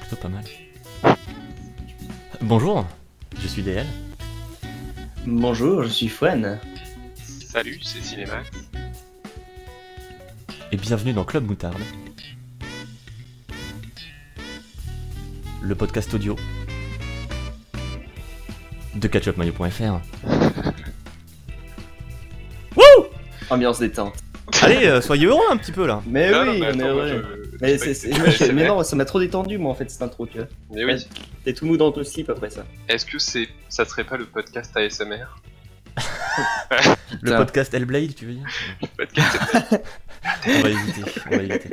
plutôt pas mal. Bonjour, je suis DL. Bonjour, je suis Fouane. Salut, c'est Cinéma. et bienvenue dans Club Moutarde. Le podcast audio de catchupmayo.fr. Wouh Ambiance détente. Allez, euh, soyez heureux un petit peu là. Mais Non, non, eh oui, mais on est attends, moi, heureux. je- Mais, je c'est- sais c'est- pas moi, que c'est je- mais vrai. non, ça m'a trop détendu, moi, en fait, cette intro, tu vois. Mais oui, T'es tout mou dans ton slip après ça. est-ce que c'est, ça serait pas le podcast ASMR Le Putain. podcast Hellblade, tu veux dire Le podcast On va éviter, on va éviter.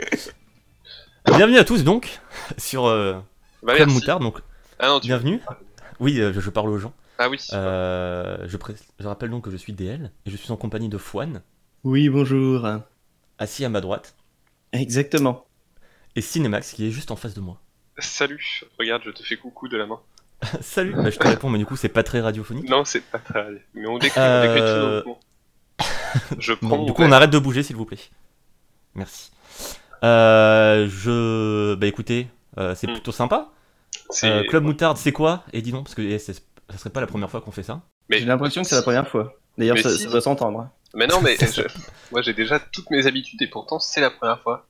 Bienvenue à tous donc sur euh, Bah, Club merci. Moutarde. Donc, Ah non, tu... bienvenue. Oui, euh, je, je parle aux gens. Ah oui. Euh, je, pré- je rappelle donc que je suis DL et je suis en compagnie de Fouane, Oui, bonjour. assis à ma droite, Exactement. et Cinemax qui est juste en face de moi. Salut, regarde, je te fais coucou de la main. Salut bah, Je te réponds, mais du coup, c'est pas très radiophonique. Non, c'est pas très... Mais on décrit, Euh, on décrit tout lentement. Je prends Bon, mon du coup, on verre. arrête de bouger, s'il vous plaît. Merci. Euh, je. Bah écoutez, euh, c'est Hmm. plutôt sympa. C'est- Euh, Club Moutarde, c'est quoi Et dis donc, parce que eh, c'est- ça serait pas la première fois qu'on fait ça. Mais- J'ai l'impression que c'est la première fois. D'ailleurs, Mais ça, si. ça doit s'entendre. hein. Mais non, mais je- moi j'ai déjà toutes mes habitudes et pourtant c'est la première fois.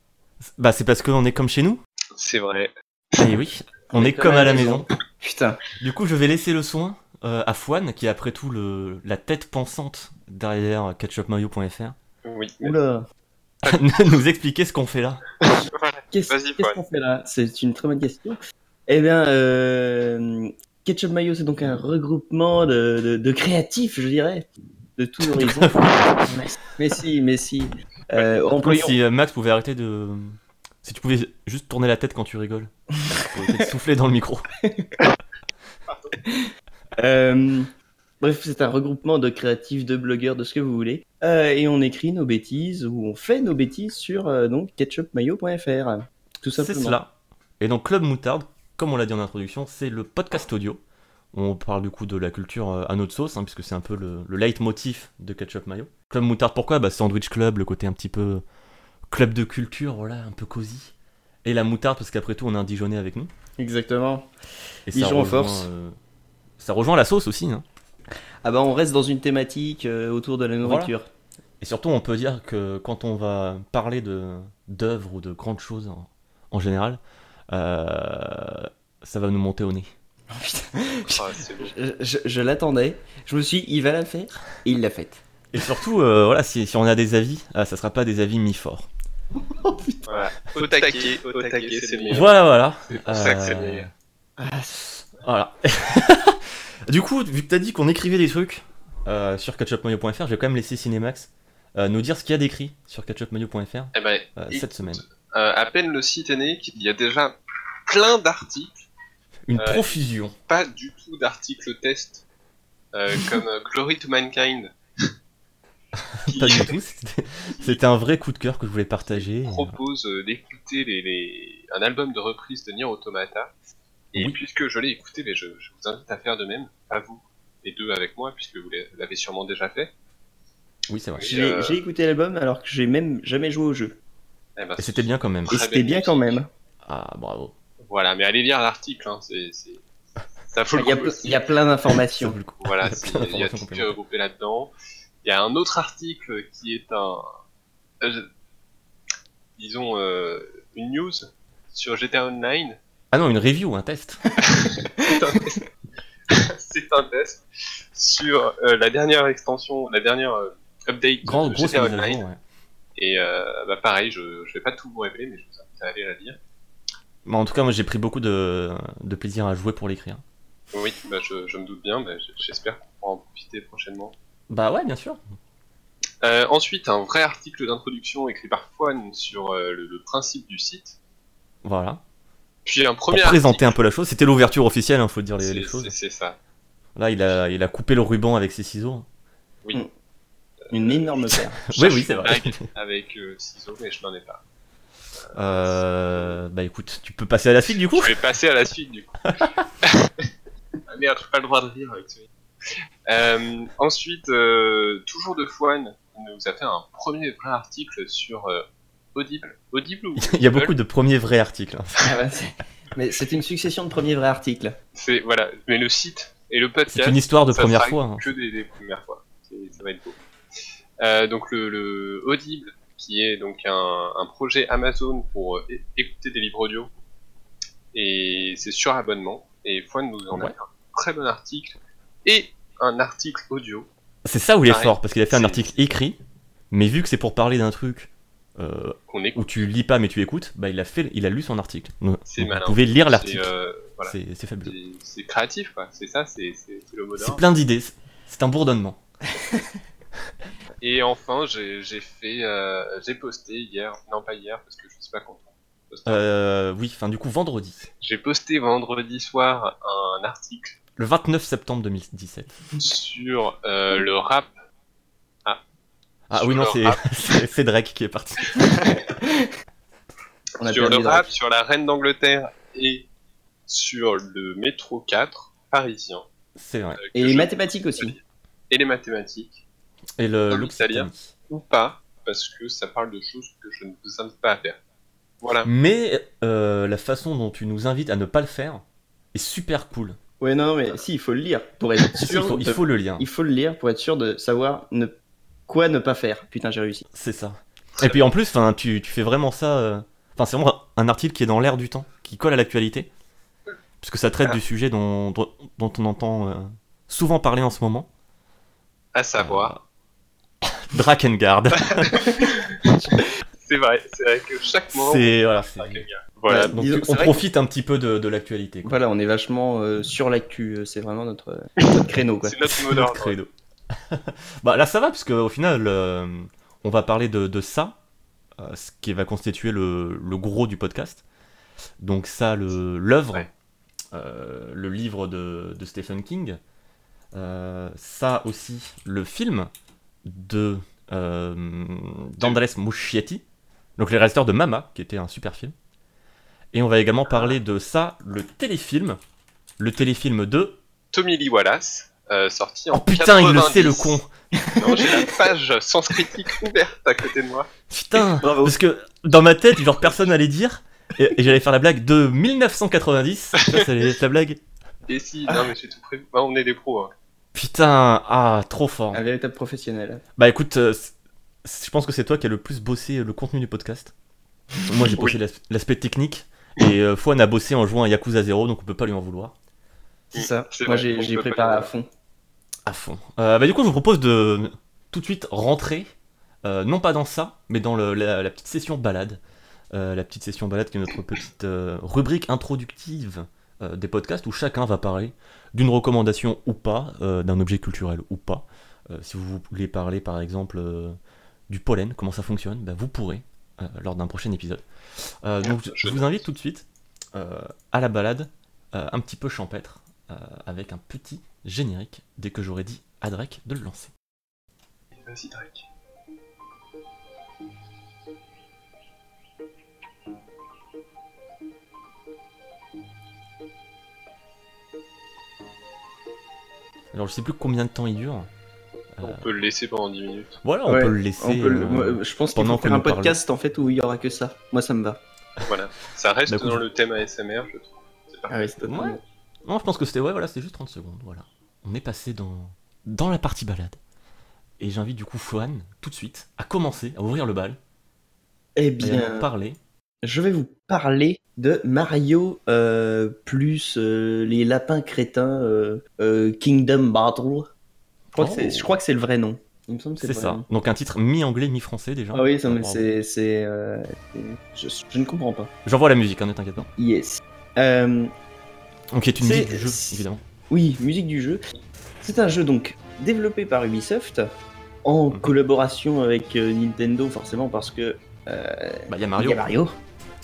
Bah, c'est parce qu'on est comme chez nous. C'est vrai. Eh oui, on est comme à la maison. Putain. Du coup, je vais laisser le soin euh, à Fouane, qui est après tout le, la tête pensante derrière ketchupmayo.fr, Oui. Oula. nous expliquer ce qu'on fait là. Voilà. Qu'est-ce Vas-y, qu'est-ce Fouane. qu'on fait là C'est une très bonne question. Eh bien, euh, Ketchup Mayo, c'est donc un regroupement de, de- de créatifs, je dirais, de tous horizons. mais, mais si, mais si. Euh, Comme employons- si euh, Max pouvait arrêter de. Si tu pouvais juste tourner la tête quand tu rigoles. Pour éviter de souffler dans le micro. Euh, bref, c'est un regroupement de créatifs, de blogueurs, de ce que vous voulez. Euh, et on écrit nos bêtises, ou on fait nos bêtises sur euh, donc ketchupmayo.fr. Tout C'est simplement. cela. Et donc Club Moutarde, comme on l'a dit en introduction, c'est le podcast audio. On parle du coup de la culture euh, à notre sauce, hein, puisque c'est un peu le, le leitmotiv de Ketchup Mayo. Club Moutarde, pourquoi Bah Sandwich Club, le côté un petit peu club de culture, voilà, un peu cosy. Et la moutarde, parce qu'après tout, on a un Dijonais avec nous. Exactement. Et Dijon en rejoint, force. euh, ça rejoint la sauce aussi. hein. Ah bah on reste dans une thématique euh, autour de la nourriture. Et surtout, on peut dire que quand on va parler de d'œuvres ou de grandes choses en, en général, euh, ça va nous monter au nez. Ah, c'est beau. Je, je- je l'attendais. Je me suis dit, il va la faire. Et il l'a faite. Et surtout, euh, voilà, si, si on a des avis, ah, ça sera pas des avis mi-fort. Voilà. Au taquet, au taquet, c'est le meilleur. Voilà, voilà. C'est pour ça que c'est le Euh, meilleur. Ah, Voilà. du coup, vu que t'as dit qu'on écrivait des trucs euh, sur ketchupmayo.fr, je vais quand même laisser Cinemax euh, nous dire ce qu'il y a d'écrit sur ketchupmayo.fr Eh ben, euh, il- cette semaine. Euh, à peine le site est né qu'il y a déjà plein d'articles, Une euh, profusion. pas du tout d'articles test, euh, comme euh, Glory to Mankind, qui Pas du tout. c'était- C'était un vrai coup de cœur que je voulais partager. propose euh, d'écouter les, les- un album de reprise de Nier Automata. Et Oui. puisque je l'ai écouté, mais je, je vous invite à faire de même, à vous, les deux avec moi, puisque vous l'a- l'avez sûrement déjà fait. Oui, c'est vrai. Oui. J'ai euh, j'ai écouté l'album alors que j'ai même jamais joué au jeu. Eh ben, Et c'était bien quand même. Et Très c'était belle bien quand musique. même. Ah, bravo. Voilà, mais allez lire l'article, hein, c'est... c'est- Ça vaut le Il y a, coup ple- aussi. il y a plein Ça d'informations. vaut le coup. Voilà, Il y a c'est- plein il y a d'informations tout qui est complémentaires. regroupé là-dedans. Il y a un autre article qui est un, euh, disons, euh, une news sur GTA Online. Ah non, une review, un test. C'est un test, C'est un test sur euh, la dernière extension, la dernière euh, update Grand, de grosse GTA mise à Online. jour, ouais. Et euh, bah, pareil, je, je vais pas tout vous révéler, mais je vous invite à aller la lire. Mais Bah, en tout cas, moi j'ai pris beaucoup de, de plaisir à jouer pour l'écrire. Oui, bah, je, je me doute bien, mais j- j'espère qu'on pourra en profiter prochainement. Bah ouais, bien sûr. Euh, ensuite, un vrai article d'introduction écrit par Fouane sur euh, le- le principe du site. Voilà. Puis un Pour premier présenter article. un peu la chose, c'était l'ouverture officielle, il faut dire les, C'est- les c'est- choses. C'est ça. Là, il a, il a coupé le ruban avec ses ciseaux. Une énorme paire. Oui, oui, c'est vrai. Avec, avec euh, ciseaux, mais je n'en ai pas. Euh, bah écoute, tu peux passer à la suite du coup Je vais passer à la suite du coup. ah merde, j'ai pas le droit de rire avec celui euh, Ensuite, euh, toujours de Fouane, il nous a fait un premier vrai article sur euh, Audible. Audible ou Il y a Audible beaucoup de premiers vrais articles. hein. Ah bah, c'est- Mais c'est une succession de premiers vrais articles. C'est voilà, mais le site et le podcast. C'est une histoire de ça première sera fois. hein. Que des, des premières fois. C'est- Ça va être beau. Euh, donc le, le Audible, qui est donc un, un projet Amazon pour euh, é- écouter des livres audio, et c'est sur abonnement. Et Foine nous en a Ouais. fait un très bon article et un article audio. C'est ça où il est Pareil. fort, parce qu'il a fait un C'est- article écrit, mais vu que c'est pour parler d'un truc euh, qu'on écoute. où tu lis pas mais tu écoutes, bah il a, fait, il a lu son article. Donc, C'est vous malin. pouvez lire l'article. C'est, euh, voilà. C'est c'est fabuleux. C'est- c'est créatif, quoi. C'est ça, c'est c'est- c'est le mot C'est d'ordre. plein d'idées, c'est- c'est un bourdonnement. Et enfin, j'ai j'ai fait, euh, j'ai posté hier, non pas hier parce que je suis pas content. Ah. Euh, oui, enfin du coup vendredi, J'ai posté vendredi soir un article le 29 septembre 2017. sur euh, le rap. Ah Sur oui non, le c'est- rap. c'est c'est Drake qui est parti. On a sur le perdu les rap, sur la reine d'Angleterre et sur le métro 4 parisien. C'est vrai. euh, que Et les je- mathématiques aussi. Et les mathématiques, Et le Comme look italien. ou pas, parce que ça parle de choses que je ne vous invite pas à faire. Voilà. Mais euh, la façon dont tu nous invites à ne pas le faire est super cool. Ouais, non, mais si, il faut le lire pour être Il sûr. faut, il de- faut le lien, il faut le lire pour être sûr de savoir ne... quoi ne pas faire. Putain, j'ai réussi. c'est ça. Et puis en plus, 'fin, tu, tu fais vraiment ça. euh, Enfin, c'est vraiment un article qui est dans l'air du temps, qui colle à l'actualité. Parce que ça traite Ah. du sujet dont, dont dont on entend euh, souvent parler en ce moment. À savoir, Drakengard. c'est vrai, c'est vrai que chaque moment. c'est. Voilà. c'est- Voilà, Ouais. Donc, Disons, tu- c'est on vrai profite un petit peu de, de l'actualité. quoi. Voilà, on est vachement euh, sur l'actu. euh, C'est vraiment notre, euh, notre créneau, quoi. c'est notre mot Notre d'ordre. credo. bah là ça va parce qu'au final euh, on va parler de, de ça, euh, ce qui va constituer le, le gros du podcast. Donc ça le l'œuvre, Ouais. euh, le livre de, de Stephen King, Euh, ça aussi le film de euh, d'Andrés Muschietti, donc les réalisateurs de Mama, qui était un super film. Et on va également parler de ça, le téléfilm, le téléfilm de Tommy Lee Wallace, euh, sorti en Oh putain, il le sait le 90. con. Non, j'ai la page sens critique ouverte à côté de moi. Putain, Bravo. parce que dans ma tête, genre personne n'allait dire et, et j'allais faire la blague de 1990. Ça, ça allait être la blague. Et si, Ah. non, mais j'ai tout prévu. Bah, on est des pros. hein. Putain, ah, trop fort. Un véritable professionnel. Bah écoute, euh, c- c- je pense que c'est toi qui as le plus bossé euh, le contenu du podcast. Moi, j'ai Oui. bossé l'as- l'aspect technique et euh, Fouane a bossé en jouant à Yakuza 0, donc on peut pas lui en vouloir. C'est ça. C'est Moi, vrai, j'ai on j'ai peut pas préparé dire. à fond. À fond. Euh, bah du coup, je vous propose de tout de suite rentrer, euh, non pas dans ça, mais dans le- la, la petite session balade. Euh, la petite session balade qui est notre petite euh, rubrique introductive euh, des podcasts où chacun va parler d'une recommandation ou pas, euh, d'un objet culturel ou pas. Euh, si vous voulez parler par exemple euh, du pollen, comment ça fonctionne, bah, vous pourrez euh, lors d'un prochain épisode. Euh, donc je- je vous invite tout de suite euh, à la balade euh, un petit peu champêtre euh, avec un petit générique dès que j'aurai dit à Drake de le lancer. Vas-y, Drake. Alors je sais plus combien de temps il dure. Euh. On peut le laisser pendant 10 minutes. Voilà, on Ouais, peut le laisser. On peut le- euh, moi, je pense qu'il pendant que faut faire un nous parlons. podcast en fait où il y aura que ça. Moi, ça me va. Voilà. Ça reste Bah, écoute, dans je- le thème ASMR, je trouve. C'est parfait. Ah oui, c'est Ouais. Non, je pense que c'était ouais, voilà, c'était juste 30 secondes. Voilà. On est passé dans dans la partie balade. Et j'invite du coup Fouane tout de suite à commencer à ouvrir le bal Eh et à nous bien, parler. je vais vous parler de Mario euh, plus euh, les lapins crétins euh, euh, Kingdom Battle. Je crois, que Oh. c'est- je crois que c'est le vrai nom. Il me semble que c'est C'est le vrai nom. ça. Donc un titre mi-anglais mi-français déjà. Ah oui, ça, mais Bravo. c'est. c'est, euh, c'est- je, je ne comprends pas. J'envoie la musique, hein, ne t'inquiète pas. Yes. Euh, Donc qui est une C'est- musique du jeu évidemment. Oui, musique du jeu. C'est un jeu donc développé par Ubisoft en Mhm. collaboration avec euh, Nintendo forcément parce que euh, Bah il y a il Mario. y a Mario.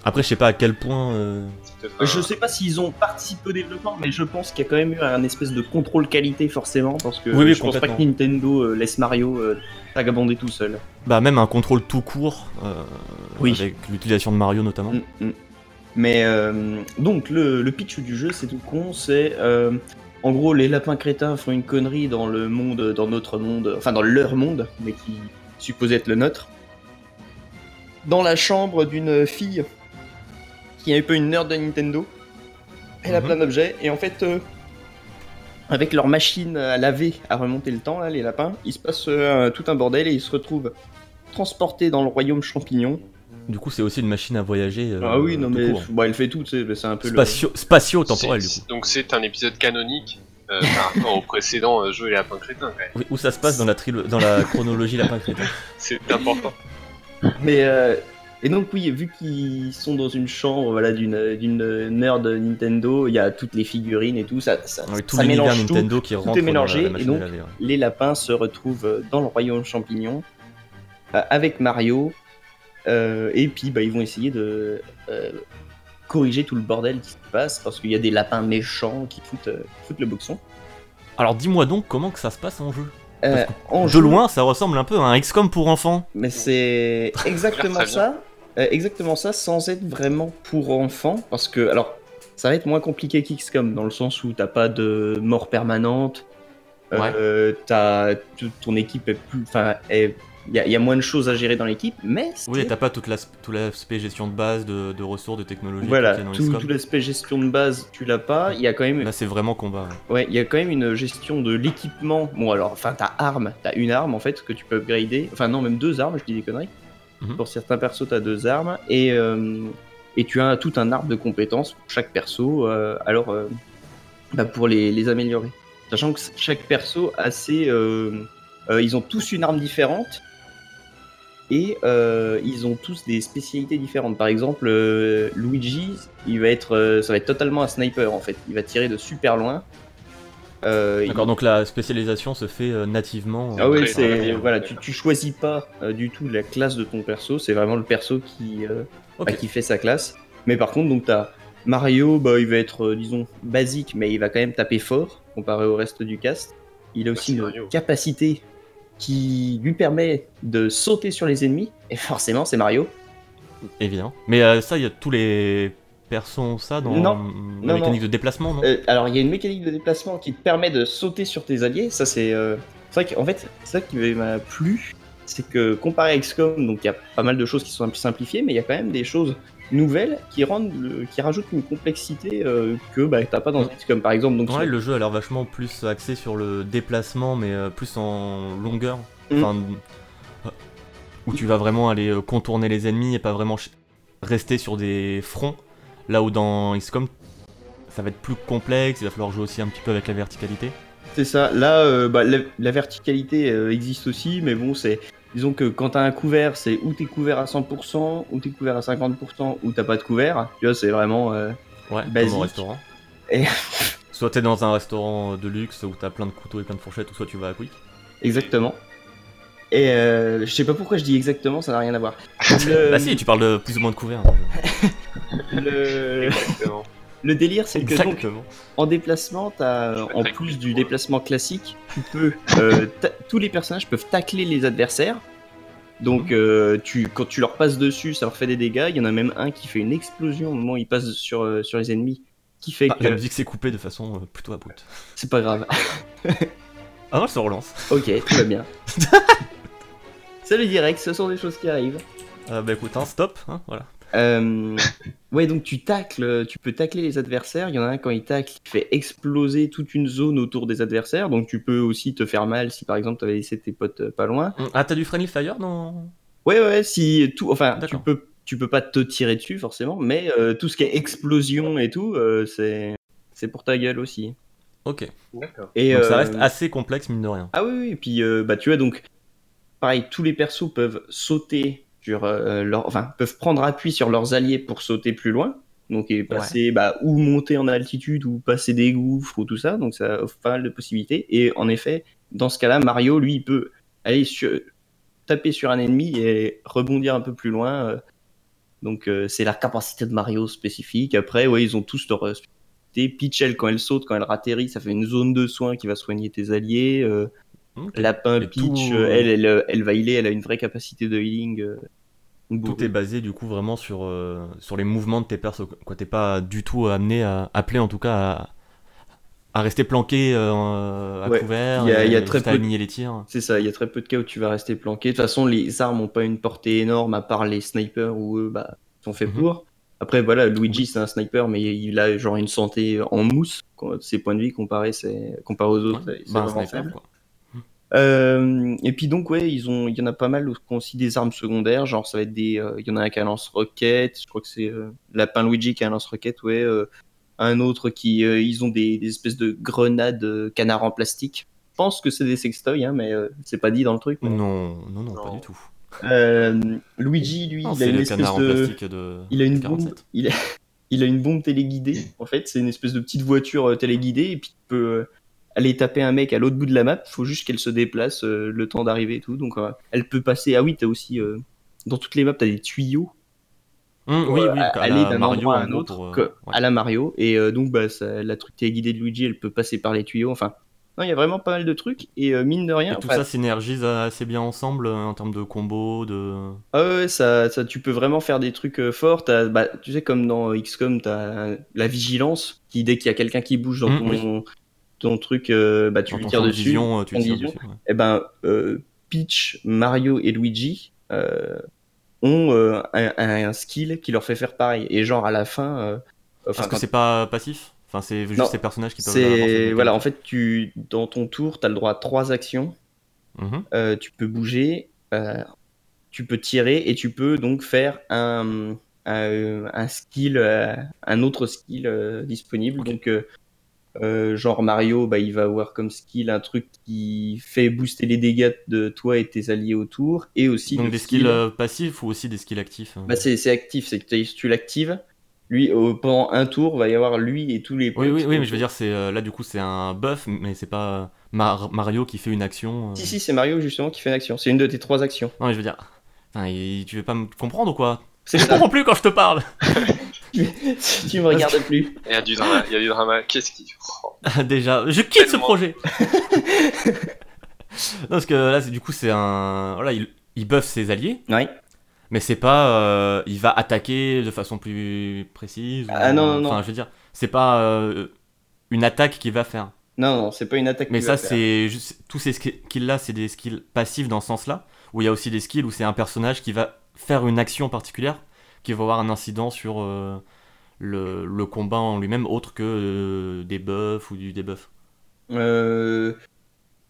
Après je sais pas à quel point. euh, C'est peut-être un- Je sais pas s'ils ont participé au développement, mais je pense qu'il y a quand même eu un espèce de contrôle qualité forcément parce que Oui, oui, je pense pas que complètement. Nintendo euh, laisse Mario euh, vagabonder tout seul. Bah même un contrôle tout court. euh, Oui. Avec l'utilisation de Mario notamment. Mm, mm. Mais euh, donc le, le pitch du jeu, c'est tout con, c'est euh, en gros les lapins crétins font une connerie dans le monde, dans notre monde, enfin dans leur monde, mais qui supposait être le nôtre, dans la chambre d'une fille qui est un peu une nerd de Nintendo Elle a Mhm. plein d'objets. Et en fait, euh, avec leur machine à laver, à remonter le temps, là, les lapins, il se passe euh, tout un bordel et ils se retrouvent transportés dans le royaume champignon. Du coup, c'est aussi une machine à voyager. euh, ah oui, non tout mais court. bah, elle fait tout, tu sais, mais c'est un peu le- Spatio- spatio-temporel, C'est- du coup. Donc c'est un épisode canonique euh, par rapport au précédent euh, Jeu et Lapin Crétin, quand même. Oui, où ça se passe dans la, trilo- dans la hein chronologie Lapin Crétin. C'est important. Mais euh, et donc oui, vu qu'ils sont dans une chambre voilà d'une d'une nerd Nintendo, il y a toutes les figurines et tout, ça ça, Avec tout ça l'univers mélange tout. Nintendo qui rentre dans la- mélangé, la, et machine donc- à laver, ouais. Les lapins se retrouvent euh, dans le royaume champignon euh, avec Mario euh, et puis bah ils vont essayer de euh, corriger tout le bordel qui se passe parce qu'il y a des lapins méchants qui foutent, euh, foutent le boxon. Alors dis-moi donc comment que ça se passe en jeu. Euh, en de jeu- loin, ça ressemble un peu à un XCOM pour enfants. Mais c'est exactement Très bien. ça, euh, exactement ça, sans être vraiment pour enfants, parce que alors ça va être moins compliqué qu'XCOM dans le sens où t'as pas de mort permanente, euh, t'as tout- ton équipe est plus, enfin, est- il y, a- il y a moins de choses à gérer dans l'équipe, mais c'est- Oui, et t'as pas toute la- tout l'aspect gestion de base, de, de ressources, de technologie. voilà, qu'il y a dans Bah, tout, XCOM. tout l'aspect gestion de base, tu l'as pas. Il y a quand même, Là, c'est vraiment combat. ouais. ouais, il y a quand même une gestion de l'équipement. Bon alors, enfin, t'as arme, t'as une arme en fait que tu peux upgrader. Enfin non, même deux armes, je dis des conneries. Mhm. Pour certains persos, t'as deux armes et euh, et tu as tout un arbre de compétences pour chaque perso. euh, alors, euh, bah, pour les, les améliorer, sachant que chaque perso a ses, euh, euh, ils ont tous une arme différente. Et euh, ils ont tous des spécialités différentes. Par exemple, euh, Luigi, il va être, euh, ça va être totalement un sniper en fait. Il va tirer de super loin. Euh, D'accord, donc la spécialisation se fait euh, nativement. ah euh, oui, Après, par- c'est euh, voilà, tu, tu choisis pas euh, du tout la classe de ton perso, c'est vraiment le perso qui euh, Ok. bah, qui fait sa classe. Mais par contre, donc t'as Mario, bah il va être euh, disons basique, mais il va quand même taper fort comparé au reste du cast. Il a aussi Bah, c'est une Mario. capacité qui lui permet de sauter sur les ennemis, et forcément c'est Mario. Évidemment. Mais euh, ça, il y a tous les persos ont ça dans Non. la Non, mécanique non. de déplacement, non Euh, alors, il y a une mécanique de déplacement qui te permet de sauter sur tes alliés. Ça, c'est. euh, C'est vrai qu'en fait, c'est ça qui m'a plu. C'est que comparé à XCOM, donc il y a pas mal de choses qui sont simplifiées, mais il y a quand même des choses nouvelles qui, rendent le- qui rajoutent une complexité euh, que bah, t'as pas dans XCOM par exemple. Donc, Ouais, le jeu a l'air vachement plus axé sur le déplacement, mais euh, plus en longueur. Mm. Enfin, euh, où tu vas vraiment aller euh, contourner les ennemis et pas vraiment ch- rester sur des fronts. Là où dans XCOM, ça va être plus complexe, il va falloir jouer aussi un petit peu avec la verticalité. C'est ça. Là, euh, bah, la, la verticalité euh, existe aussi, mais bon, c'est. Disons que quand t'as un couvert, c'est ou t'es couvert à 100%, ou t'es couvert à 50%, ou t'as pas de couvert. Tu vois, c'est vraiment. euh, Ouais, comme Basique. au restaurant. Et- Soit t'es dans un restaurant euh, de luxe où t'as plein de couteaux et plein de fourchettes, ou soit tu vas à Quick. Exactement. Et euh, je sais pas pourquoi je dis exactement, ça n'a rien à voir. Le, Bah si, tu parles de plus ou moins de couvert. hein. le, Exactement. le délire, c'est que donc, Exactement. en déplacement, t'as, en plus du déplacement classique, tu peux, euh, ta- tous les personnages peuvent tacler les adversaires. Donc, Mhm. euh, tu, quand tu leur passes dessus, ça leur fait des dégâts. Il y en a même un qui fait une explosion au moment où il passe sur, euh, sur les ennemis, qui fait Ah, que la musique s'est coupée de façon euh, plutôt abrupte. c'est pas grave. Ah non, elle se relance. ok, tout va bien. c'est le direct, ce sont des choses qui arrivent. Ah bah écoute, hein, stop, hein, voilà. Euh, ouais, donc tu tacles, tu peux tacler les adversaires. Il y en a un quand il tacle, il fait exploser toute une zone autour des adversaires. Donc tu peux aussi te faire mal si par exemple t'avais laissé tes potes euh, pas loin. Ah, t'as du Friendly Fire dans. Ouais, ouais, si tout, enfin, tu D'accord. peux, tu peux pas te tirer dessus forcément, mais euh, tout ce qui est explosion et tout, euh, c'est, c'est pour ta gueule aussi. Ok. D'accord. Et Donc ça euh, reste assez complexe, mine de rien. Ah oui, oui, et puis euh, bah, tu vois, donc, pareil, tous les persos peuvent sauter sur euh, leur. Enfin, peuvent prendre appui sur leurs alliés pour sauter plus loin. Donc, et passer, bah, ou monter en altitude, ou passer des gouffres, ou tout ça. Donc, ça offre pas mal de possibilités. Et en effet, dans ce cas-là, Mario, lui, il peut aller sur- taper sur un ennemi et rebondir un peu plus loin. euh. Donc, euh, c'est la capacité de Mario spécifique. Après, ouais, ils ont tous leur euh, spécificité. Peach, elle, quand elle saute, quand elle ratterrit, ça fait une zone de soin qui va soigner tes alliés. euh, Ok. Lapin, Et Peach, tout- euh, elle, elle, euh, elle va healer, elle a une vraie capacité de healing. euh, bourrée. Tout est basé du coup vraiment sur, euh, sur les mouvements de tes persos. Quoi, t'es pas du tout amené à. appelé en tout cas à, à rester planqué euh, à Ouais. couvert. Il y a- et il y a très juste à peu de- aligner les tirs. C'est ça, il y a très peu de cas où tu vas rester planqué. De toute façon, les armes n'ont pas une portée énorme, à part les snipers où eux, bah, sont faits Mhm. pour. Après, voilà, Luigi, c'est un sniper, mais il a genre une santé en mousse. Quand- Ses points de vie comparés, c'est- comparés aux autres, Ouais, c'est bah, un vraiment sniper, faible. quoi. Euh, et puis donc ouais, ils ont, il y en a pas mal qui ont aussi des armes secondaires, genre ça va être des, euh, il y en a un qui a un lance-roquette, je crois que c'est euh, Lapin Luigi qui a un lance-roquette, ouais, euh, un autre qui, euh, ils ont des, des espèces de grenades euh, canards en plastique. Je pense que c'est des sextoys, hein, mais euh, c'est pas dit dans le truc. mais- Non, non, non, pas Non. du tout. Euh, Luigi, lui, Mm. Non, il a c'est une le espèce canard en de, plastique de. il a une de bombe, 47. il a, il a une bombe téléguidée. En fait, c'est une espèce de petite voiture euh, téléguidée et puis tu peux euh, aller taper un mec à l'autre bout de la map. Faut juste qu'elle se déplace euh, le temps d'arriver et tout. Donc euh, elle peut passer. Ah oui, t'as aussi euh, dans toutes les maps t'as des tuyaux. Hum, pour, oui, euh, oui, à aller la d'un Mario, endroit à en un gros, autre pour, euh, que- ouais. à la Mario. Et euh, donc bah ça- la truc téléguidée de Luigi, elle peut passer par les tuyaux. Enfin, non, il y a vraiment pas mal de trucs et euh, mine de rien. Et tout enfin, ça synergise assez bien ensemble euh, en termes de combo, de. Ah ouais, ouais, ça, ça, tu peux vraiment faire des trucs euh, forts. T'as- bah, tu sais, comme dans XCOM, t'as euh, la vigilance, qui dès qu'il y a quelqu'un qui bouge dans Mm, ton, ton truc, euh, bah, tu dans lui ton tires champ de dessus. vision, euh, tu champ de tires vision. dessus, ouais. Et ben, euh, Peach, Mario et Luigi euh, ont euh, un, un- un skill qui leur fait faire pareil. Et genre, à la fin. euh, enfin, Parce que quand- c'est pas passif Enfin, c'est juste Non, ces personnages qui peuvent. avoir cette c'est. mécanique. Voilà, en fait, tu, dans ton tour, t'as le droit à trois actions. Mhm. Euh, tu peux bouger, euh, tu peux tirer et tu peux donc faire un, un, un skill, euh, un autre skill euh, disponible. Ok. Donc, euh, euh, genre Mario, bah, il va avoir comme skill un truc qui fait booster les dégâts de toi et tes alliés autour. Et aussi Donc le des skill- skills euh, passifs ou aussi des skills actifs euh. bah, c'est c'est actif, c'est que tu- tu l'actives. Lui, euh, pendant un tour, va y avoir lui et tous les. Oui, oui, potes oui, mais je veux dire, c'est euh, là du coup, c'est un buff, mais c'est pas euh, Mar- Mario qui fait une action. euh. Si, si, c'est Mario justement qui fait une action. C'est une de tes trois actions. Non, mais je veux dire, enfin, il- tu veux pas me comprendre ou quoi C'est Je ça, comprends plus quand je te parle si tu me regardes plus. Il y a du drama, il y a du drama. Qu'est-ce qui. Oh, Déjà, je quitte ce Tellement. projet Non, parce que là, c'est- du coup, c'est un. Voilà, il, il buff ses alliés, Ouais. mais c'est pas. euh, il va attaquer de façon plus précise. ou- Ah, non, non, non. Enfin, je veux dire, c'est pas euh, une attaque qu'il va faire. Non, non, c'est pas une attaque. Mais qui ça, va faire. c'est juste. Tous ces skills-là, c'est des skills passifs dans ce sens-là, où il y a aussi des skills où c'est un personnage qui va faire une action particulière, qui va avoir un incident sur euh, le, le combat en lui-même, autre que euh, des buffs ou du debuff. Euh,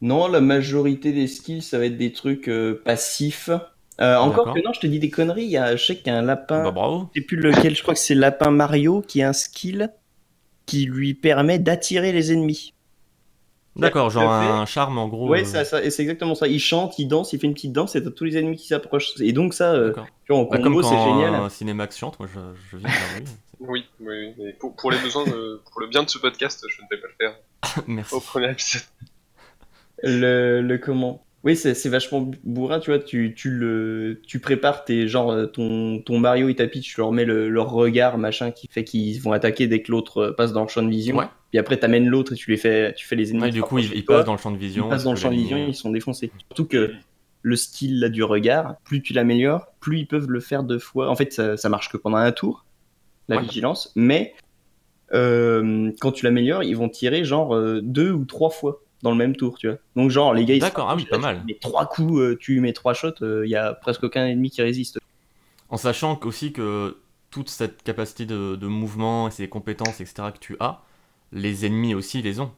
non, la majorité des skills, ça va être des trucs euh, passifs. Euh, encore D'accord. que non, je te dis des conneries. Il y a, je sais qu'il y a un lapin, Bah, bravo je sais plus lequel, je crois que c'est lapin Mario, qui a un skill qui lui permet d'attirer les ennemis. D'accord, genre Tout à fait. un charme en gros. ouais, euh, ça, ça- et c'est exactement ça. Il chante, il danse, il fait une petite danse, et t'as tous les ennemis qui s'approchent. Et donc ça, euh, d'accord. tu vois, en Bah, combo, comme c'est quand génial. un Cinemax chante, moi je, je viens vers lui. Oui, oui, oui. Et pour, pour les besoins, de- pour le bien de ce podcast, je ne vais pas le faire Merci. au premier épisode. le, le comment oui c'est c'est vachement bourrin tu vois tu, tu le tu prépares tes genre euh, ton, ton Mario et ta Peach tu leur mets le- leur regard machin qui fait qu'ils vont attaquer dès que l'autre euh, passe dans le champ de vision Ouais. puis après t'amènes l'autre et tu les fais tu fais les ennemis Ouais, du coup, il, s'approcher de il toi, passe dans le champ de vision. ils passent dans le tu champ de peux vision l'aligner. ils sont défoncés surtout que le style là, du regard plus tu l'améliores plus ils peuvent le faire deux fois en fait ça, ça marche que pendant un tour la Ouais. vigilance mais euh, quand tu l'améliores ils vont tirer genre euh, deux ou trois fois dans le même tour tu vois donc genre les gars ils se D'accord, ah oui, pas mal. mais trois coups, euh, tu lui mets trois shots, il y a presque aucun ennemi qui résiste. En sachant qu- aussi que toute cette capacité de, de mouvement et ces compétences, etc., que tu as, les ennemis aussi les ont.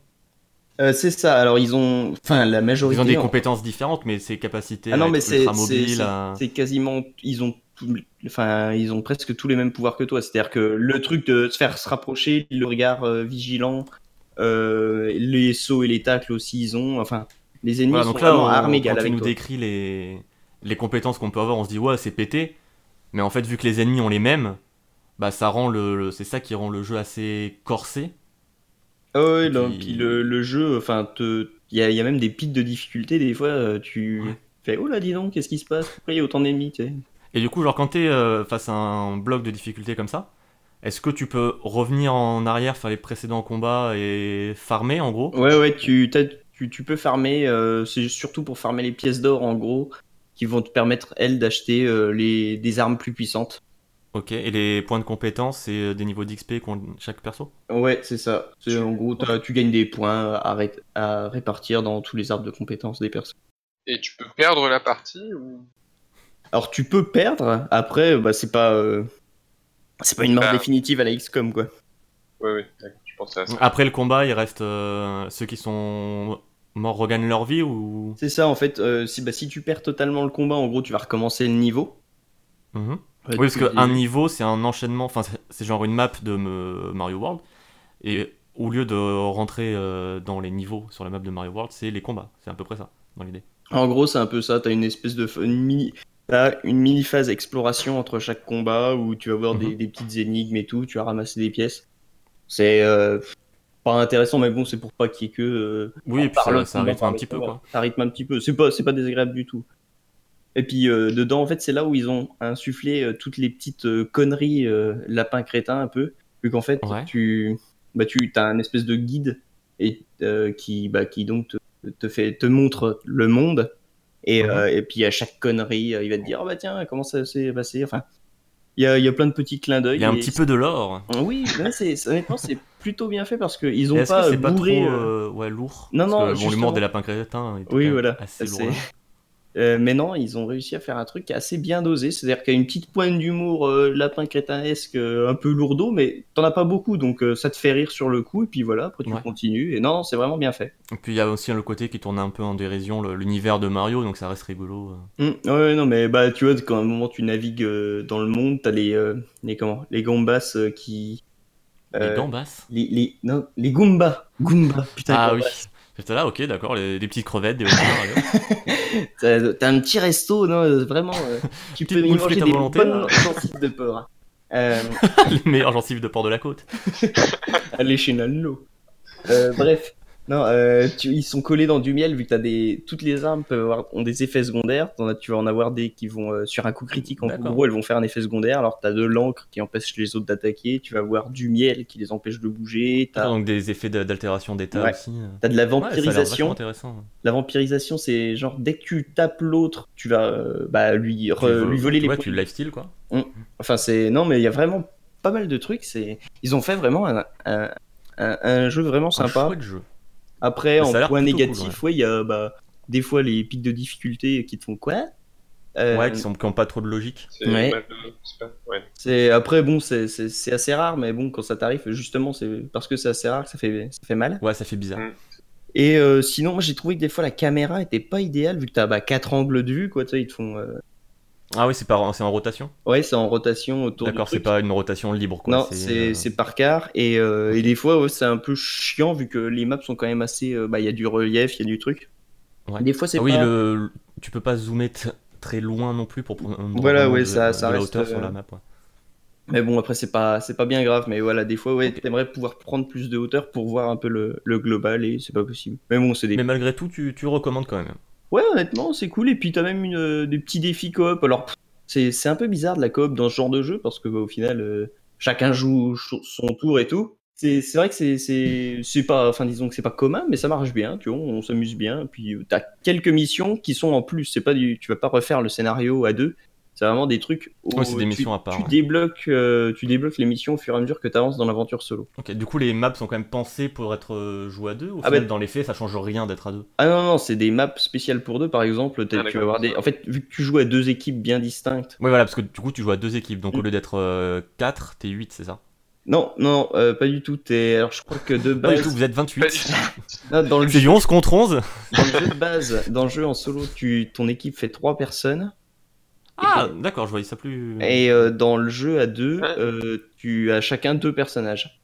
Euh, c'est ça. Alors ils ont, enfin la majorité. Ils ont des en- compétences différentes, mais ces capacités Ah non à mais être c'est ultra c'est- mobiles, c'est- à- c'est quasiment, ils ont, tout- enfin ils ont presque tous les mêmes pouvoirs que toi. C'est-à-dire que le truc de se faire se rapprocher, le regard euh, vigilant, euh, les sauts et les tacles aussi ils ont. Enfin les ennemis Voilà, sont donc là, vraiment on- à armes quand égales tu avec nous toi. décris les, les compétences qu'on peut avoir, on se dit ouais, c'est pété. Mais en fait, vu que les ennemis ont les mêmes, bah ça rend le, le- c'est ça qui rend le jeu assez corsé. Ah ouais, là, Puis- puis le, le jeu, enfin, te... il y a, il y a même des pics de difficulté, des fois, euh, tu Ouais. fais, oh là, dis donc, qu'est-ce qui se passe Pourquoi il y a autant d'ennemis tu sais Et du coup, genre quand t'es euh, face à un bloc de difficulté comme ça, est-ce que tu peux revenir en arrière, faire les précédents combats et farmer en gros Ouais, ouais, tu, t'as- tu, tu peux farmer, euh, c'est surtout pour farmer les pièces d'or, en gros, qui vont te permettre, elles, d'acheter euh, les, des armes plus puissantes. Ok. Et les points de compétence, c'est euh, des niveaux d'XP qu'ont chaque perso. Ouais, c'est ça. C'est, en gros, t'as- tu gagnes des points à, ré- à répartir dans tous les arbres de compétences des personnes. Et tu peux perdre la partie ou Alors, tu peux perdre, après, bah, c'est pas. euh, C'est pas une mort Bah. définitive à la XCOM, quoi. Ouais, ouais, d'accord, je pensais à ça. Après le combat, il reste euh, ceux qui sont morts regagnent leur vie ou. C'est ça, en fait. euh, si, bah, si tu perds totalement le combat, en gros, tu vas recommencer le niveau. Mhm. Euh, Oui, parce tu- qu'un niveau, c'est un enchaînement, enfin, c'est- c'est genre une map de euh, Mario World, et au lieu de rentrer euh, dans les niveaux sur la map de Mario World, c'est les combats, c'est à peu près ça, dans l'idée. En gros, c'est un peu ça. T'as une espèce de. f- Une mini... T'as une mini phase exploration entre chaque combat où tu vas voir des, Mhm. des petites énigmes et tout, tu vas ramasser des pièces. C'est euh, pas intéressant, mais bon, c'est pour pas qu'il y ait que. euh, Oui, et puis par ça, le ça combat, rythme par un le petit peu, combat. quoi. Ça rythme un petit peu. C'est pas, c'est pas désagréable du tout. Et puis euh, dedans, en fait, c'est là où ils ont insufflé euh, toutes les petites euh, conneries euh, lapin crétin un peu, vu qu'en fait, Ouais. tu, bah, tu as un espèce de guide et euh, qui, bah, qui donc te, te fait, te montre le monde. Et, Mhm. euh, et puis à chaque connerie, euh, il va te dire, oh bah tiens, comment ça s'est passé. Enfin, il y a, il y a plein de petits clins d'œil. Il y a un et petit peu de l'or. Oui, ouais, c'est, c'est- honnêtement, c'est plutôt bien fait parce qu'ils ont Est-ce que pas c'est pas trop bourré. euh, euh, ouais, lourd Non, Parce non, que, bon, justement. l'humour des lapins crétins est Oui, quand même voilà, assez c'est- lourd. Euh, mais non, ils ont réussi à faire un truc assez bien dosé, c'est-à-dire qu'il y a une petite pointe d'humour euh, lapin crétinesque, euh, un peu lourdeau, mais t'en as pas beaucoup, donc euh, ça te fait rire sur le coup, et puis voilà, après tu Ouais. continues, et non, c'est vraiment bien fait. Et puis il y a aussi le côté qui tourne un peu en dérision, le- l'univers de Mario, donc ça reste rigolo. euh. Mm, ouais, ouais, non, mais bah, tu vois, quand à un moment tu navigues euh, dans le monde, t'as les, euh, les, comment, les gambas euh, qui... euh, Les gambas les, les, non, les goombas, goombas, putain, Ah oui. gambas. J'étais là, ok, d'accord, les, les petites crevettes, des homards, et autres. T'as t'as un petit resto, non, euh, vraiment, euh, tu peux Petite y boule manger frite à des volonté, bonnes là. gencives de porc. hein. Euh, les meilleurs gencives de port de la côte. aller chez Nallo. Euh, bref, non, euh, tu- ils sont collés dans du miel vu que t'as des toutes les armes peuvent avoir ont des effets secondaires. T'en as- tu vas en avoir des qui vont euh, sur un coup critique en D'accord. gros, elles vont faire un effet secondaire. Alors t'as de l'encre qui empêche les autres d'attaquer. Tu vas avoir du miel qui les empêche de bouger. Ah, T'as donc des effets de- d'altération d'état Ouais. aussi. euh. t'as de la Ouais, ça a l'air vachement vampirisation. intéressant. la vampirisation, c'est genre dès que tu tapes l'autre, tu vas euh, bah, lui re- Tu veux- lui voler les ouais, points tu lifestyle quoi. Enfin, c'est non, mais il y a vraiment pas mal de trucs. C'est ils ont fait vraiment un, un- un- un jeu vraiment Un sympa. chouette jeu. Après, Mais Bah, ça a en l'air point plutôt négatif, ouais, il y a bah, des fois les pics de difficulté qui te font quoi Euh, Ouais, qui sont qui ont pas trop de logique. C'est Ouais. mal, euh, c'est pas- ouais. c'est- Après, bon, c'est- c'est c'est assez rare, mais bon, quand ça t'arrive, justement, c'est parce que c'est assez rare que ça fait, ça fait mal. Ouais, ça fait bizarre. Mm. Et euh, sinon, moi, j'ai trouvé que des fois la caméra était pas idéale, vu que t'as bah, quatre angles de vue, quoi, tu sais, ils te font. euh, Ah oui, c'est par c'est en rotation. Ouais, c'est en rotation autour du D'accord, c'est truc. pas une rotation libre quoi. Non, c'est euh, c'est par quart. Et, euh, et des fois, ouais, c'est un peu chiant vu que les maps sont quand même assez. euh, bah, il y a du relief, il y a du truc. Ouais. Des fois, c'est Ah oui, pas. le... le- tu peux pas zoomer t- très loin non plus pour prendre Voilà, vraiment ouais, de, ça- de ça la reste, hauteur sur euh, la map. ouais. Mais bon, après, c'est pas, c'est pas bien grave. Mais voilà, des fois, ouais, Ok. t'aimerais pouvoir prendre plus de hauteur pour voir un peu le, le global et c'est pas possible. Mais bon, c'est des. Mais malgré tout, tu, tu recommandes quand même. Ouais, honnêtement, c'est cool. Et puis, t'as même une, euh, des petits défis coop. Alors, pff, c'est c'est un peu bizarre de la coop dans ce genre de jeu parce que, bah, au final, euh, chacun joue cho- son tour et tout. C'est c'est vrai que c'est- c'est c'est pas, enfin, disons que c'est pas commun, mais ça marche bien, tu vois, on s'amuse bien. Et Puis, euh, t'as quelques missions qui sont en plus. C'est pas du, tu vas pas refaire le scénario à deux. C'est vraiment des trucs. où Ouais, c'est des tu- missions à part, Tu ouais. débloques, euh, tu débloques les missions au fur et à mesure que t'avances dans l'aventure solo. Ok, du coup, les maps sont quand même pensées pour être euh, jouées à deux. Au Ah final, bah- dans les faits, ça change rien d'être à deux. Ah non, non, c'est des maps spéciales pour deux, par exemple. t'as- Ah, tu d'accord. vas avoir des... En fait, vu que tu joues à deux équipes bien distinctes. Oui, voilà, parce que du coup, tu joues à deux équipes. Donc Mm. au lieu d'être 4, t'es 8, c'est ça Non, non, euh, pas du tout. t'es- Alors, Bah, je crois que de Pas du tout, base, vous êtes Pas du 28. tout. Ah, dans, le C'est jeu, du 11 contre 11 dans le jeu de base, dans le jeu en solo, tu... ton équipe fait trois personnes. Ah, d'accord, je voyais ça plus. Et euh, dans le jeu à deux, Ouais. euh, tu as chacun deux personnages.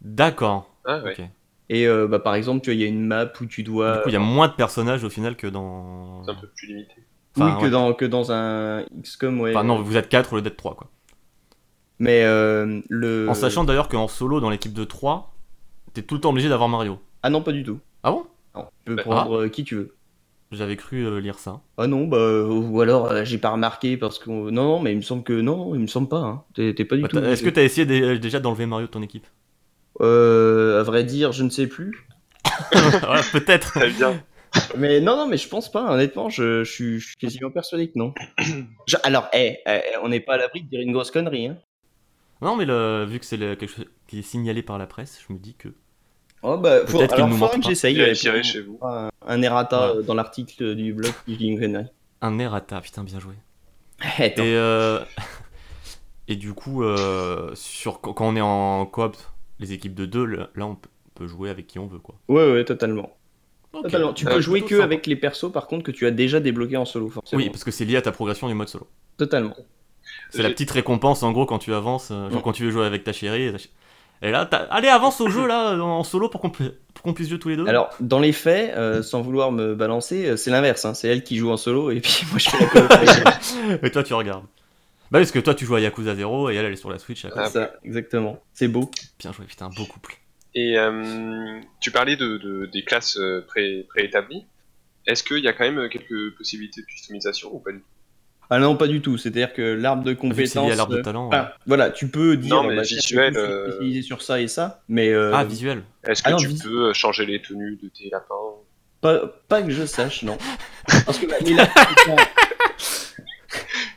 D'accord. Ah ouais. Ok. Et euh, bah, par exemple, tu vois, il y a une map où tu dois. Du coup, il y a moins de personnages au final que dans. C'est un peu plus limité. Oui, Enfin, que, ouais. dans, que dans un XCOM, ouais. Enfin, non, vous êtes 4 au lieu d'être 3, quoi. Mais euh, le. En sachant d'ailleurs qu'en solo, dans l'équipe de 3, t'es tout le temps obligé d'avoir Mario. Ah non, pas du tout. Ah bon ah. Non, tu peux Bah, prendre euh, qui tu veux. J'avais cru euh, lire ça. Ah non, bah, euh, ou alors euh, j'ai pas remarqué parce que. Non, non, mais il me semble que. Non, il me semble pas. Hein. T'es t'es pas du Bah, tout. t'as- Est-ce que t'as essayé dé- euh, déjà d'enlever Mario de ton équipe Euh, à vrai dire, je ne sais plus. Ouais, Peut-être. Très bien. Mais non, non, mais je pense pas, honnêtement, je, je suis, je suis quasiment persuadé que non. Je- alors, eh, eh, on n'est pas à l'abri de dire une grosse connerie. Hein. Non, mais le- vu que c'est le- quelque chose qui est signalé par la presse, je me dis que. Oh, bah, faut, Peut-être qu'il alors, nous faudra ment que pas. j'essaye. Il a euh, tiré pour- chez vous. Un, un errata Ouais. euh, dans l'article du blog qui dit une connerie. Ah, Un errata, putain, bien joué. Eh, attends. Et, euh, Et du coup, euh, sur, quand on est en coop, les équipes de deux, le- là on peut- peut jouer avec qui on veut quoi. Ouais, ouais, totalement. Ok. Totalement. Ah bah Tu Euh, peux jouer plutôt que sympa. avec les persos, par contre, que tu as déjà débloqués en solo, forcément. Oui, parce que c'est lié à ta progression du mode solo. Totalement. C'est la J'ai- petite récompense en gros quand tu avances, euh, genre Mm. quand tu veux jouer avec ta chérie. et ta ch- Et là, t'as- allez, avance au jeu là euh, en solo pour qu'on pu- pour qu'on puisse jouer tous les deux. Alors, dans les faits, euh, sans vouloir me balancer, euh, c'est l'inverse. hein. C'est elle qui joue en solo et puis moi je fais la coop. Et toi, tu regardes. Bah, parce que toi, tu joues à Yakuza 0 et elle, elle est sur la Switch. elle- Ah. C'est ça, exactement. C'est beau. Bien joué, putain, beau couple. Et euh, tu parlais de, de- des classes euh, pré- préétablies. Est-ce qu'il y a quand même quelques possibilités de customisation ou pas du tout Ah non, pas du tout. C'est-à-dire que l'arbre de Ah, Vu que c'est compétence. euh, lié à l'arbre de talent. ouais. Enfin, Ah, voilà, tu peux dire bah, Non, mais tiens, visuel, je suis euh, spécialisé sur ça et ça, mais euh, Ah, visuel. Est-ce que Ah non, tu vis- peux euh, changer les tenues de tes lapins pas, pas que je sache, non. Parce que bah, mais là, putain,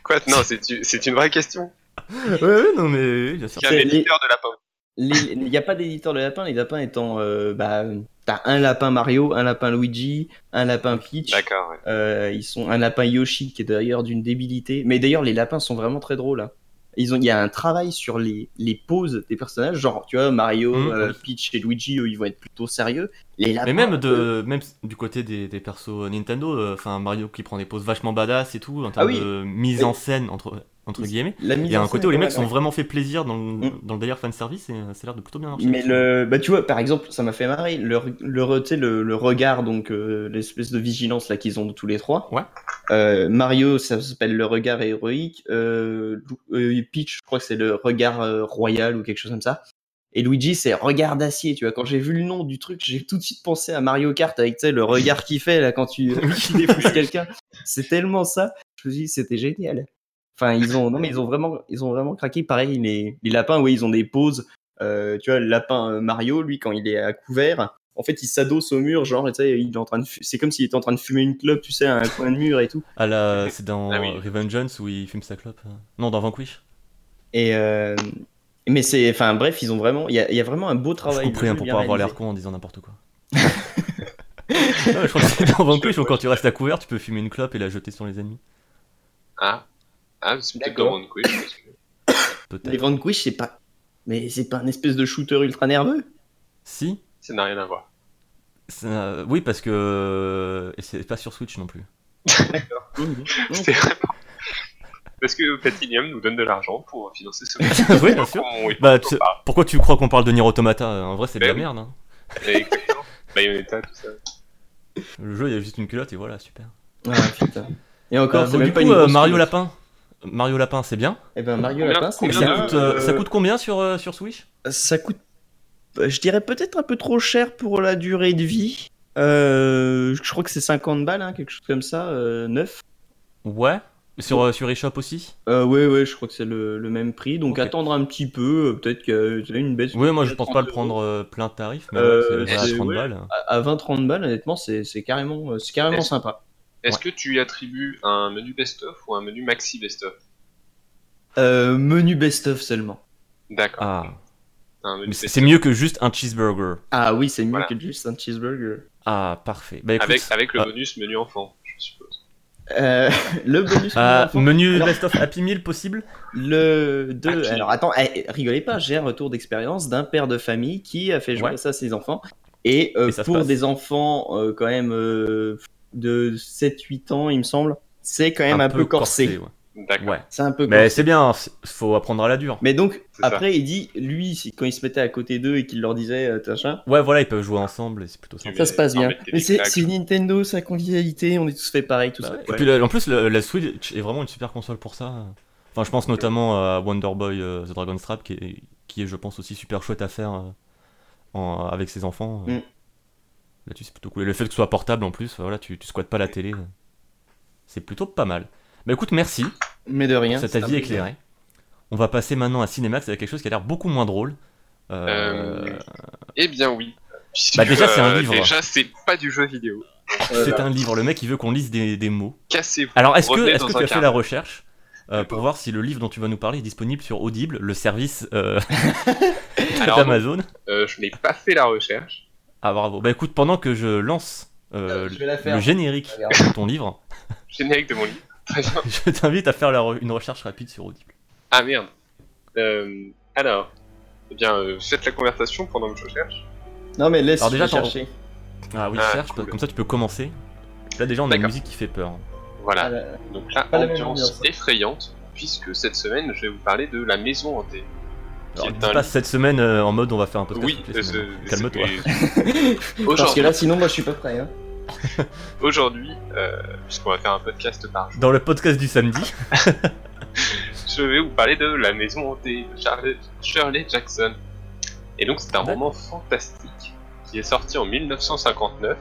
Quoi Non, c'est u- c'est une vraie question. Ouais, ouais, non, mais oui, bien sûr. Qui avait les- l'éditeur de lapin les- il n'y a pas d'éditeur de lapins, les lapins étant. euh, bah, t'as un lapin Mario, un lapin Luigi, un lapin Peach, D'accord, ouais. euh, ils sont, un lapin Yoshi qui est d'ailleurs d'une débilité. Mais d'ailleurs, les lapins sont vraiment très drôles là. Ils ont, il y a un travail sur les, les poses des personnages, genre tu vois Mario, Mhm. euh, Peach et Luigi, eux, ils vont être plutôt sérieux. Les lapins, euh, Mais même, eux, de, même du côté des, des persos Nintendo, euh, enfin Mario qui prend des poses vachement badass et tout, en termes Ah oui. de mise Et- en scène, entre, entre guillemets. la mise Il y a en un scène côté où les est mecs pas sont mal, vraiment fait plaisir dans le, Mm. dans le délire fanservice et euh, ça a l'air de plutôt bien marcher. Mais le, bah tu vois, par exemple, ça m'a fait marrer le, le, re- tu sais, le, le regard, donc euh, l'espèce de vigilance là qu'ils ont tous les trois. Ouais. Euh, Mario, ça s'appelle le regard héroïque. Euh, Lu- euh, Peach, je crois que c'est le regard euh, royal ou quelque chose comme ça. Et Luigi, c'est regard d'acier. Tu vois, quand j'ai vu le nom du truc, j'ai tout de suite pensé à Mario Kart avec tu sais, le regard qu'il fait là quand tu, tu défousses quelqu'un. C'est tellement ça. Je me suis dit, c'était génial. Enfin, ils ont, non mais ils ont vraiment, ils ont vraiment craqué. Pareil, les, les lapins, oui, ils ont des poses. Euh, tu vois, le lapin euh, Mario, lui, quand il est à couvert, en fait, il s'adosse au mur, genre, et tu sais, il est en train de, fu- c'est comme s'il était en train de fumer une clope, tu sais, à un coin de mur et tout. À la- c'est dans Ah oui. Revengeance où il fume sa clope. euh. Non, dans Vanquish. Et euh, mais c'est, enfin, bref, ils ont vraiment, il y, a- il y a vraiment un beau Je travail. de coupe rien jeu hein, pour bien pas avoir l'air réalisé. con en disant n'importe quoi. Non, mais je crois que c'est dans Vanquish où quand tu restes à couvert, tu peux fumer une clope et la jeter sur les ennemis. Ah, ah c'est peut-être D'accord. dans Vanquish. parce que- Les Peut-être. Vanquish, c'est pas, mais c'est pas un espèce de shooter ultra nerveux. Si Ça n'a rien à voir. ça- Oui, parce que. Et c'est pas sur Switch non plus. C'est vraiment. Parce que Platinum nous donne de l'argent pour financer ce oui, bien sûr. On- et- Bah, on c'est- parle. pourquoi tu crois qu'on parle de Nier Automata En vrai, c'est de la Ben oui. merde. hein. Exactement. Bayonetta, tout ça. Le jeu, il y a juste une culotte et voilà, super. Ah, putain. Et encore, Euh, c'est bon, même du pas coup, une euh, grosse Mario commande. Lapin. Mario Lapin, c'est bien. Eh ben Mario Combien- Lapin, c'est combien Ça de- bien. coûte, euh, Euh, ça coûte combien sur, euh, sur Switch ça coûte, euh, je dirais peut-être un peu trop cher pour la durée de vie. Euh, je crois que c'est 50 balles, hein, quelque chose comme ça, euh, neuf. Ouais. Sur, euh, sur eShop aussi Euh, ouais, ouais, je crois que c'est le, le même prix. Donc Ok. attendre un petit peu, euh, peut-être que tu as une baisse. Oui, moi je pense pas le 30 prendre euh, plein de tarif, mais Euh, ouais, c'est déjà à est-ce- 30 ouais. Ah, balles. À- À 20-30 balles, honnêtement, c'est c'est carrément, euh, c'est carrément Est-ce- sympa. Est-ce que tu y attribues un menu best-of ou un menu maxi best-of Euh, menu best-of seulement. D'accord. Ah, T'as un menu mais c'est c'est best-of. mieux que juste un cheeseburger. Ah oui, c'est mieux Voilà. que juste un cheeseburger. Ah, parfait. Bah écoute, Avec, avec le Ah. bonus menu enfant, je suppose. Euh, le bonus. euh, pour les enfants. menu Alors- best-of Happy Meal possible Le de Ah, qui- Alors attends, eh, rigolez pas, j'ai un retour d'expérience d'un père de famille qui a fait jouer Ouais. ça à ses enfants. Et, euh, Et ça se pour passe. des enfants euh, quand même euh, de 7-8 ans, il me semble, c'est quand même un, peu, corsé. ouais. D'accord. Ouais. C'est un peu Mais corsé. c'est bien, c'est- faut apprendre à la dure. Mais donc, C'est ça. après, il dit, lui, si- quand il se mettait à côté d'eux et qu'il leur disait, euh, machin, Ouais, voilà, ils peuvent jouer ensemble et c'est plutôt Tu sympa. ça Mais se passe non, bien. mais t'es Mais des c'est claques. c'est Nintendo, sa convivialité, on est tous fait pareil, tout Bah ça. ouais. Et puis là, en plus, le- la Switch est vraiment une super console pour ça. Enfin, je pense notamment à Wonder Boy euh, The Dragon Strap, qui est, qui est, je pense, aussi super chouette à faire euh, en- avec ses enfants. euh. Mm. Là-dessus, c'est plutôt cool. Et le fait que ce soit portable en plus, voilà, tu, tu squattes pas la télé. euh. C'est plutôt pas mal. Bah écoute, merci Ah, Mais de rien. pour cet c'est un avis peu- éclairé. On va passer maintenant à Cinemax avec quelque chose qui a l'air beaucoup moins drôle. Euh, Euh, Eh bien oui. Bah, déjà, c'est un Euh, livre. Déjà c'est pas du jeu vidéo. Euh, C'est un livre, le mec il veut qu'on lise des- des mots. Cassez-vous. Alors, est-ce que, Revenez est-ce que dans tu un as fait quart la recherche euh, D'accord. pour voir si le livre dont tu vas nous parler est disponible sur Audible, le service euh, Alors, d'Amazon Euh, je n'ai pas fait la recherche. Ah, bravo. Bah écoute, pendant que je lance euh, Euh, je vais la faire. le générique Regarde. de ton livre, Générique de mon livre. Très bien. je t'invite à faire la re- une recherche rapide sur Audible. Ah merde. Euh, alors, eh bien, euh, faites la conversation pendant que je cherche. Non, mais laisse Alors déjà, déjà chercher. Ah oui, Ah, Serge, cool. comme ça tu peux commencer. Là déjà on a une D'accord. musique qui fait peur. hein. Voilà. Ah, là, Donc là, Pas la même ambiance ambiance. effrayante, puisque cette semaine, je vais vous parler de la maison hantée. Alors Qui est dis un pas cette semaine euh, en mode on va faire un podcast. Oui, toutes les semaines. euh, calme-toi. Bah. c'est- oui. Parce que Aujourd'hui, là, sinon, moi, je suis pas prêt. Hein. aujourd'hui, euh, puisqu'on va faire un podcast par jour, Dans le podcast du samedi, je vais vous parler de La Maison Hantée de Charlie- Shirley Jackson. Et donc, c'est un D'accord. roman fantastique qui est sorti en 1959.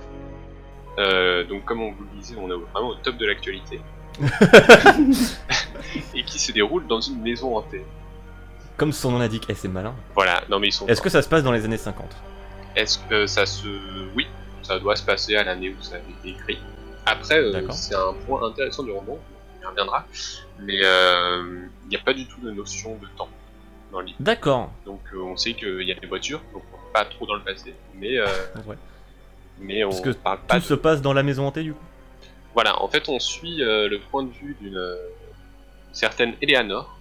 Euh, donc, comme on vous le disait, on est vraiment au top de l'actualité. et qui se déroule dans une maison hantée. comme son nom l'indique, eh, c'est malin. Voilà, non mais ils sont. Est-ce que ça se passe dans les années 50 Est-ce que ça se. Oui, ça doit se passer à l'année où ça a été écrit. Après, euh, D'accord. c'est un point intéressant du roman, on y reviendra, mais euh, il n'y a pas du tout de notion de temps dans le livre. D'accord. Donc euh, on sait qu'il y a des voitures, donc on va pas trop dans le passé, mais, euh, Ah, Ouais. mais on Parce que parle pas Tout de... se passe dans la maison hantée du coup. Voilà, en fait, on suit euh, le point de vue d'une euh, certaine Eleanor,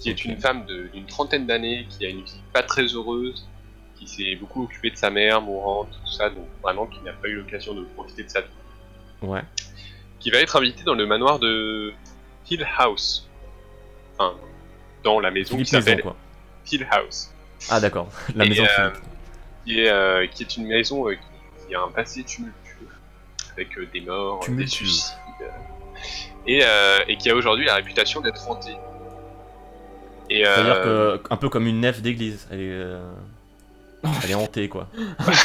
qui Ok. est une femme de- d'une trentaine d'années, qui a une vie pas très heureuse, qui s'est beaucoup occupée de sa mère, mourante, tout ça, donc vraiment qui n'a pas eu l'occasion de profiter de sa vie, Ouais. qui va être invitée dans le manoir de Hill House. Enfin, dans la maison Philippe qui Maison s'appelle quoi. Hill House. Ah d'accord. La Et, maison de euh, Philippe. qui est, euh, qui est une maison euh, qui, qui a un passé tumultueux, avec euh, des morts, euh, des Tumultueux. suicides, euh, et, euh, et qui a aujourd'hui la réputation d'être hantée. Et euh, Oh. C'est-à-dire que un peu comme une nef d'église, elle est, euh, elle est hantée quoi.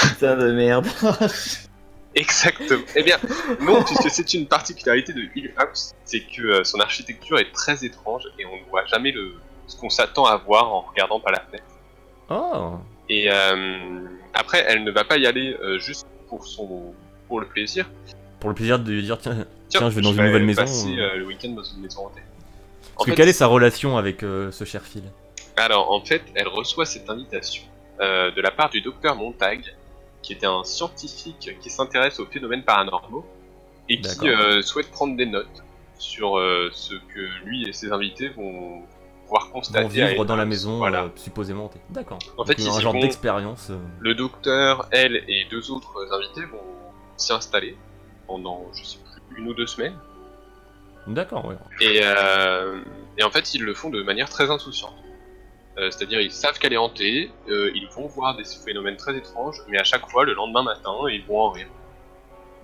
Putain de merde. exactement. Eh bien, non, puisque c'est une particularité de Hill House, c'est que euh, son architecture est très étrange et on ne voit jamais le, ce qu'on s'attend à voir en regardant par la fenêtre. Oh. Et euh, après, elle ne va pas y aller euh, juste pour son pour le plaisir. Pour le plaisir de lui dire tiens, Tiens, je vais dans une nouvelle maison, passer, euh. euh, le week-end dans une maison hantée. En parce que fait, quelle est sa relation avec euh, ce cher Phil Alors, en fait, elle reçoit cette invitation euh, de la part du docteur Montag, qui était un scientifique qui s'intéresse aux phénomènes paranormaux et qui D'accord. euh, souhaite prendre des notes sur euh, ce que lui et ses invités vont pouvoir constater. Vont à vivre dans la Athens. maison Voilà. euh, supposément hantée. D'accord. En fait, Donc, ils un y genre vont- d'expérience. euh, Le docteur, elle et deux autres invités vont s'y installer pendant, je sais plus, une ou deux semaines. D'accord, ouais. Et, euh, et en fait, ils le font de manière très insouciante. Euh, C'est-à-dire, ils savent qu'elle est hantée, euh, ils vont voir des phénomènes très étranges, mais à chaque fois, le lendemain matin, ils vont en rire.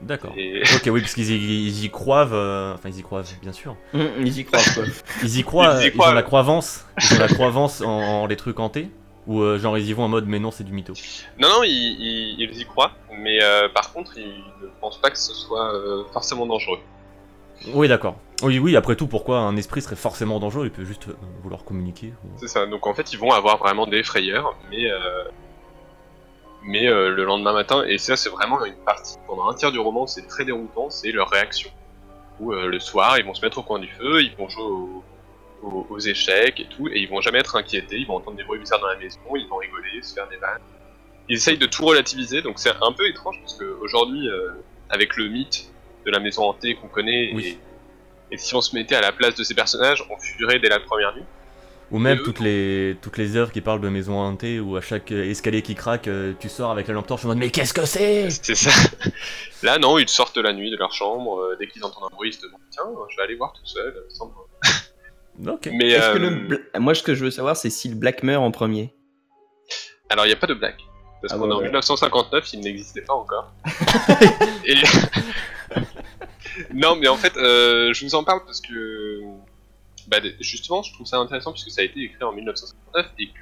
D'accord. Et Ok, oui, parce qu'ils y, ils y croivent. euh, Enfin, ils y croivent, bien sûr. Mm, Ils y croient, quoi. Ils y croient, Ils y ils, croient. ont la croyance, ils ont la croyance en, en les trucs hantés. Ou euh, genre ils y vont en mode mais non c'est du mytho. non, non, ils, ils- ils y croient, mais euh, par contre, ils ne pensent pas que ce soit euh, forcément dangereux. Oui d'accord. Oui oui après tout pourquoi un esprit serait forcément dangereux il peut juste euh, vouloir communiquer. ou- C'est ça. Donc en fait, ils vont avoir vraiment des frayeurs, mais euh, mais euh, le lendemain matin, et ça, c'est vraiment une partie. Pendant un tiers du roman, c'est très déroutant, c'est leur réaction. Où euh, le soir, ils vont se mettre au coin du feu, ils vont jouer au- au- aux échecs et tout, et ils vont jamais être inquiétés. Ils vont entendre des bruits bizarres dans la maison, ils vont rigoler, se faire des vannes. Ils essayent de tout relativiser, donc c'est un peu étrange parce que aujourd'hui, euh, avec le mythe de la maison hantée qu'on connaît, Oui. et, et si on se mettait à la place de ces personnages, on fuirait dès la première nuit. Ou même Et eux- toutes les toutes les œuvres qui parlent de maisons hantées où à chaque euh, escalier qui craque euh, tu sors avec la lampe torche en mode mais qu'est-ce que c'est C'est ça. Là, non, ils sortent la nuit de leur chambre. euh, dès qu'ils entendent un bruit, ils se demandent Tiens, je vais aller voir tout seul. euh, sans bruit. Ok. Mais Est-ce que le euh, bla- Moi, ce que je veux savoir, c'est si le Black meurt en premier. alors, il n'y a pas de blague. Parce Ah qu'on ouais, est en ouais. 1959, il n'existait pas encore. Et- non, mais en fait, euh, je vous en parle parce que. bah, d- justement, je trouve ça intéressant puisque ça a été écrit en 1959 et que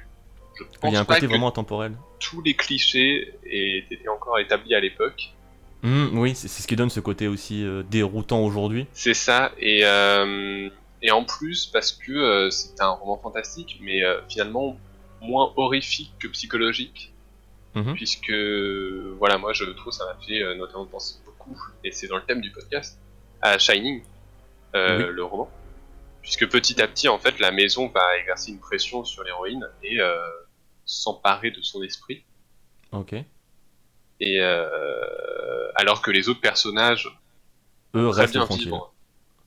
je pense Il y a un pas côté que vraiment intemporel. tous les clichés étaient encore établis à l'époque. Hmm, oui c'est c'est ce qui donne ce côté aussi euh, déroutant aujourd'hui. C'est ça, et, euh, et en plus parce que euh, c'est un roman fantastique, mais euh, finalement moins horrifique que psychologique, Mhm. puisque euh, voilà, moi je trouve ça m'a fait euh, notamment penser beaucoup, et c'est dans le thème du podcast, à Shining, euh, le roman, puisque petit à petit en fait la maison va exercer une pression sur l'héroïne et euh, s'emparer de son esprit. Ok. Et euh, alors que les autres personnages Eux très restent bien tranquilles. vivre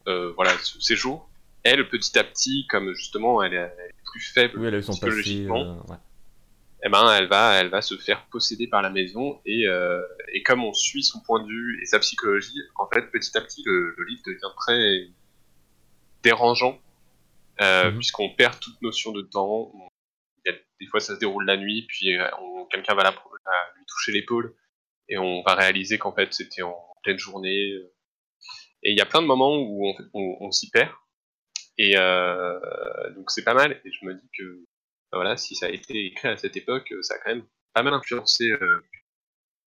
euh, voilà, sous ces jours. Elle, petit à petit, comme justement elle est, elle est plus faible Oui, elle a eu son passé. psychologiquement, euh, ouais. eh ben, elle va, elle va se faire posséder par la maison et, euh, et comme on suit son point de vue et sa psychologie, en fait, petit à petit, le, le livre devient très dérangeant euh, Mhm. puisqu'on perd toute notion de temps. On- il y a- des fois, ça se déroule la nuit, puis euh, on- quelqu'un va la- la- lui toucher l'épaule et on va réaliser qu'en fait, c'était en pleine journée. euh. Et il y a plein de moments où on, on- on s'y perd. Et euh, donc c'est pas mal. Et je me dis que ben voilà, si ça a été écrit à cette époque, euh, ça a quand même pas mal influencé euh,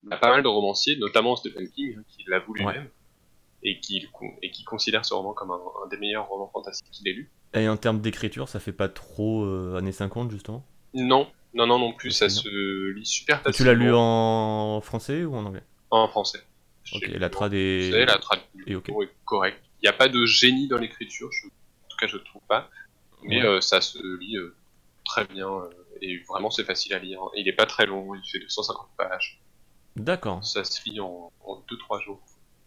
bah, pas mal de romanciers, notamment Stephen King, hein, qui l'a voulu Ouais. lui-même, et qui, le con- et qui considère ce roman comme un, un des meilleurs romans fantastiques qu'il ait lu. Et en termes d'écriture, ça fait pas trop euh, années 50 justement Non, non, non, non plus, Ok, ça non. se lit super Tu facilement. l'as lu en français ou en anglais en français. Ok, J'ai et lu la en trad est. français, la trad et ok. est correcte. Il n'y a pas de génie dans l'écriture, je- en tout cas je ne trouve pas, mais Ouais. euh, ça se lit euh, très bien, euh, et vraiment c'est facile à lire. hein. Il n'est pas très long, il fait 250 pages. D'accord. ça se lit en, en 2-3 jours.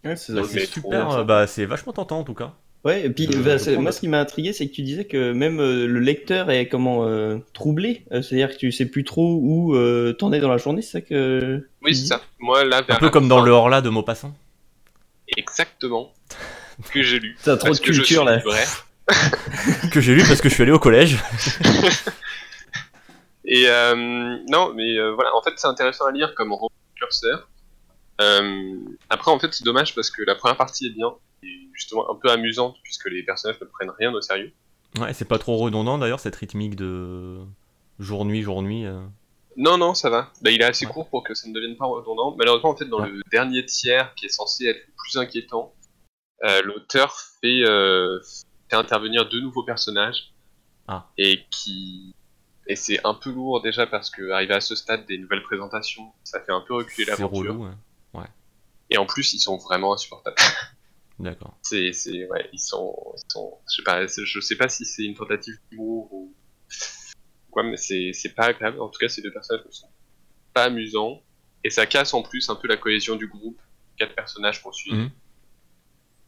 Ouais, c'est Bah, Mais c'est trop super, bien, ça. euh, bah, c'est vachement tentant en tout cas. Ouais, et puis Je- bah, je c'est- prends moi note. ce qui m'a intrigué, c'est que tu disais que même euh, le lecteur est comment euh, troublé, Euh, c'est-à-dire que tu sais plus trop où euh, t'en es dans la journée, c'est ça que. Oui, c'est ça. Moi, là, vers Un peu la comme fin, dans le hors-là de Maupassant. Exactement que j'ai lu. T'as trop parce de que je culture suis là. libraire. Que j'ai lu parce que je suis allé au collège. Et euh, non, mais euh, voilà, en fait, c'est intéressant à lire comme roman curseur. Euh, après, en fait, c'est dommage parce que la première partie est bien, et justement un peu amusante puisque les personnages ne prennent rien au sérieux. Ouais, c'est pas trop redondant d'ailleurs cette rythmique de jour-nuit, jour-nuit. euh. Non, non, ça va. Bah, il est assez Ouais. court pour que ça ne devienne pas redondant. Malheureusement, en fait, dans Ouais. le dernier tiers, qui est censé être le plus inquiétant, euh, l'auteur fait, euh, fait intervenir deux nouveaux personnages. Ah. Et qui. Et c'est un peu lourd déjà parce que arrivé à ce stade des nouvelles présentations, ça fait un peu reculer C'est l'aventure. relou. hein. Et en plus, ils sont vraiment insupportables. D'accord. C'est, c'est, ouais, ils sont, ils sont, je sais pas, c'est- je sais pas si c'est une tentative d'humour ou quoi, mais c'est, c'est pas agréable. En tout cas, ces deux personnages ne sont pas amusants et ça casse en plus un peu la cohésion du groupe. Quatre personnages qu'on suit. Mhm. Ouais,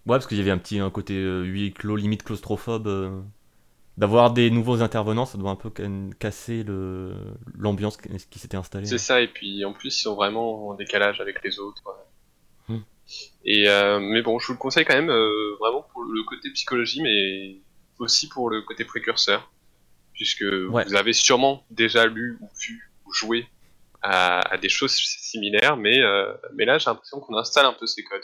parce qu'il y avait un petit un côté euh, huis clos, limite claustrophobe. euh. D'avoir des nouveaux intervenants, ça doit un peu can- casser le- l'ambiance qui qui s'était installée. C'est ça. Et puis en plus, ils sont vraiment en décalage avec les autres. ouais. Mhm. Et euh, mais bon, je vous le conseille quand même euh, vraiment pour le côté psychologie, mais aussi pour le côté précurseur, puisque Ouais. vous avez sûrement déjà lu ou vu ou joué à, à des choses similaires, mais, euh, mais là j'ai l'impression qu'on installe un peu ces codes.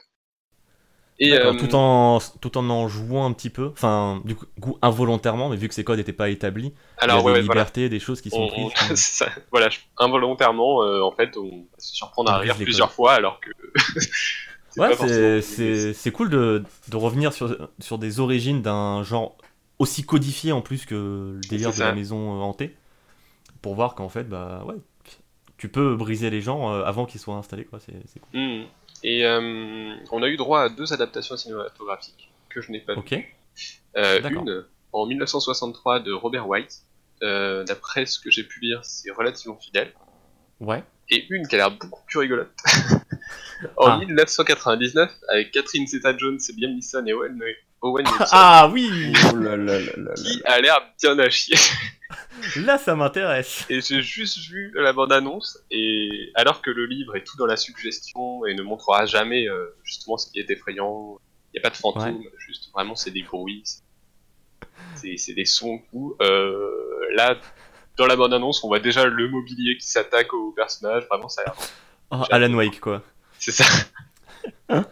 Et D'accord, euh, tout, en, tout en en jouant un petit peu, enfin, du coup, involontairement, mais vu que ces codes n'étaient pas établis, alors il y a ouais, des voilà, libertés, des choses qui sont on- prises. on- c'est ça. voilà, je- involontairement euh, en fait on va se surprendre On à brise rire les plusieurs fois alors que c'est Ouais, pas forcément- c'est- c'est c'est cool de, de revenir sur, sur des origines d'un genre aussi codifié en plus que le délire C'est de ça. la maison euh, hantée, pour voir qu'en fait, bah ouais, tu peux briser les gens euh, avant qu'ils soient installés, quoi. C'est c'est cool. Mhm. Et euh, on a eu droit à deux adaptations cinématographiques que je n'ai pas vues. Ok. Euh, Oh, D'accord. une en 1963 de Robert White. Euh, D'après ce que j'ai pu lire, c'est relativement fidèle. Ouais. Et une qui a l'air beaucoup plus rigolote. en Ah. 1999, avec Catherine Zeta-Jones, Liam Neeson et Owen, Owen Wilson, Ah oui Oh là là là là là. qui a l'air bien à chier. Là, ça m'intéresse. Et j'ai juste vu la bande-annonce, et alors que le livre est tout dans la suggestion et ne montrera jamais euh, justement ce qui est effrayant, il n'y a pas de fantôme, juste vraiment c'est des bruits, c'est- c'est c'est des sons. Où, euh, là, dans la bande-annonce, on voit déjà le mobilier qui s'attaque au personnage, vraiment ça a l'air. Oh, Alan Wake, quoi. C'est ça. Ah,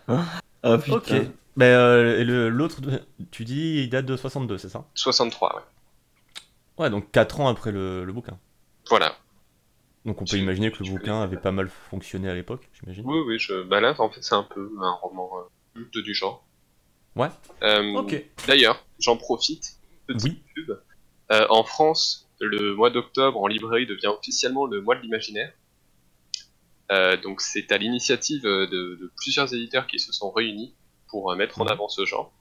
putain. Ok. Mais euh, et le- l'autre, tu dis, il date de 62, c'est ça 63, ouais. Ouais, donc 4 ans après le, le bouquin. Voilà. Donc on peut Tu- imaginer que le tu bouquin connais. avait pas mal fonctionné à l'époque, j'imagine. Oui, oui, je... bah là, en fait, c'est un peu un roman euh, culte du genre. Ouais. Euh, Ok. D'ailleurs, j'en profite Oui. pub. Euh, en France, le mois d'octobre en librairie devient officiellement le mois de l'imaginaire. Euh, donc c'est à l'initiative euh, de, de plusieurs éditeurs qui se sont réunis pour euh, mettre en Mhm. avant ce genre.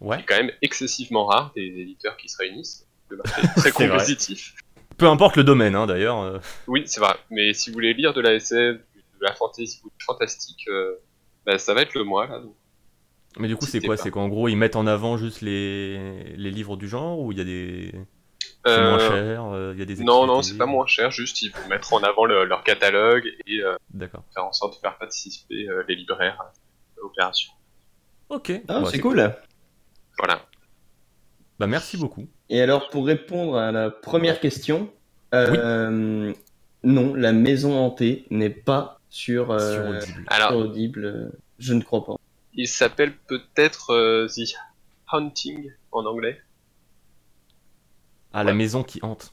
Ouais. C'est quand même excessivement rare des éditeurs qui se réunissent. Le marché est très C'est vrai. compétitif. Peu importe le domaine, hein, d'ailleurs. euh, Oui, c'est vrai. Mais si vous voulez lire de la SF, de la fantasy ou du fantastique, euh, bah, ça va être le mois là. donc. Mais du coup, c'est C'était quoi pas. C'est qu'en gros, ils mettent en avant juste les, les livres du genre ou il y a des. C'est Euh, moins cher, euh, il y a des Non, non, activités. c'est pas moins cher, juste ils vont mettre en avant le- leur catalogue et euh, D'accord. faire en sorte de faire participer euh, les libraires à l'opération. Ok. Ah, Bah, c'est cool. Voilà. Bah, merci beaucoup. Et alors, pour répondre à la première question, euh, non, la maison hantée n'est pas sur, Sur euh, Audible. Alors, sur Audible. euh, Je ne crois pas. il s'appelle peut-être euh, The Haunting en anglais. Ah, la maison qui hante.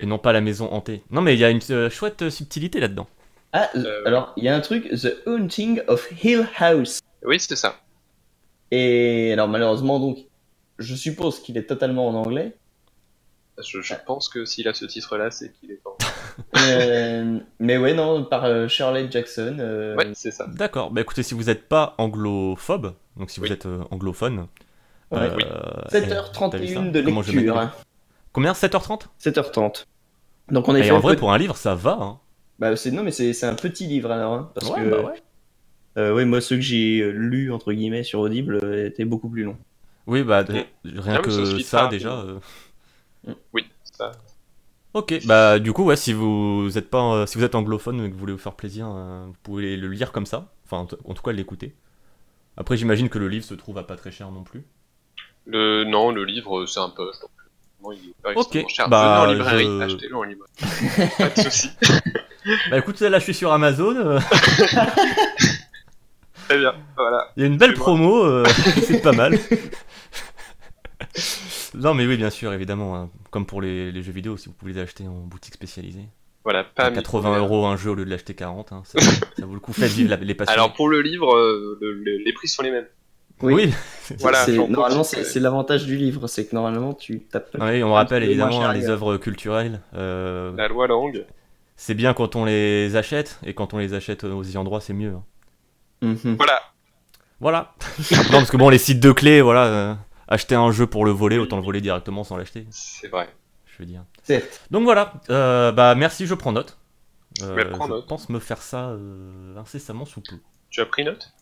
Et non pas la maison hantée. Non, mais il y a une euh, chouette euh, subtilité là-dedans. Ah, Euh, alors, il y a un truc, The Haunting of Hill House. Oui, c'est ça. Et alors, malheureusement, donc, je suppose qu'il est totalement en anglais. Je, je pense que s'il a ce titre-là, c'est qu'il est en. Euh, mais ouais, non, par euh, Charlotte Jackson. euh, Ouais, c'est ça. D'accord. Bah, écoutez, si vous n'êtes pas anglophobe, donc si vous Oui. êtes euh, anglophone. Ouais. euh, Oui. t'as vu ça 7h31 de Comment je vais mettre lecture. hein. Combien 7h30 7h30. Donc, on est Et en vrai, pour un livre, ça va. Hein. Bah, c'est non, mais c'est c'est un petit livre alors, hein, parce Ouais, que bah ouais. euh, ouais, moi ceux que j'ai euh, lus entre guillemets sur Audible euh, étaient beaucoup plus longs. Oui, bah, d- Ah, rien mais ça se que lit ça, pas. déjà. euh, Oui, ça. Ok, bah du coup, ouais, si vous êtes pas, euh, si vous êtes anglophone et que vous voulez vous faire plaisir, euh, vous pouvez le lire comme ça. Enfin, en t- en tout cas, l'écouter. Après, j'imagine que le livre se trouve à pas très cher non plus. Le... Non, le livre, euh, c'est un poche. Donc, vraiment, il est pas Ok, extrêmement cher. bah, Venez en librairie, je- achetez-le en librairie. pas de soucis. Bah écoute, là, je suis sur Amazon. euh, Très bien, voilà. Il y a une belle Tu vois. promo, euh, c'est pas mal. non, mais oui, bien sûr, évidemment. hein. Comme pour les, les jeux vidéo, si vous pouvez les acheter en boutique spécialisée. Voilà, pas À mis- 80 euros un jeu au lieu de l'acheter 40, hein, ça, ça vaut le coup. Faites vivre la- les passions. Alors pour le livre, euh, le- le- les prix sont les mêmes. oui, Voilà, C'est- j'en profite, normalement euh, c'est c'est l'avantage du livre, c'est que normalement tu tapes. Ah oui, on rappelle C'est moins évidemment cher hein, les ailleurs. œuvres culturelles. euh, La loi langue. C'est bien quand on les achète, et quand on les achète aux endroits, c'est mieux. hein. Mhm. Voilà, Voilà. non, parce que bon, les sites de clés, voilà, euh, acheter un jeu pour le voler, autant le voler directement sans l'acheter, c'est vrai. je veux dire. Certes. Donc voilà, euh, bah merci, je prends note. Euh, Mais prends je note. pense me faire ça euh, incessamment sous peu. Tu as pris note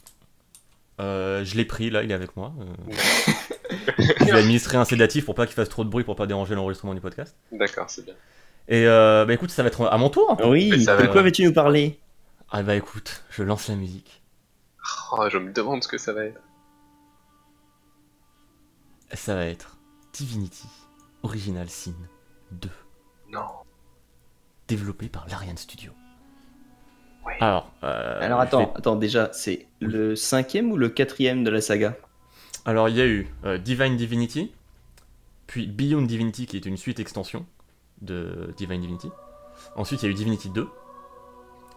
Euh, je l'ai pris là, il est avec moi. euh. je vais administrer un sédatif pour pas qu'il fasse trop de bruit, pour pas déranger l'enregistrement du podcast. D'accord, c'est bien. Et euh, bah écoute, ça va être à mon tour. Oui. Mais ça De va. quoi veux-tu nous parler Ah bah écoute, je lance la musique. Oh, je me demande ce que ça va être. ça va être Divinity Original Sin 2, Non. développé par l'Ariane Studio. Ouais. Alors, euh, Alors je attends, vais- attends déjà, c'est le cinquième ou le quatrième de la saga Alors, il y a eu euh, Divine Divinity, puis Beyond Divinity, qui est une suite extension de Divine Divinity. Ensuite, il y a eu Divinity 2,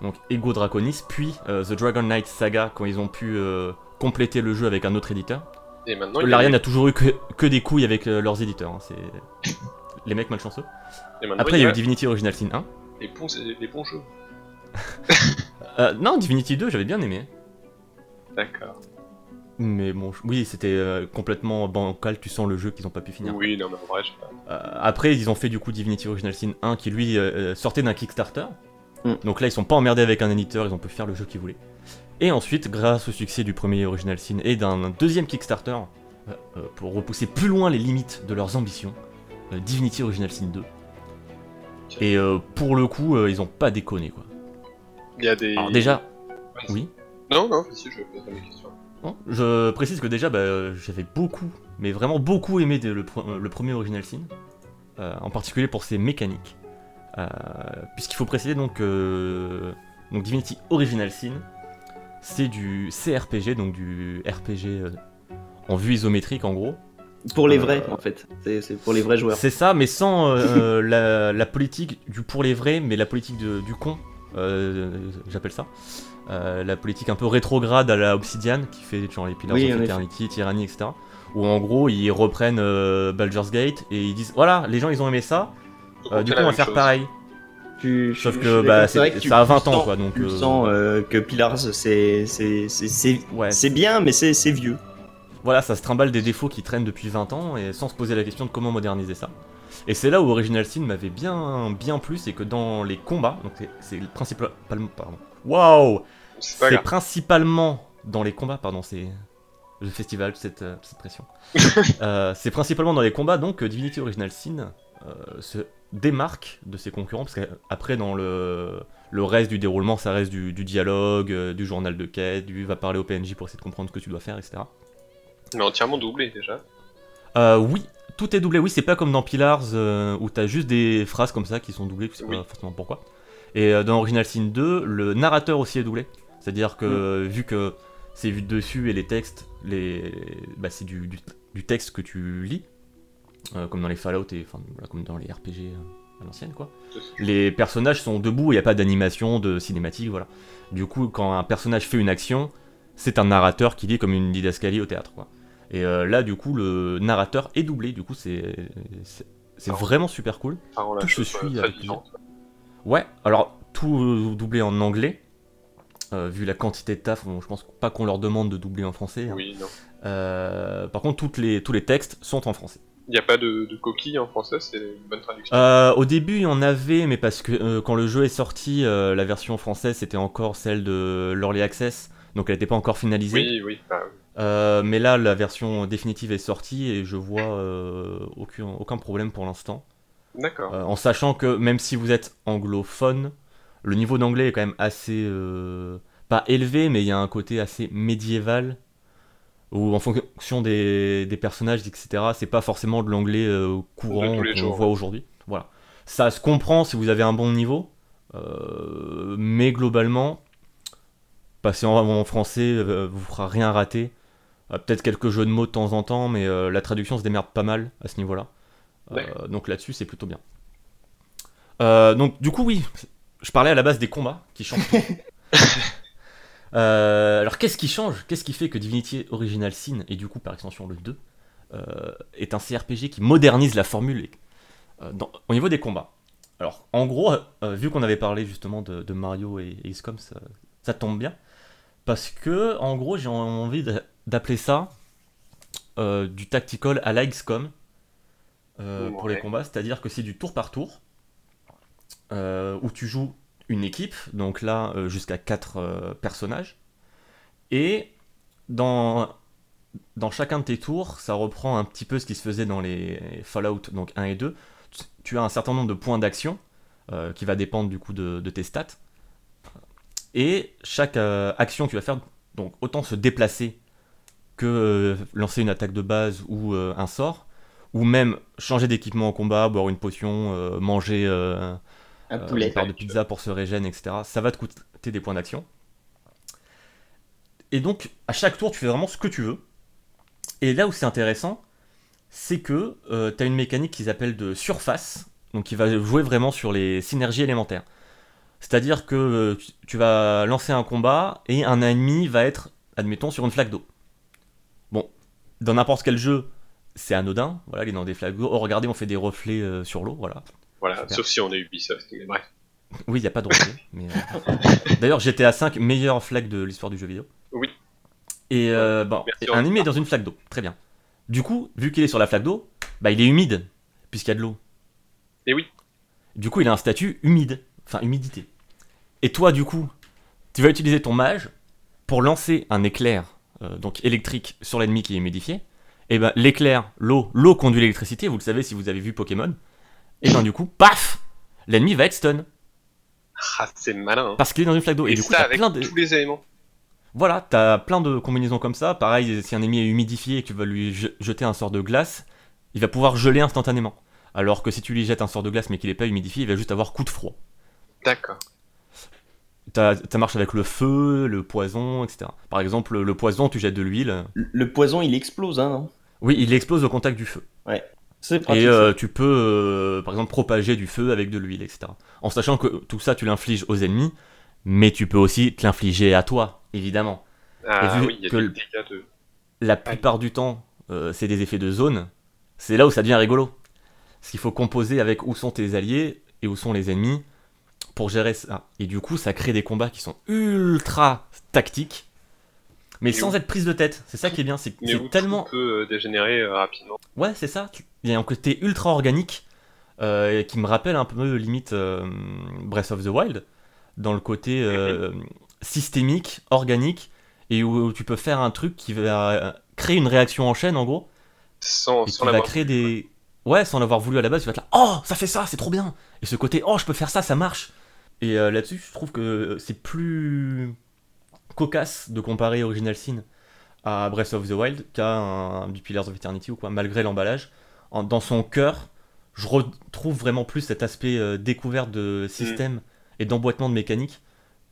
donc Ego Draconis, puis euh, The Dragon Knight Saga, quand ils ont pu euh, compléter le jeu avec un autre éditeur. Et maintenant, il y a, L'Ariane eu- a toujours eu que, que des couilles avec euh, leurs éditeurs, hein, c'est les mecs malchanceux. et maintenant, Après, il y a eu Divinity Original Sin 1. les, bons, les bons jeux. Euh, non, Divinity 2, j'avais bien aimé. D'accord. Mais bon, je- oui, c'était euh, complètement bancal, tu sens le jeu qu'ils ont pas pu finir. Oui, non, mais en vrai, je sais pas. Euh, après, ils ont fait du coup Divinity Original Sin 1 qui lui euh, sortait d'un Kickstarter. Mm. Donc là, ils sont pas emmerdés avec un éditeur, ils ont pu faire le jeu qu'ils voulaient. Et ensuite, grâce au succès du premier Original Sin et d'un deuxième Kickstarter, euh, euh, pour repousser plus loin les limites de leurs ambitions, euh, Divinity Original Sin 2. Et euh, pour le coup, euh, ils ont pas déconné quoi. Il y a des. Alors déjà, Vas-y. oui. Non, non, si, je vais poser mes questions. Non, Hein je précise que déjà, bah, euh, j'avais beaucoup, mais vraiment beaucoup aimé de- le, pre- euh, le premier Original Sin, euh, en particulier pour ses mécaniques. Euh, Puisqu'il faut préciser donc, euh, donc Divinity Original Sin, c'est du CRPG, donc du RPG euh, en vue isométrique en gros. Pour les Euh, vrais en fait, c'est c'est pour les vrais joueurs. C'est ça, mais sans euh, la, la politique du pour les vrais, mais la politique de- du con, euh, j'appelle ça. Euh, la politique un peu rétrograde à la Obsidian, qui fait genre les Pillars Oui, of en effet. Eternity, Tyranny, etc. Où en gros, ils reprennent euh, Baldur's Gate et ils disent voilà, les gens ils ont aimé ça, euh, du coup on va faire pareil. Tu- je- Sauf je que, suis bah, d'accord, c'est- vrai que tu- ça a tu 20 ans, sens- quoi, donc, Tu euh, sens euh, que Pillars c'est c'est c'est- c'est Ouais, c'est bien mais c'est c'est vieux. voilà, ça se trimballe des défauts qui traînent depuis 20 ans et sans se poser la question de comment moderniser ça. Et c'est là où Original Sin m'avait bien, bien plu, c'est que dans les combats, donc c'est- c'est principalement. Pardon. Waouh C'est pas C'est grave. principalement dans les combats, pardon, c'est le festival, cette, euh, cette pression. Euh, c'est principalement dans les combats donc que Divinity Original Sin euh, se démarque de ses concurrents, parce qu'après dans le, le reste du déroulement, ça reste du, du dialogue, euh, du journal de quête, du va parler au PNJ pour essayer de comprendre ce que tu dois faire, etc. Mais entièrement doublé déjà. Euh, oui, tout est doublé. Oui, c'est pas comme dans Pillars euh, où t'as juste des phrases comme ça qui sont doublées, tu sais Oui. pas forcément pourquoi. Et euh, dans Original Sin 2, le narrateur aussi est doublé. C'est-à-dire que vu que c'est vu de dessus et les textes, les... bah, c'est du, du- du texte que tu lis, euh, comme dans les Fallout et enfin, voilà, comme dans les RPG euh, à l'ancienne, quoi. Les personnages sont debout, il n'y a pas d'animation, de cinématique, voilà. Du coup, quand un personnage fait une action, c'est un narrateur qui dit comme une didascalie au théâtre, quoi. Et euh, là, du coup, le narrateur est doublé. Du coup, c'est c'est- Ah c'est vraiment super cool. Enfin, on l'a Tout se chose, suit euh, très avec différente. Ouais, alors tout euh, doublé en anglais. euh, vu la quantité de taf, bon, je pense pas qu'on leur demande de doubler en français. hein. Oui, non. Euh, par contre, toutes les, tous les textes sont en français. Il n'y a pas de, de coquille en français, c'est une bonne traduction. Euh, au début, il y en avait, mais parce que euh, quand le jeu est sorti, euh, la version française c'était encore celle de l'Early Access, donc elle n'était pas encore finalisée. oui, oui. bah, Euh, mais là, la version définitive est sortie et je vois euh, aucun, aucun problème pour l'instant. D'accord. Euh, en sachant que même si vous êtes anglophone, le niveau d'anglais est quand même assez. euh, pas élevé, mais il y a un côté assez médiéval. Où en fonction des, des personnages, etc., c'est pas forcément de l'anglais euh, courant De tous les qu'on jours, voit aujourd'hui. Voilà. Ça se comprend si vous avez un bon niveau, euh, mais globalement, passer en, en français euh, vous fera rien rater. Euh, Peut-être quelques jeux de mots de temps en temps, mais euh, la traduction se démerde pas mal à ce niveau-là. Euh, D'accord. donc là-dessus, c'est plutôt bien. Euh, donc du coup, oui, je parlais à la base des combats qui changent tout. Euh, alors qu'est-ce qui change Qu'est-ce qui fait que Divinity Original Sin, et du coup par extension le 2, euh, est un CRPG qui modernise la formule euh, dans- au niveau des combats Alors en gros, euh, euh, vu qu'on avait parlé justement de, de Mario et, et XCOM, ça, ça tombe bien. Parce que en gros, j'ai envie d'a- d'appeler ça euh, du tactical à la XCOM euh, pour les Ouais. combats, c'est-à-dire que c'est du tour par tour euh, où tu joues une équipe, donc là euh, jusqu'à 4 personnages. Et dans, dans chacun de tes tours, ça reprend un petit peu ce qui se faisait dans les Fallout donc 1 et 2. Tu- Tu as un certain nombre de points d'action euh, qui va dépendre du coup de, de tes stats. Et chaque euh, action que tu vas faire, donc autant se déplacer que euh, lancer une attaque de base ou euh, un sort, ou même changer d'équipement en combat, boire une potion, euh, manger euh, Un euh, poulet. une part de pizza pour se régène, etc. Ça va te coûter des points d'action. Et donc, à chaque tour, tu fais vraiment ce que tu veux. Et là où c'est intéressant, c'est que tu as une mécanique qu'ils appellent de surface, donc qui va jouer vraiment sur les synergies élémentaires. C'est-à-dire que euh, tu- tu vas lancer un combat et un ennemi va être, admettons, sur une flaque d'eau. Bon, dans n'importe quel jeu, c'est anodin. Voilà, il est dans des flaques d'eau. Oh, regardez, on fait des reflets euh, sur l'eau. Voilà, voilà, super. sauf si on est Ubisoft, mais bref. oui, il n'y a pas de reflet. mais, euh, D'ailleurs, GTA 5, meilleure flaque de l'histoire du jeu vidéo. Oui. Et euh, bon, Merci, un ennemi est dans une flaque d'eau. Très bien. Du coup, vu qu'il est sur la flaque d'eau, bah, il est humide, puisqu'il y a de l'eau. Eh oui. Du coup, il a un statut humide, enfin humidité. Et toi, du coup, tu vas utiliser ton mage pour lancer un éclair, euh, donc électrique, sur l'ennemi qui est humidifié. Et ben, l'éclair, l'eau, l'eau conduit l'électricité, vous le savez si vous avez vu Pokémon. Et ben, du coup, paf L'ennemi va être stun. Ah, c'est malin. hein. Parce qu'il est dans une flaque d'eau. Et, Et, du coup, ça t'as avec plein de... tous les éléments. Voilà, t'as plein de combinaisons comme ça. Pareil, si un ennemi est humidifié et que tu vas lui je- jeter un sort de glace, il va pouvoir geler instantanément. Alors que si tu lui jettes un sort de glace mais qu'il est pas humidifié, il va juste avoir coup de froid. D'accord. T'as- Ça marche avec le feu, le poison, etc. Par exemple, le poison, tu jettes de l'huile. Le le poison, il explose, hein, non Oui, il explose au contact du feu. C'est pratique. Et ça. euh, tu peux, euh, par exemple, propager du feu avec de l'huile, etc. En sachant que tout ça, tu l'infliges aux ennemis, mais tu peux aussi te l'infliger à toi, évidemment. Ah vu oui, il y a que des le- dégâts de. la plupart du temps, euh, c'est des effets de zone, c'est là où ça devient rigolo. Parce qu'il faut composer avec où sont tes alliés et où sont les ennemis pour gérer ça. Et du coup, ça crée des combats qui sont ultra tactiques, mais Et sans où- être prise de tête. C'est ça qui est bien, c'est que Mais où c'est tellement... tout peut euh, dégénérer euh, rapidement. Ouais, c'est ça. tu- Il y a un côté ultra organique euh, et qui me rappelle un peu limite euh, Breath of the Wild dans le côté euh, systémique, organique et où, tu peux faire un truc qui va créer une réaction en chaîne en gros. sans, Et sans tu vas l'avoir. créer des. Ouais, sans l'avoir voulu à la base, tu vas être là. Oh, ça fait ça, c'est trop bien Et ce côté, oh, je peux faire ça, ça marche Et euh, là-dessus, je trouve que c'est plus cocasse de comparer Original Sin à Breath of the Wild qu'à un- du Pillars of Eternity ou quoi, malgré l'emballage. En- Dans son cœur, je retrouve vraiment plus cet aspect euh, découverte de système Mm. et d'emboîtement de mécanique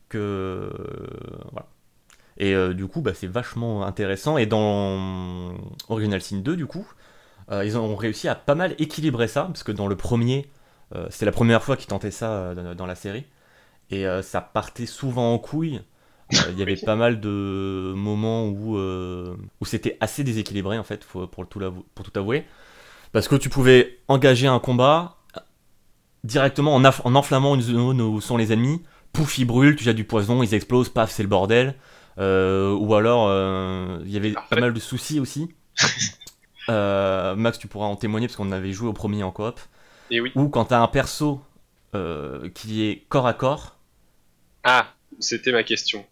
que. euh, voilà. Et euh, du coup, bah, c'est vachement intéressant. Et dans Original Sin 2, du coup, euh, ils ont réussi à pas mal équilibrer ça, parce que dans le premier, euh, c'était la première fois qu'ils tentaient ça euh, dans- dans la série, et euh, ça partait souvent en couille. Euh, Il y avait Oui. pas mal de moments où, euh, où c'était assez déséquilibré, en fait, faut- pour, tout l'avou- pour tout avouer. Parce que tu pouvais engager un combat euh, directement en, aff- en enflammant une zone où sont les ennemis, pouf, ils brûlent, tu jettes du poison, ils explosent, paf, c'est le bordel. Euh, ou alors, euh, il y avait pas mal de soucis aussi. Euh, Max, tu pourras en témoigner parce qu'on avait joué au premier en coop. Et oui. Ou quand t'as un perso euh, qui est corps à corps, Ah, c'était ma question.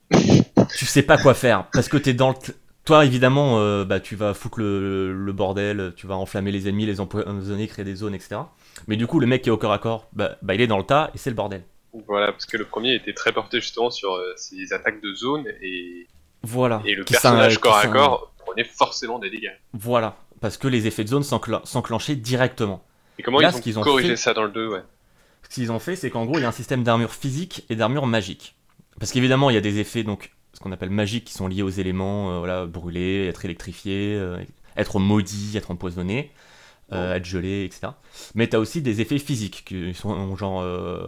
tu sais pas quoi faire parce que t'es dans le. t- Toi, évidemment, euh, bah, tu vas foutre le, le bordel, tu vas enflammer les ennemis, les empoisonner, créer des zones, etc. Mais du coup, le mec qui est au corps à corps, bah, bah, il est dans le tas et c'est le bordel. Voilà, parce que le premier était très porté justement sur euh, ces attaques de zone et, Voilà. et le Qui s'in- personnage qui corps à s'in- corps prenait forcément des dégâts. Voilà. Parce que les effets de zone s'enclen- s'enclenchaient directement. Et comment Là, ils, ce ont qu'ils ont corrigé fait- ça dans le 2 ouais. ce qu'ils ont fait, c'est qu'en gros, il y a un système d'armure physique et d'armure magique. Parce qu'évidemment, il y a des effets, donc, ce qu'on appelle magiques, qui sont liés aux éléments, euh, voilà, brûler, être électrifié, euh, être maudit, être empoisonné, euh, être gelé, etc. Mais tu as aussi des effets physiques, qui sont genre euh,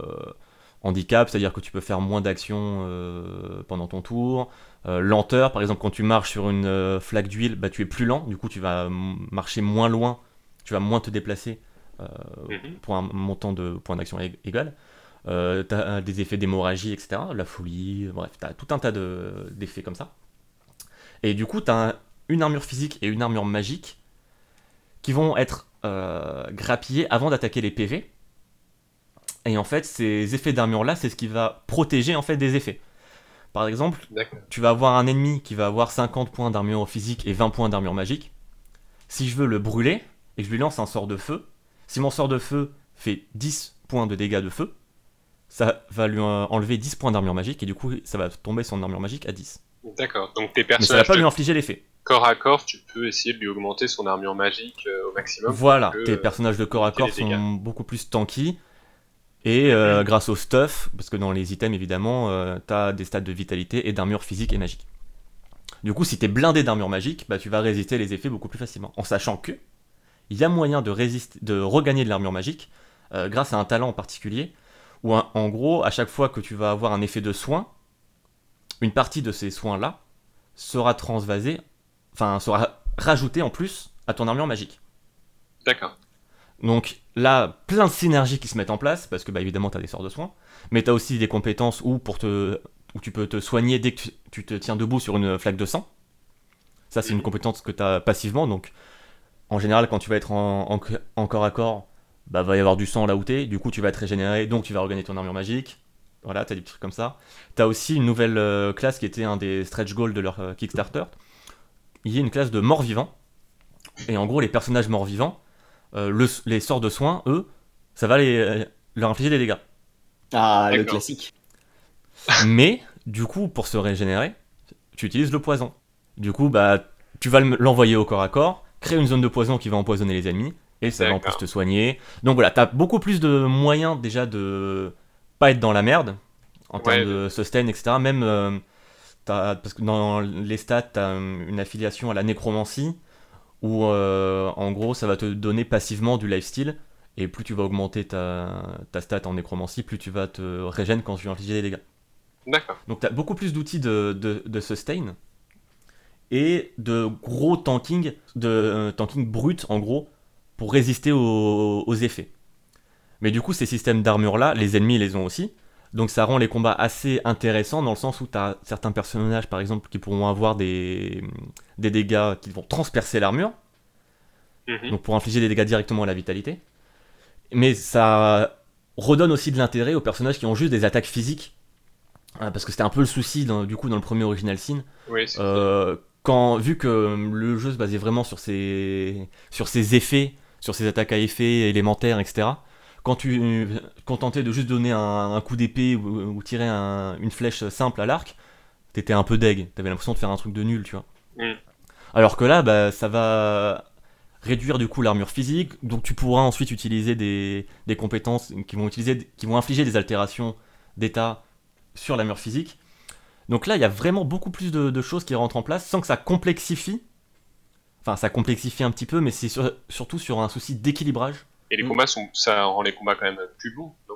handicap, c'est-à-dire que tu peux faire moins d'actions euh, pendant ton tour. Euh, lenteur, par exemple, quand tu marches sur une euh, flaque d'huile, bah, tu es plus lent, du coup, tu vas mm, marcher moins loin, tu vas moins te déplacer. euh, Mhm. pour un montant de points d'action ég- égal. Euh, t'as des effets d'hémorragie, etc. La folie, euh, bref, t'as tout un tas de- d'effets comme ça. Et du coup, t'as un- une armure physique et une armure magique qui vont être euh, grappillées avant d'attaquer les PV. Et en fait, ces effets d'armure-là, c'est ce qui va protéger en fait des effets. Par exemple, D'accord. tu vas avoir un ennemi qui va avoir 50 points d'armure physique et 20 points d'armure magique. Si je veux le brûler et que je lui lance un sort de feu, si mon sort de feu fait 10 points de dégâts de feu, ça va lui euh, enlever 10 points d'armure magique et du coup ça va tomber son armure magique à 10. D'accord. Donc tes Mais ça va personnages pas lui de infliger l'effet. corps à corps, tu peux essayer de lui augmenter son armure magique euh, au maximum. Voilà, que, tes euh, personnages de corps à éviter les corps sont dégâts. Mm-hmm. beaucoup plus tanky. Et euh, grâce au stuff, parce que dans les items évidemment, euh, t'as des stats de vitalité et d'armure physique et magique. Du coup, si t'es blindé d'armure magique, bah, tu vas résister les effets beaucoup plus facilement. En sachant que il y a moyen de, résister, de regagner de l'armure magique euh, grâce à un talent en particulier, où un- en gros, à chaque fois que tu vas avoir un effet de soin, une partie de ces soins-là sera transvasée, enfin sera rajoutée en plus à ton armure magique. D'accord. Donc là, plein de synergies qui se mettent en place, parce que bah, évidemment, tu as des sorts de soins, mais tu as aussi des compétences où, pour te, où tu peux te soigner dès que tu- tu te tiens debout sur une flaque de sang. Ça, c'est une Mhm. compétence que tu as passivement, donc en général, quand tu vas être en, en- en corps à corps, bah, va y avoir du sang là où t'es, du coup, tu vas te régénérer, donc tu vas regagner ton armure magique. Voilà, t'as des trucs comme ça. T'as aussi une nouvelle euh, classe qui était un des stretch goals de leur euh, Kickstarter. Il y a une classe de morts-vivants. Et en gros, les personnages morts-vivants, euh, le- les sorts de soins, eux, ça va les, euh, leur infliger des dégâts. Ah, le D'accord. classique. Mais, du coup, pour se régénérer, tu utilises le poison. Du coup, bah, tu vas le- l'envoyer au corps à corps, créer une zone de poison qui va empoisonner les ennemis, et ça va en plus D'accord. te soigner. Donc voilà, t'as beaucoup plus de moyens déjà de pas être dans la merde, en Ouais. termes de sustain, etc. Même, euh, t'as- parce que dans les stats, t'as euh, une affiliation à la nécromancie, où euh, en gros, ça va te donner passivement du lifesteal, et plus tu vas augmenter ta, ta stat en nécromancie, plus tu vas te régénérer quand tu vas infliger des dégâts. D'accord. Donc tu as beaucoup plus d'outils de, de- de sustain et de gros tanking, de euh, tanking brut en gros, pour résister aux, aux effets. Mais du coup, ces systèmes d'armure-là, les ennemis les ont aussi. Donc ça rend les combats assez intéressants dans le sens où tu as certains personnages par exemple qui pourront avoir des, des dégâts qui vont transpercer l'armure Mhm. donc pour infliger des dégâts directement à la vitalité. Mais ça redonne aussi de l'intérêt aux personnages qui ont juste des attaques Ah, physiques. hein, Parce que c'était un peu le souci dans- du coup dans le premier Original Sin. Oui, c'est Euh, quand, vu que hum, le jeu se basait vraiment sur ses, sur ses effets, sur ses attaques à effets élémentaires, etc., quand tu quand tentais de juste donner un, un coup d'épée ou, ou tirer un- une flèche simple à l'arc, t'étais un peu deg. T'avais l'impression de faire un truc de nul, tu vois. Mm. Alors que là, bah, ça va réduire du coup l'armure physique, donc tu pourras ensuite utiliser des, des compétences qui vont, utiliser, qui vont infliger des altérations d'état sur l'armure physique. Donc là, il y a vraiment beaucoup plus de, de choses qui rentrent en place sans que ça complexifie. Enfin, ça complexifie un petit peu, mais c'est sur- surtout sur un souci d'équilibrage. Et les Mm. combats sont, ça rend les combats quand même plus longs. non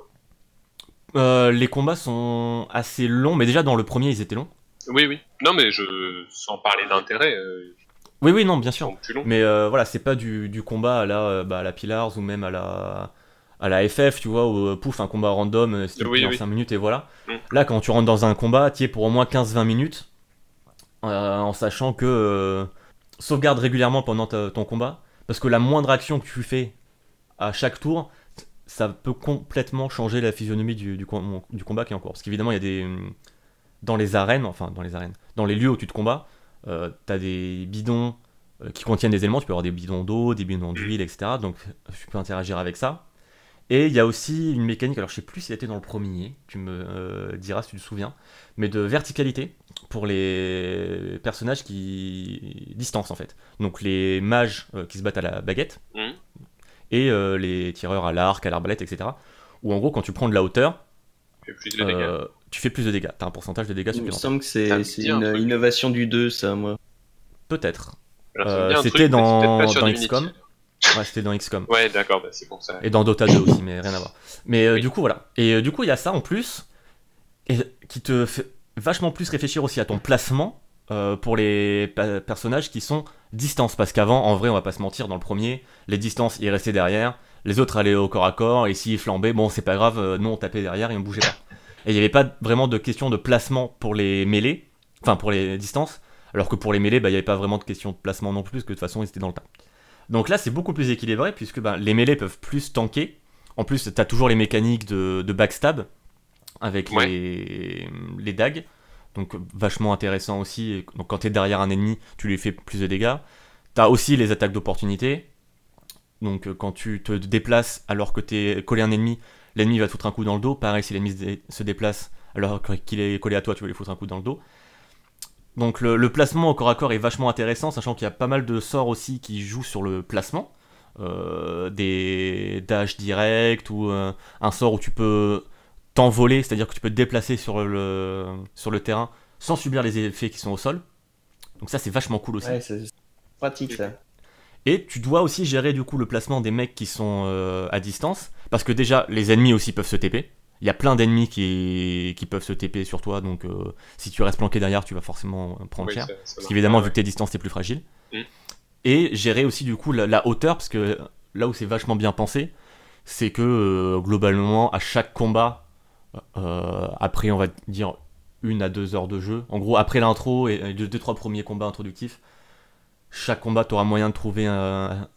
Euh, les combats sont assez longs, mais déjà dans le premier, ils étaient longs. oui, oui. Non, mais je, sans parler d'intérêt, euh, Oui, oui, non, bien ils sûr. sont plus longs. Mais euh, voilà, c'est pas du, du combat à la, euh, bah, à la Pillars ou même à la, à la FF, tu vois, où euh, pouf, un combat random, euh, style Oui, dans oui. 5 minutes et voilà. Mm. Là, quand tu rentres dans un combat, tu es pour au moins 15-20 minutes, euh, en sachant que euh, sauvegarde régulièrement pendant ta- ton combat, parce que la moindre action que tu fais à chaque tour, t- ça peut complètement changer la physionomie du, du, com- du combat qui est en cours. Parce qu'évidemment, il y a des. hum, Dans les arènes, enfin, dans les arènes, dans les lieux où tu te combats, euh, t'as des bidons euh, qui contiennent des éléments. Tu peux avoir des bidons d'eau, des bidons d'huile, etc. Donc tu peux interagir avec ça. Et il y a aussi une mécanique, alors je sais plus si elle était dans le premier, tu me euh, diras si tu te souviens, mais de verticalité pour les personnages qui distancent en fait. Donc les mages euh, qui se battent à la baguette Mhm. et euh, les tireurs à l'arc, à l'arbalète, etc. Où en gros quand tu prends de la hauteur, Et plus de dégâts. euh, tu fais plus de dégâts, t'as un pourcentage de dégâts Il me supplémentaire. semble que Ça c'est me c'est dit un une truc. innovation du 2, ça, moi. Peut-être. Alors, euh, ça me dit un c'était truc, mais c'est dans- peut-être pas sur dans Divinity. XCOM. Ouais, c'était dans XCOM. Ouais, d'accord, bah, c'est pour ça. Et dans Dota 2 aussi, mais rien à voir. Mais euh, Oui. du coup, voilà. Et euh, du coup, il y a ça en plus, et, qui te fait vachement plus réfléchir aussi à ton placement euh, pour les pa- personnages qui sont distance. Parce qu'avant, en vrai, on va pas se mentir, dans le premier, les distances, ils restaient derrière, les autres allaient au corps à corps, et s'ils flambaient, bon, c'est pas grave, euh, nous on tapait derrière et on bougeait pas. Et il n'y avait pas vraiment de question de placement pour les mêlées, enfin pour les distances, alors que pour les mêlées, bah, il n'y avait pas vraiment de question de placement non plus, parce que de toute façon, ils étaient dans le tas. Donc là, c'est beaucoup plus équilibré puisque ben, les mêlées peuvent plus tanker. En plus, t'as toujours les mécaniques de, de backstab avec Ouais. les, les dagues. Donc vachement intéressant aussi. Et Donc quand t'es derrière un ennemi, tu lui fais plus de dégâts. T'as aussi les attaques d'opportunité. Donc euh, quand tu te déplaces alors que t'es collé à un ennemi, l'ennemi va te foutre un coup dans le dos. Pareil, si l'ennemi se, dé- se déplace alors qu'il est collé à toi, tu vas lui foutre un coup dans le dos. Donc le, le placement au corps à corps est vachement intéressant, sachant qu'il y a pas mal de sorts aussi qui jouent sur le placement. Euh, des dash direct ou euh, un sort où tu peux t'envoler, c'est-à-dire que tu peux te déplacer sur le, sur le terrain sans subir les effets qui sont au sol. Donc ça c'est vachement cool aussi. Ouais, c'est c'est pratique, Euh, ça. Et tu dois aussi gérer du coup le placement des mecs qui sont euh, à distance, parce que déjà les ennemis aussi peuvent se TP. Il y a plein d'ennemis qui, qui peuvent se TP sur toi, donc euh, si tu restes planqué derrière, tu vas forcément euh, prendre Oui, cher. ça- ça Parce marche. qu'évidemment, Ah, vu que t'es distance, t'es plus fragile. Mm. Et gérer aussi, du coup, la, la hauteur, parce que là où c'est vachement bien pensé, c'est que euh, globalement, à chaque combat, euh, après, on va dire, une à deux heures de jeu, en gros, après l'intro et et les deux, trois premiers combats introductifs, chaque combat, t'auras moyen de trouver un,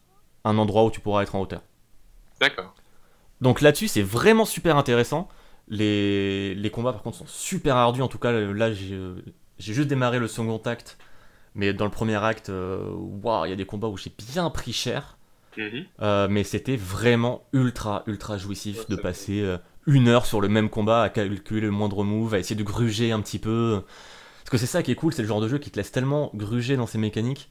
un endroit où tu pourras être en hauteur. D'accord. Donc là-dessus, c'est vraiment super intéressant. Les, les combats, par contre, sont super ardus. En tout cas, là, j'ai euh, j'ai juste démarré le second acte. Mais dans le premier acte, euh, waouh, il y a des combats où j'ai bien pris cher. Mhm. Euh, mais c'était vraiment ultra, ultra jouissif Ouais, de ça passer euh, une heure sur le même combat, à calculer le moindre move, à essayer de gruger un petit peu. Parce que c'est ça qui est cool, c'est le genre de jeu qui te laisse tellement gruger dans ses mécaniques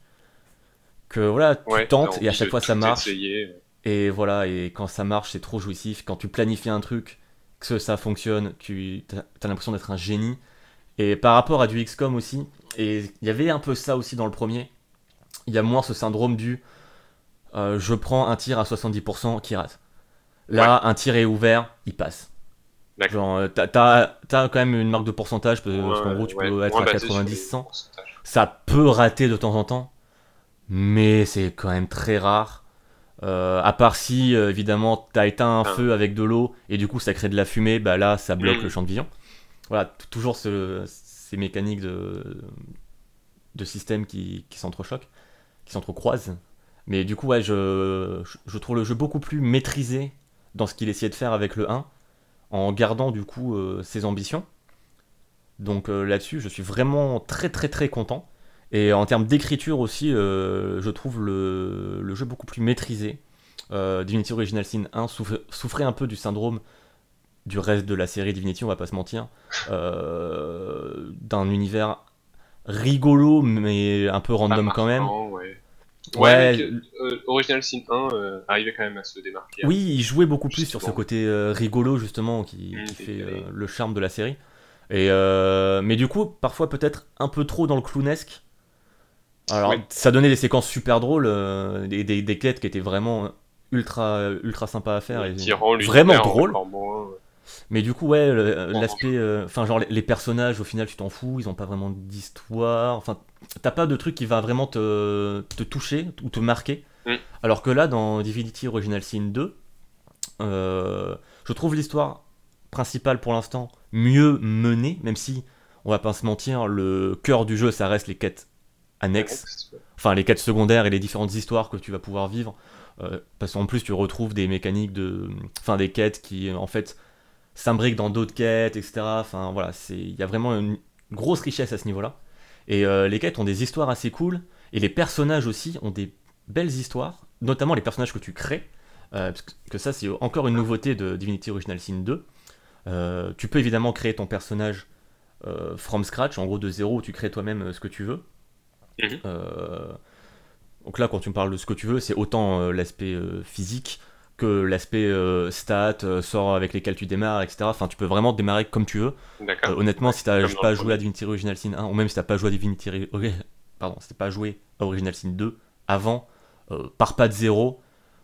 que voilà, tu Ouais, tentes t'as et à envie chaque de fois ça tout marche. essayer. Et voilà, et quand ça marche, c'est trop jouissif. Quand tu planifies un truc, que ça fonctionne, tu as, l'impression d'être un génie. Et par rapport à du XCOM aussi, et il y avait un peu ça aussi dans le premier, il y a moins ce syndrome du euh, je prends un tir à 70% qui rate. Là, un tir est ouvert, il passe. D'accord. Genre, euh, t'as- t'as t'as quand même une marque de pourcentage, Euh, parce, Ouais, qu'en gros, tu ouais, bah, peux être moins à basé sur les 90-100 pourcentages. ça peut rater de temps en temps, mais c'est quand même très rare. Euh, à part si, euh, évidemment, t'as éteint un Ah. feu avec de l'eau et du coup ça crée de la fumée, bah là ça bloque Mm. le champ de vision. Voilà, t- toujours ce- ces mécaniques de, de systèmes qui, qui s'entrechoquent, qui s'entrecroisent. Mais du coup, ouais, je, je- je trouve le jeu beaucoup plus maîtrisé dans ce qu'il essayait de faire avec le 1, en gardant du coup euh, ses ambitions. Donc euh, là-dessus, je suis vraiment très très très content. Et en termes d'écriture aussi, euh, je trouve le, le jeu beaucoup plus maîtrisé. Euh, Divinity Original Sin 1 souffre- souffrait un peu du syndrome du reste de la série Divinity, on va pas se mentir, euh, d'un univers rigolo mais un peu random quand même. marquant, Ouais, ouais, Ouais, mais que- euh, Original Sin 1 euh, arrivait quand même à se démarquer. Oui, il jouait beaucoup plus sur ce Justement. côté euh, rigolo justement qui, Mm, qui fait décalé. euh, le charme de la série. Et euh, mais du coup, parfois peut-être un peu trop dans le clownesque. Alors, Ouais. ça donnait des séquences super drôles, euh, des, des, des quêtes qui étaient vraiment euh, ultra euh, ultra sympa à faire et qui rend l'univers vraiment drôle. encore moins, euh, Mais du coup, ouais, le- euh, Bon, l'aspect. euh, Enfin, genre, les, les personnages, au final, tu t'en fous, ils ont pas vraiment d'histoire. Enfin, t'as pas de truc qui va vraiment te, te toucher ou te marquer. Mm. Alors que là, dans Divinity Original Sin 2, euh, je trouve l'histoire principale pour l'instant mieux menée, même si, on va pas se mentir, le cœur du jeu, ça reste les quêtes annexes annexe, ouais. enfin les quêtes secondaires et les différentes histoires que tu vas pouvoir vivre. Euh, parce qu'en plus, tu retrouves des mécaniques de. Enfin, des quêtes qui, en fait, s'imbriquent dans d'autres quêtes, etc. Enfin, voilà, c'est- il y a vraiment une grosse richesse à ce niveau-là. Et euh, les quêtes ont des histoires assez cool. Et les personnages aussi ont des belles histoires, notamment les personnages que tu crées. euh, parce que- que ça, c'est encore une nouveauté de Divinity Original Sin 2. Euh, tu peux évidemment créer ton personnage euh, from scratch, en gros de zéro, tu crées toi-même euh, ce que tu veux. Mhm. Euh, donc là, quand tu me parles de ce que tu veux, c'est autant euh, l'aspect euh, physique que l'aspect euh, stat, euh, sort avec lesquels tu démarres, etc. Enfin, tu peux vraiment démarrer comme tu veux. D'accord. Euh, honnêtement, si t'as Comme dans pas le joué à Divinity Original Sin 1, ou même si t'as pas joué à Divinity Ori- Ori- pardon, si t'as pas joué à Original Sin 2 avant, euh, pars pas de zéro,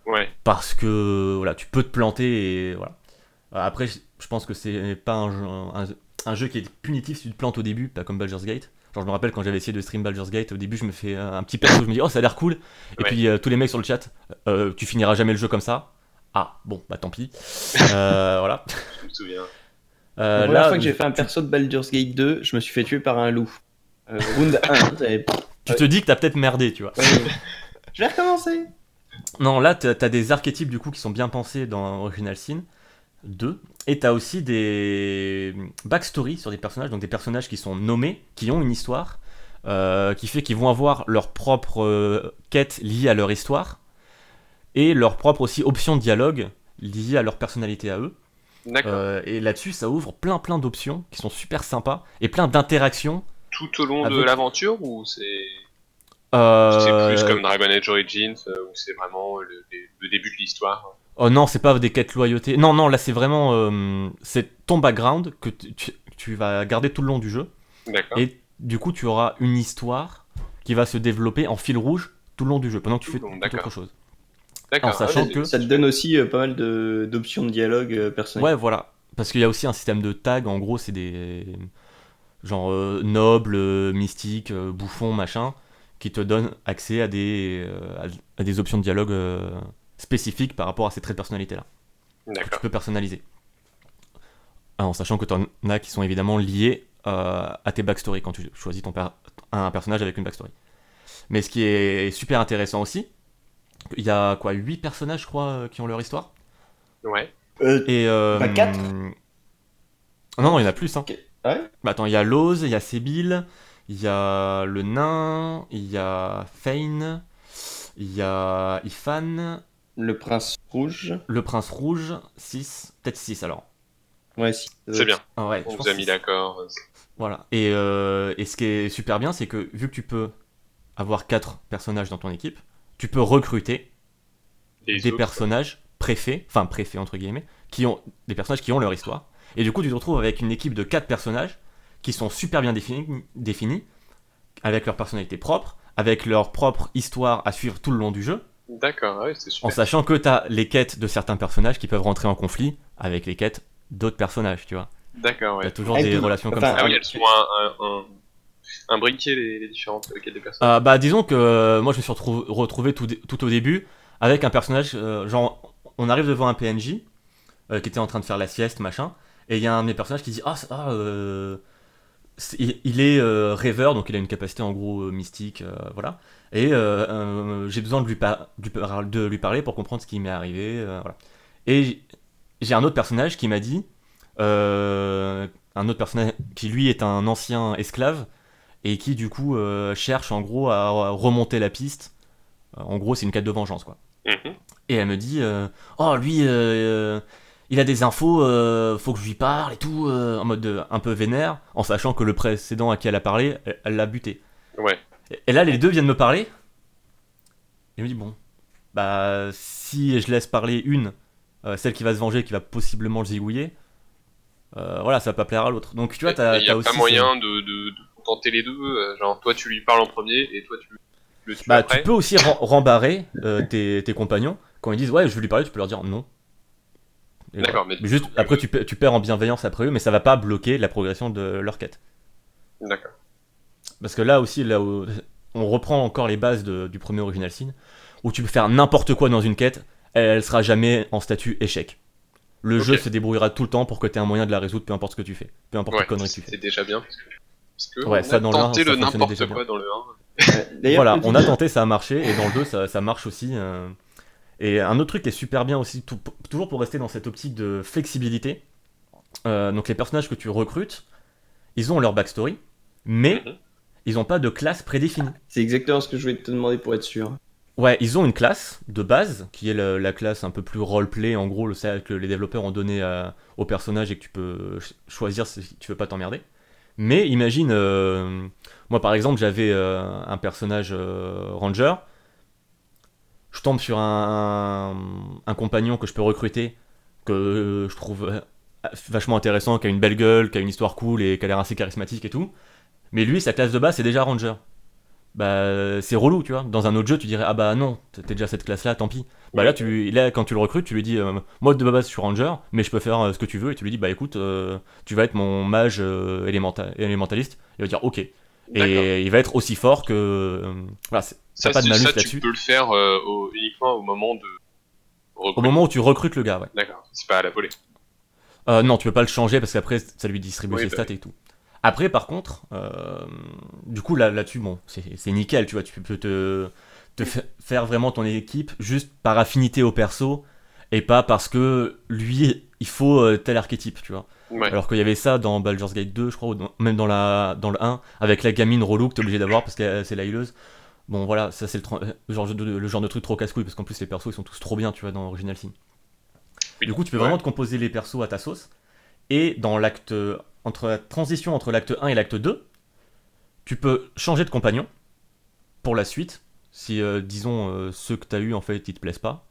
Ouais. parce que voilà, tu peux te planter et voilà. Euh, Après, je je pense que c'est pas un jeu, un- un jeu qui est punitif si tu te plantes au début, pas comme Baldur's Gate. Genre, je me rappelle quand j'avais essayé de stream Baldur's Gate, au début, je me fais euh, un petit perso, je me dis, oh, ça a l'air cool. Et Ouais. puis, euh, tous les mecs sur le chat, euh, tu finiras jamais le jeu comme ça. Ah, bon, bah tant pis. Euh, voilà. Je me souviens. Euh, la première là, fois que j'ai fait un perso de Baldur's Gate 2, je me suis fait tuer par un loup. Euh, round 1, j'avais- tu te dis que t'as peut-être merdé, tu vois. je vais recommencer. Non, là, t'as t'as des archétypes du coup qui sont bien pensés dans Original Sin 2. Et t'as aussi des backstories sur des personnages, donc des personnages qui sont nommés, qui ont une histoire, euh, qui fait qu'ils vont avoir leur propre euh, quête liée à leur histoire, et leur propre aussi option de dialogue liée à leur personnalité à eux. D'accord. Euh, et là-dessus, ça ouvre plein plein d'options qui sont super sympas, et plein d'interactions. Tout au long de avec- l'aventure ou c'est Euh, c'est plus comme Dragon Age Origins euh, où c'est vraiment le, le- le début de l'histoire Oh non, c'est pas des quêtes loyauté. Non, non, là c'est vraiment. euh, c'est ton background que tu, tu- tu vas garder tout le long du jeu. D'accord. Et du coup, tu auras une histoire qui va se développer en fil rouge tout le long du jeu, pendant que tu fais Tout le long, tout d'accord. autre chose. D'accord. en sachant Ah ouais, que- Ça te donne aussi euh, pas mal de- d'options de, dialogue euh, personnelles. Ouais, voilà. Parce qu'il y a aussi un système de tags, en gros, c'est des. genre euh, nobles, euh, mystiques, euh, bouffons, machin, qui te donnent accès à des, euh, à- à des options de dialogue euh, spécifiques par rapport à ces traits de personnalité-là. que D'accord. tu peux personnaliser. Ah, En sachant que tu en as qui sont évidemment liés euh, à tes backstories quand tu choisis ton per- un personnage avec une backstory. Mais ce qui est super intéressant aussi, il y a quoi 8 personnages, je crois, euh, qui ont leur histoire Ouais. Euh, Et, euh, Pas quatre Non, non, il y en a plus. Hein. Ok. Ah Ouais. Bah, attends, il y a Lose, il y a Sébile, il y a le nain, il y a Fane, il y a Ifan, le prince rouge. le prince rouge, 6, peut-être 6 alors. Ouais, si. Euh, C'est bien. Ah ouais, je On pense vous a que mis c'est- d'accord. euh, Voilà. Et, euh, et ce qui est super bien, c'est que vu que tu peux avoir quatre personnages dans ton équipe, tu peux recruter Les des autres, personnages préfets, enfin préfets entre guillemets, qui ont des personnages qui ont leur histoire. Et du coup, tu te retrouves avec une équipe de quatre personnages qui sont super bien définis, définis avec leur personnalité propre, avec leur propre histoire à suivre tout le long du jeu, D'accord. ah Ouais, c'est en super. sachant que tu as les quêtes de certains personnages qui peuvent rentrer en conflit avec les quêtes d'autres personnages, tu vois. D'accord. Tu as Ouais. toujours Ah, des puis- relations comme enfin, ça. Ah oui, elles sont un, un, un, un briquet les, les différentes euh, quêtes des personnes. Euh, bah disons que euh, moi je me suis retrou- retrouvé tout, dé- tout au début avec un personnage, euh, genre on arrive devant un PNJ euh, qui était en train de faire la sieste, machin, et il y a un de mes personnages qui dit ah, ça, ah, euh, c'est- il, il est euh, rêveur, donc il a une capacité en gros euh, mystique, euh, voilà, et euh, euh, j'ai besoin de lui, par- du par- de lui parler pour comprendre ce qui m'est arrivé, euh, voilà. Et j'- j'ai un autre personnage qui m'a dit, euh, un autre personnage qui lui est un ancien esclave et qui du coup euh, cherche en gros à remonter la piste. Euh, En gros, c'est une quête de vengeance quoi. Mhm. Et elle me dit euh, Oh, lui, euh, euh, il a des infos, euh, faut que je lui parle et tout, euh, en mode euh, un peu vénère, en sachant que le précédent à qui elle a parlé, elle- elle l'a buté. Ouais. Et- Et là, les deux viennent me parler. Et je me dis, bon, bah, si je laisse parler une, euh, celle qui va se venger, qui va possiblement le zigouiller, euh, voilà, ça va pas plaire à l'autre. Donc, tu vois, t'as Il n'y a t'as aussi. pas ce- moyen de, de, de contenter les deux. euh, Genre, toi, tu lui parles en premier et toi, tu le tues Bah, après. tu peux aussi ren- rembarrer euh, tes, tes compagnons. Quand ils disent, ouais, je veux lui parler, tu peux leur dire non. Et voilà. D'accord, mais tu- juste, après, tu, pe- tu perds en bienveillance après eux, mais ça va pas bloquer la progression de leur quête. D'accord. Parce que là aussi, là où on reprend encore les bases de- du premier Original Sin, où tu peux faire n'importe quoi dans une quête, elle, elle sera jamais en statut échec. Le Ok. jeu se débrouillera tout le temps pour que tu aies un moyen de la résoudre, peu importe ce que tu fais, peu importe les Ouais, conneries que tu c'est fais. déjà bien. Parce que, parce que Ouais, on ça, a dans le tenté un, ça le fonctionnait déjà n'importe bien. quoi dans le 1. D'ailleurs, Voilà, petite- on a tenté, ça a marché, et dans le 2, ça, ça marche aussi. euh. Et un autre truc qui est super bien aussi, tout- toujours pour rester dans cette optique de flexibilité, euh, donc les personnages que tu recrutes, ils ont leur backstory, mais Mhm. ils n'ont pas de classe prédéfinie. C'est exactement ce que je voulais te demander pour être sûr. Ouais, ils ont une classe de base, qui est la, la classe un peu plus roleplay, en gros, le celle que les développeurs ont donné à- au personnage et que tu peux ch- choisir si tu veux pas t'emmerder. Mais imagine, euh, moi par exemple, j'avais euh, un personnage euh, ranger, je tombe sur un, un compagnon que je peux recruter, que euh, je trouve euh, vachement intéressant, qui a une belle gueule, qui a une histoire cool et qui a l'air assez charismatique et tout. Mais lui, sa classe de base, c'est déjà ranger bah c'est relou, tu vois. Dans un autre jeu, tu dirais ah bah non, t'es déjà cette classe-là, tant pis. Bah là, tu, là, quand tu le recrutes, tu lui dis euh, moi de base je suis ranger, mais je peux faire euh, ce que tu veux, et tu lui dis bah écoute, euh, tu vas être mon mage euh, élémenta- élémentaliste. Il va dire ok, D'accord. et il va être aussi fort que euh, voilà, c'est- Ça, pas de c'est- malus ça, tu là-dessus. peux le faire euh, au- uniquement au moment de. au moment où tu recrutes le gars. Ouais. D'accord, c'est pas à la volée. Euh, non, tu peux pas le changer parce qu'après ça lui distribue Oui, ses bah stats et tout. Après, par contre, euh, du coup là- là-dessus, bon, c'est c'est nickel, tu vois, tu peux te, te fa- faire vraiment ton équipe juste par affinité au perso et pas parce que lui, il faut euh, tel archétype, tu vois. Ouais. Alors qu'il y avait ça dans Baldur's Gate 2, je crois, ou dans- même dans, la, dans le 1, avec la gamine relou que t'es obligé d'avoir parce que euh, c'est la hileuse. Bon, voilà, ça c'est le, tran- euh, genre de- le genre de truc trop casse-couille parce qu'en plus les persos ils sont tous trop bien, tu vois, dans Original Sin. Oui. Du coup, tu peux Ouais. vraiment te composer les persos à ta sauce. Et dans l'acte. euh, Entre la transition entre l'acte 1 et l'acte 2, tu peux changer de compagnon pour la suite. Si, euh, disons, euh, ceux que tu as eu en fait, ils te plaisent pas.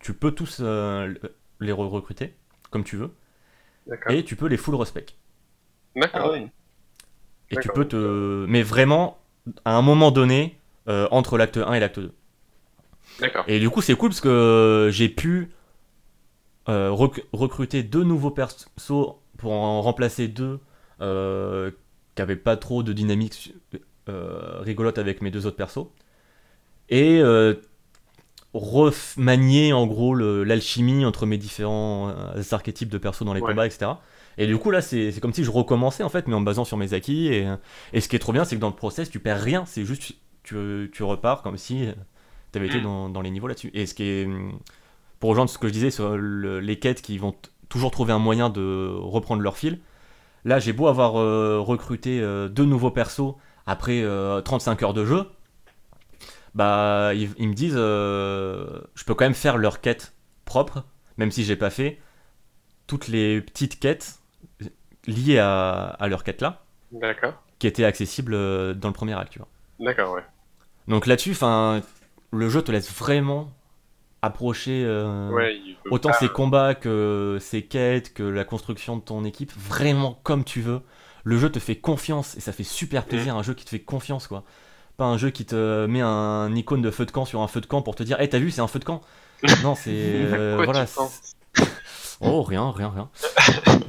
Tu peux tous euh, les re- recruter comme tu veux. D'accord. Et tu peux les full respect. D'accord. Ah ouais. Et tu D'accord. peux te. Mais vraiment, à un moment donné, euh, entre l'acte 1 et l'acte 2. D'accord. Et du coup, c'est cool parce que j'ai pu euh, rec- recruter deux nouveaux persos pour en remplacer deux euh, qui n'avaient pas trop de dynamique su- euh, rigolote avec mes deux autres persos. Et euh, remanier en gros le- l'alchimie entre mes différents euh, archétypes de persos dans les Ouais. combats, etc. Et du coup, là, c'est c'est comme si je recommençais en fait, mais en me basant sur mes acquis. Et, et ce qui est trop bien, c'est que dans le process, tu perds rien. C'est juste, tu, tu repars comme si tu avais été dans, dans les niveaux là-dessus. Et ce qui est. hum, Pour rejoindre ce que je disais sur le- les quêtes qui vont t- toujours trouver un moyen de reprendre leur fil, là, j'ai beau avoir euh, recruté euh, deux nouveaux persos après euh, 35 heures de jeu, bah, ils, ils me disent euh, je peux quand même faire leur quête propre, même si j'ai pas fait toutes les petites quêtes euh, liées à, à leur quête là, D'accord. qui étaient accessibles euh, dans le premier acte. tu vois. D'accord, ouais. Donc là-dessus, 'fin, le jeu te laisse vraiment approcher euh, Ouais, il peut autant pas- ses combats que ses quêtes, que la construction de ton équipe, vraiment comme tu veux. Le jeu te fait confiance et ça fait super Mhm. plaisir, un jeu qui te fait confiance quoi. Pas un jeu qui te met un icône de feu de camp sur un feu de camp pour te dire, hé t'as vu c'est un feu de camp. non c'est euh, Quoi, tu voilà. penses Oh, rien, rien, rien.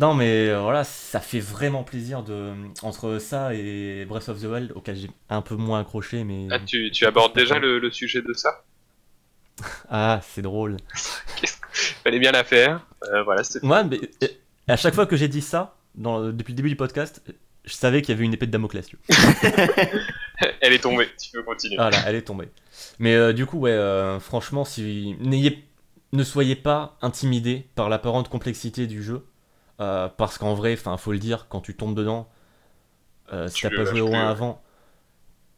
non, mais euh, voilà, ça fait vraiment plaisir de. Entre ça et Breath of the Wild, auquel j'ai un peu moins accroché, mais. Ah, tu, tu abordes déjà le, le sujet de ça Ah, c'est drôle. Fallait bien la faire. Euh, voilà, c'était. Moi, mais, euh, à chaque fois que j'ai dit ça, dans- depuis le début du podcast, je savais qu'il y avait une épée de Damoclès. tu vois. Elle est tombée, tu peux continuer. Voilà, Ah elle est tombée. Mais euh, du coup, ouais, euh, franchement, si n'ayez, ne soyez pas intimidés par l'apparente complexité du jeu, euh, parce qu'en vrai, enfin, faut le dire, quand tu tombes dedans, euh, si Tu t'as le pas joué lâches au plus, 1 ouais. avant,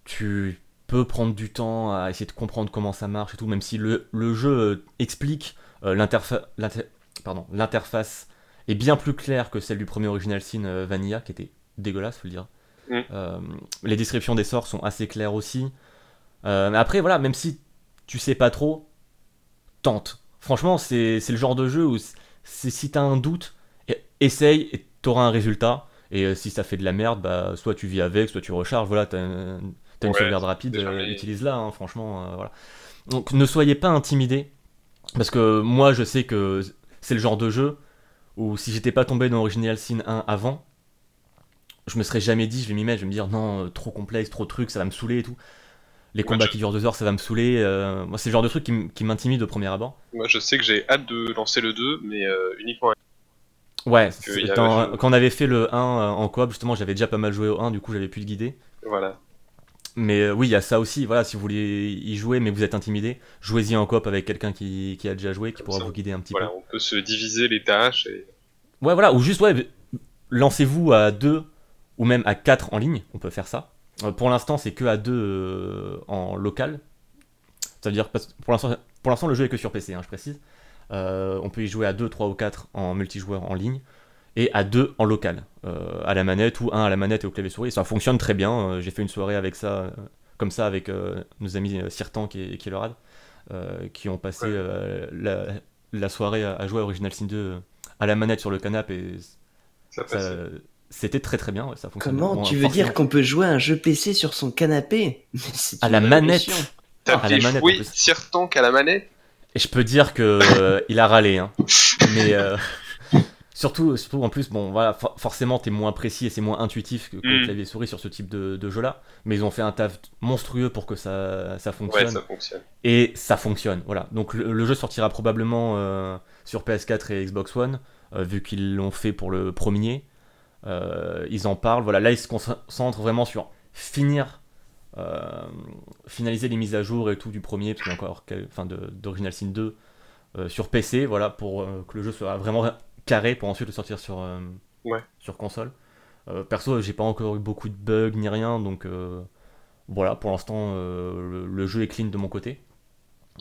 tu peux prendre du temps à essayer de comprendre comment ça marche et tout, même si le, le jeu euh, explique euh, l'interfa- l'inter- pardon, l'interface est bien plus claire que celle du premier Original Sin euh, Vanilla, qui était dégueulasse, faut le dire. Mm. Euh, les descriptions des sorts sont assez claires aussi. Euh, mais après, voilà, même si tu sais pas trop, tente. Franchement, c'est c'est le genre de jeu où c'est- c'est- si t'as un doute, e- essaye et t'auras un résultat. Et euh, si ça fait de la merde, bah, soit tu vis avec, soit tu recharges. Voilà, t'as un- t'as une Ouais, sauvegarde rapide, déjà, euh, mais- utilise-la, hein, franchement. euh, voilà. Donc ne soyez pas intimidés. Parce que moi, je sais que c'est le genre de jeu où si j'étais pas tombé dans Original Sin 1 avant, je me serais jamais dit, je vais m'y mettre, je vais me dire non, euh, trop complexe, trop truc, ça va me saouler et tout. Les Ouais, combats je- qui durent deux heures, ça va me saouler. euh, moi, c'est le genre de truc qui m- qui m'intimide au premier abord. Moi, je sais que j'ai hâte de lancer le 2, mais euh, uniquement. Ouais, que c'est- il y a dans- vachement- quand on avait fait le 1 euh, en coop, justement, j'avais déjà pas mal joué au 1, du coup, j'avais pu le guider. Voilà. Mais euh, oui, il y a ça aussi, voilà, si vous voulez y jouer, mais vous êtes intimidé, jouez-y en coop avec quelqu'un qui, qui a déjà joué, qui Comme pourra ça, vous guider un petit peu. Voilà, on peut se diviser les tâches et Ouais, voilà, ou juste, ouais, lancez-vous à 2 ou même à 4 en ligne, on peut faire ça. Euh, pour l'instant, c'est que à 2 en local. Ça veut dire, parce- pour l'instant, pour l'instant, le jeu est que sur PC, hein, je précise. Euh, on peut y jouer à 2, 3 ou 4 en multijoueur en ligne et à 2 en local, euh, à la manette ou un à la manette et au clavier souris. Et ça fonctionne très bien. euh, J'ai fait une soirée avec ça, euh, comme ça, avec euh, nos amis euh, Sirtank et, et Killerad, euh, qui ont passé Ouais. euh, la, la soirée à, à jouer à Original Sin 2 euh, à la manette sur le canapé. Et ça ça- ah, passe. c'était très très bien, ouais, ça fonctionne. Comment Bon, tu veux forcément, dire qu'on peut jouer à un jeu PC sur son canapé Mais c'est à une la manette révolution. T'as à la fait manette, en jouer plus. Sirtan qu'à la manette Et je peux dire que euh, il a râlé, hein. Mais euh, surtout, surtout en plus, bon, voilà, for- forcément, t'es moins précis et c'est moins intuitif que, que Mm. le clavier souris sur ce type de, de jeu-là. Mais ils ont fait un taf monstrueux pour que ça, ça Ouais, fonctionne. ça fonctionne. Et ça fonctionne, voilà. Donc le, le jeu sortira probablement euh, sur PS4 et Xbox One, euh, vu qu'ils l'ont fait pour le premier. Euh, ils en parlent, voilà. Là, ils se concentrent vraiment sur finir, euh, finaliser les mises à jour et tout du premier, parce qu'il y a encore, quel- enfin, de- d'Original Sin 2 euh, sur PC, voilà, pour euh, que le jeu soit vraiment carré pour ensuite le sortir sur, euh, Ouais. sur console. Euh, perso, j'ai pas encore eu beaucoup de bugs ni rien, donc euh, voilà, pour l'instant, euh, le- le jeu est clean de mon côté.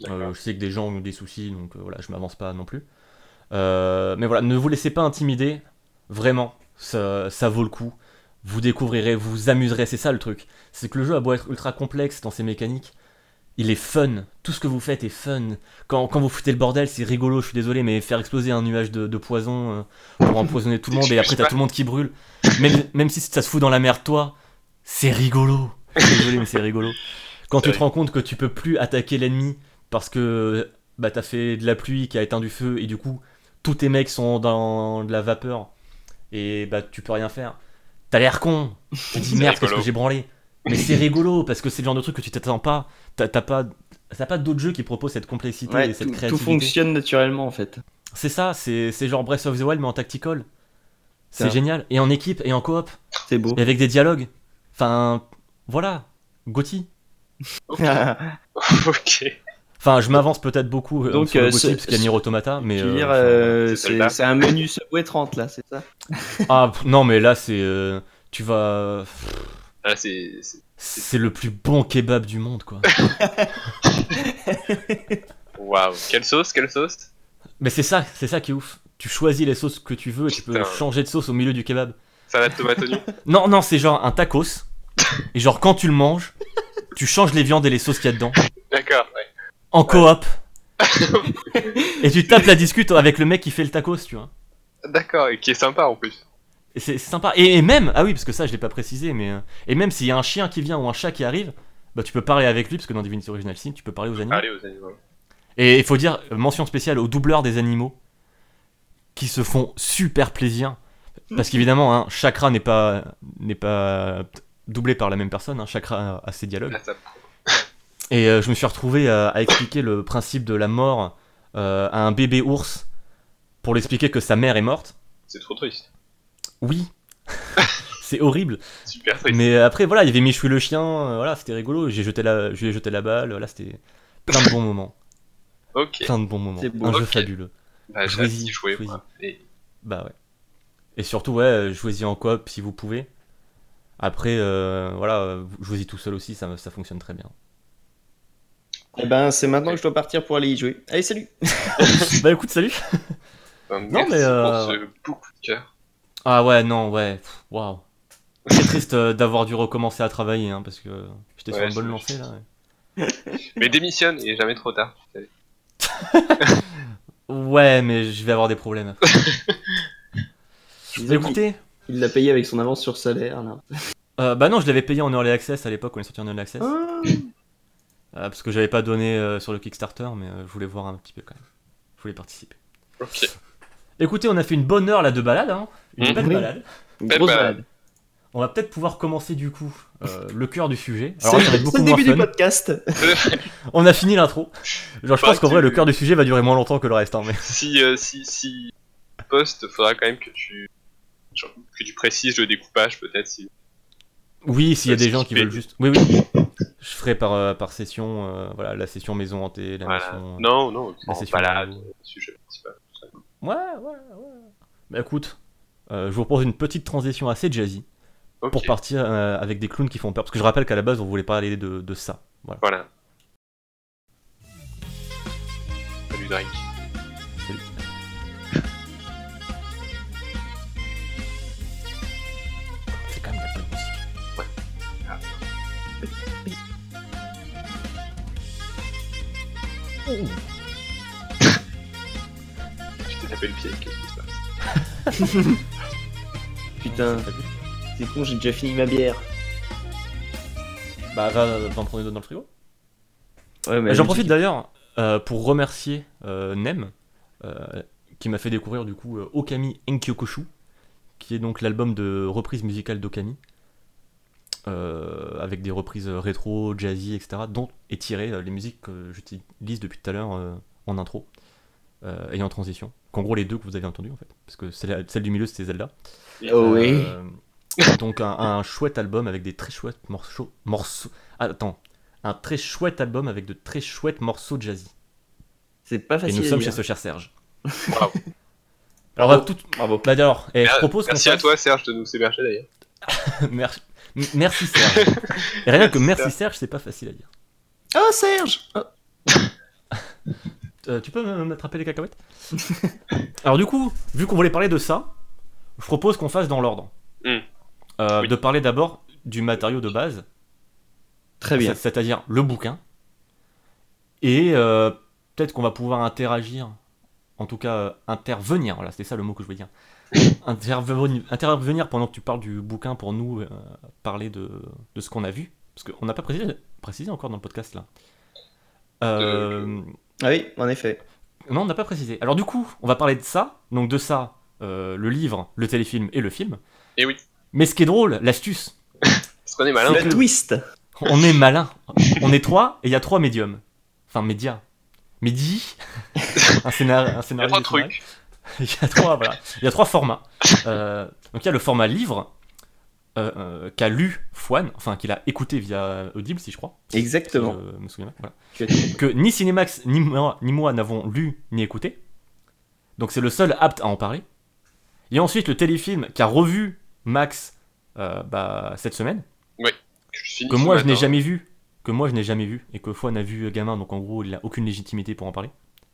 Euh, D'accord. je sais que des gens ont des soucis, donc euh, voilà, je m'avance pas non plus. Euh, mais voilà, ne vous laissez pas intimider. Vraiment, ça, ça vaut le coup. Vous découvrirez, vous vous amuserez, c'est ça le truc. C'est que le jeu a beau être ultra complexe dans ses mécaniques, il est fun. Tout ce que vous faites est fun. Quand, quand vous foutez le bordel, c'est rigolo, je suis désolé, mais faire exploser un nuage de, de poison euh, pour empoisonner tout le monde et après t'as tout le monde qui brûle, même, même si ça se fout dans la merde toi, c'est rigolo. Désolé, mais c'est rigolo. Quand tu te rends compte que tu peux plus attaquer l'ennemi parce que bah, t'as fait de la pluie qui a éteint du feu et du coup tous tes mecs sont dans de la vapeur et bah tu peux rien faire. T'as l'air con. Tu te dis C'est merde, qu'est-ce rigolo. que j'ai branlé. Mais c'est rigolo parce que c'est le genre de truc que tu t'attends pas. T'as t'as pas, t'as pas d'autres jeux qui proposent cette complexité Ouais, et cette tout, tout créativité. fonctionne naturellement en fait. C'est ça, c'est c'est genre Breath of the Wild mais en tactical. C'est Ça. génial. Et en équipe et en coop. C'est beau. Et avec des dialogues. Enfin, voilà. Gotti. ok. Enfin, je m'avance peut-être beaucoup euh, Donc, sur le euh, Gotti ce- parce qu'il y a ce- Nier Automata, mais Tu euh, veux dire, enfin, euh, c'est c'est celle-là. c'est un menu Subway 30 là, c'est ça ah pff, non, mais là c'est euh, tu vas Ah, c'est. c'est- c'est le plus bon kebab du monde quoi. Waouh. Quelle sauce Quelle sauce mais c'est ça, c'est ça qui est ouf. Tu choisis les sauces que tu veux et tu peux Putain. changer de sauce au milieu du kebab. Salade tomate oignon Non, non, c'est genre un tacos. Et genre quand tu le manges, tu changes les viandes et les sauces qu'il y a dedans. D'accord, ouais. en coop. et tu tapes la discute avec le mec qui fait le tacos, tu vois. D'accord, et qui est sympa en plus. Et c'est c'est sympa. Et, et même, ah oui, parce que ça, je l'ai pas précisé, mais. euh, Et même s'il y a un chien qui vient ou un chat qui arrive, bah tu peux parler avec lui, parce que dans Divinity Original Sin, tu peux parler aux animaux. Allez aux animaux. Euh. Et il faut dire, euh, mention spéciale aux doubleurs des animaux, qui se font super plaisir. Parce qu'évidemment, hein, Chakra n'est pas, n'est pas doublé par la même personne, hein, Chakra a ses dialogues. Ah, ça- Et euh, je me suis retrouvé à, à expliquer le principe de la mort euh, à un bébé ours pour l'expliquer que sa mère est morte. C'est trop triste. Oui, c'est horrible. Super triste. Mais après, voilà, il y avait Michou le chien, euh, voilà, c'était rigolo. J'ai jeté la, je lui ai jeté la balle, voilà, c'était plein de bons moments. Ok. Plein de bons moments. C'est beau. Un jeu Ok. fabuleux. Bah, j'ai hâte Jouez-y, d'y jouer. jouez-y. moi. Et- Bah ouais. Et surtout, ouais, euh, jouez-y en coop si vous pouvez. Après, euh, voilà, euh, jouez-y tout seul aussi, ça, ça fonctionne très bien. Eh ben, c'est maintenant que je dois partir pour aller y jouer. Allez, salut bah écoute, salut Ben, Non, merci mais, euh, pour ce beaucoup de cœur. Ah ouais, non, ouais, pff, waouh. C'est triste euh, d'avoir dû recommencer à travailler, hein, parce que j'étais sur Ouais, une bonne je- lancée, là. ouais. Mais démissionne, il est jamais trop tard. Ouais, mais je vais avoir des problèmes. après. Ils Bah, ont dit- écoutez, Il l'a payé avec son avance sur salaire, là. euh, bah non, je l'avais payé en Early Access à l'époque, on est sorti en Early Access. Ah, Eh Euh, parce que j'avais pas donné euh, sur le Kickstarter, mais euh, je voulais voir un petit peu quand même. Je voulais participer. Ok. Écoutez, on a fait une bonne heure là de balade, hein. Une Mhm. belle Oui. balade. une Eh grosse ben, balade. On va peut-être pouvoir commencer du coup euh, le cœur du sujet. C'est Alors là, ça va être c'est beaucoup le moins début du fun. podcast. On a fini l'intro. Genre, je Bah, pense qu'en tu- vrai, le cœur du sujet va durer moins longtemps que le reste. hein, mais... Si, euh, si, si poste, faudra quand même que tu, genre, que tu précises le découpage peut-être. Si... Oui, s'il y a Parce des gens qu'il qui fait- veulent juste. Oui, oui. Je ferai par, euh, par session, euh, voilà, la session maison hantée, la Voilà. session. euh, Non, non, la non session balade, balade. sujet principal. tout ça. Ouais, ouais, ouais. Bah écoute, euh, je vous propose une petite transition assez jazzy Ok, pour partir euh, avec des clowns qui font peur. Parce que je rappelle qu'à la base, on voulait parler de, de ça. Voilà. voilà. Salut Drake. C'est quand même la bonne musique. Tu t'es tapé le pied, qu'est-ce qui se passe Putain, T'as vu c'est con, j'ai déjà fini ma bière. Bah, va, va en prendre une autre dans le frigo. Ouais, J'en profite d'ailleurs euh, pour remercier euh, Nem, euh, qui m'a fait découvrir du coup euh, Okami Enkyokushu, qui est donc l'album de reprise musicale d'Okami, euh, avec des reprises rétro, jazzy, etc., dont est tirée euh, les musiques que j'utilise depuis tout à l'heure euh, en intro euh, et en transition. Qu'en gros, les deux que vous avez entendues en fait, parce que celle, celle du milieu c'était Zelda. Oh oui. Euh, donc un, un chouette album avec des très chouettes morceaux. morceaux attends, un très chouette album avec de très chouettes morceaux jazzy. C'est pas Et facile. nous à sommes dire. chez ce cher Serge. Bravo. Alors, Bravo. bah, tout- Bravo. bah, alors, eh, Mer- je propose qu'on Merci à fasse- toi Serge de nous héberger d'ailleurs. merci, m- merci Serge. Et rien que Merci, merci Serge, c'est pas facile à dire. Oh Serge Oh, Euh, tu peux me- m'attraper les cacahuètes Alors du coup, vu qu'on voulait parler de ça, je propose qu'on fasse dans l'ordre. Hmm. Euh, Oui. De parler d'abord du matériau de base, Très bien. c'est- c'est-à-dire le bouquin. Et euh, peut-être qu'on va pouvoir interagir, en tout cas euh, intervenir, voilà, c'était ça le mot que je voulais dire. Intervenir, intervenir pendant que tu parles du bouquin pour nous euh, parler de, de ce qu'on a vu. Parce qu'on n'a pas précisé, précisé encore dans le podcast là. Euh, Ah oui, en effet. non, on n'a pas précisé. Alors du coup, on va parler de ça, donc de ça, euh, le livre, le téléfilm et le film. Eh oui. Mais ce qui est drôle, l'astuce, Parce qu'on est malin. Le twist on est malin. On est trois et il y a trois médiums. Enfin, médias. Midi, un scénario. Un Il y a scénario trois et scénario. trucs. Il y a trois, voilà. Il y a trois formats. Euh, donc il y a le format livre euh, euh, qu'a lu Fouane, enfin qu'il a écouté via Audible, si je crois. si Exactement. je me souviens bien, voilà. Tu as tout compris. que ni Cinemax ni moi, ni moi n'avons lu ni écouté. Donc c'est le seul apte à en parler. Et ensuite le téléfilm qu'a revu Max euh, bah, cette semaine, Je finis que ce moi je n'ai matin. jamais vu, que moi je n'ai jamais vu, et que Fouan a vu euh, gamin, donc en gros il n'a aucune légitimité pour en parler.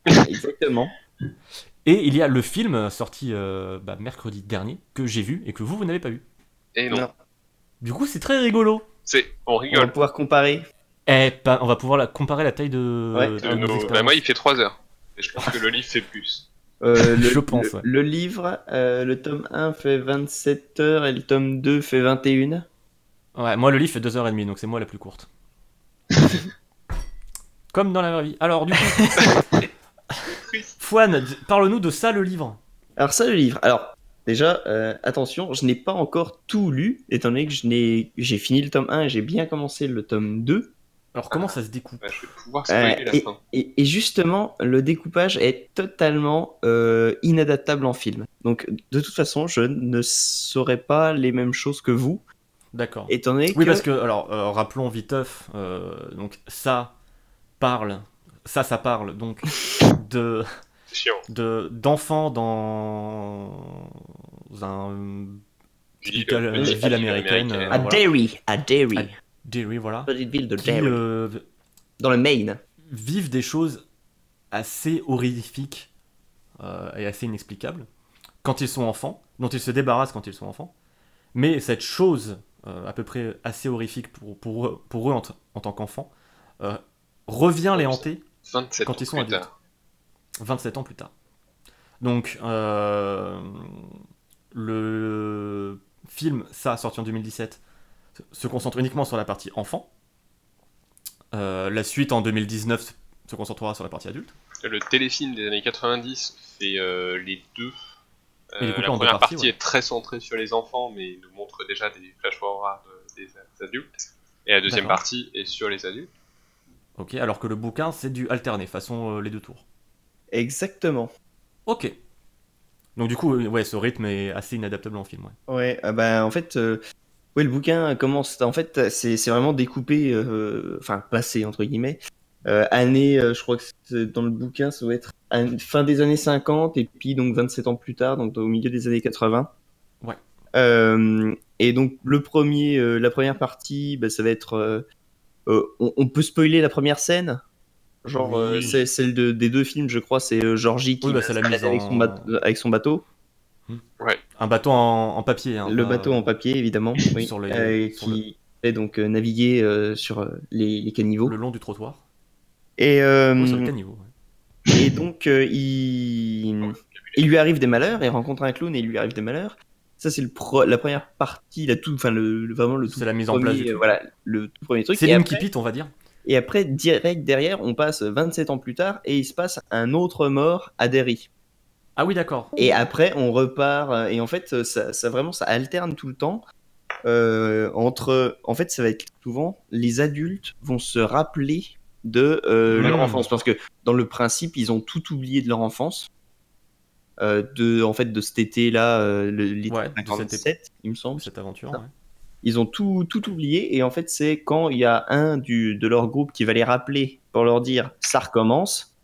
Euh. Exactement. Et il y a le film euh, sorti euh, bah, mercredi dernier, que j'ai vu et que vous, vous n'avez pas vu. Eh non, Non. Du coup c'est très rigolo. c'est on On va rigole. pouvoir comparer. Eh, pas- on va pouvoir la, comparer la taille de, Ouais, de nos Euh, nos- expériences. Bah, moi il fait 3 heures. Et je pense que le livre fait plus. Euh, le, Je pense, Le, ouais. le livre, euh, le tome 1 fait 27 heures et le tome 2 fait 21. Ouais, moi le livre fait 2h30, donc c'est moi la plus courte. Comme dans la vraie vie. Alors, du coup, Fouane, d- parle-nous de ça le livre. Alors ça, le livre. Alors, déjà, euh, attention, je n'ai pas encore tout lu, étant donné que je n'ai- j'ai fini le tome 1 et j'ai bien commencé le tome 2. Alors, comment ça se découpe Bah, je vais pouvoir Eh, spoiler Euh, la fin. Et, et justement, le découpage est totalement euh, inadaptable en film. Donc, de toute façon, je ne saurais pas les mêmes choses que vous, D'accord. étant donné Oui, que... parce que, alors, euh, rappelons viteuf, euh, donc ça parle, ça, ça parle, donc, de C'est chiant. de- d'enfants dans un typique euh, ville, américaine. américaine. euh, À voilà. Derry, à Derry. À- Derry, voilà. Petite ville de Qui Derry. euh, Dans le Maine. vivent des choses assez horrifiques euh, et assez inexplicables quand ils sont enfants, dont ils se débarrassent quand ils sont enfants. Mais cette chose euh, à peu près assez horrifique pour, pour eux, pour eux en, t- en tant qu'enfants euh, revient les hanter 27 quand ans ils sont plus adultes. tard. 27 ans plus tard. Donc, euh, le film, ça, sorti en 2017, se concentre uniquement sur la partie enfant. Euh, la suite, en 2019, se concentrera sur la partie adulte. Le téléfilm des années 90 fait euh, les deux. Euh, Il est coupé la en deux première parties, partie ouais. est très centrée sur les enfants, mais il nous montre déjà des flash-forwards euh, des des adultes. Et la deuxième D'accord. partie est sur les adultes. Ok, alors que le bouquin, c'est du alterné, façon euh, les deux tours. Exactement. Ok. Donc du coup, euh, ouais, ce rythme est assez inadaptable en film. ouais. Ouais, ah bah, en fait, euh, ouais, le bouquin commence. En fait, c'est c'est vraiment découpé, euh, enfin, passé, entre guillemets. Euh, année, euh, je crois que c'est- dans le bouquin, ça doit être an- fin des années 50 et puis donc 27 ans plus tard, donc au milieu des années 80. Ouais. Euh, et donc, le premier, euh, la première partie, bah, ça va être. euh, euh, on, on peut spoiler la première scène Genre, Oui. euh, c'est celle de- des deux films, je crois, c'est euh, Georgie qui Oui, bah, va c'est la se mise balader avec, son en- bate- avec son bateau. Un bateau en, en papier. hein, Le pas- bateau en papier, évidemment, oui, Sur le- euh, sur qui fait donc euh, naviguer euh, sur euh, les, les caniveaux. Le long du trottoir. Et, euh, Ouais, sur le Ah caniveau. ouais. et donc, euh, il... il lui arrive des malheurs, il rencontre un clown et il lui arrive des malheurs. Ça, c'est le pro... la première partie, la tout... enfin, le... le- vraiment le tout C'est la mise en premier, place. du euh, truc. voilà, le tout premier truc. C'est Et l'une après, qui pite, on va dire. et après, direct derrière, on passe 27 ans plus tard et il se passe un autre mort à Derry. Ah oui, d'accord. Et après, on repart. euh, Et en fait, euh, ça, ça vraiment, ça alterne tout le temps. euh, entre, en fait, ça va être souvent les adultes vont se rappeler de euh, Mmh. leur enfance parce que dans le principe, ils ont tout oublié de leur enfance. Euh, de, en fait, de cet été-là, euh, le- l'été Ouais, de cet 57, il me semble. Cette aventure. Ah. Ça. ouais. Ils ont tout, tout oublié et en fait, c'est quand il y a un du, de leur groupe qui va les rappeler pour leur dire ça recommence.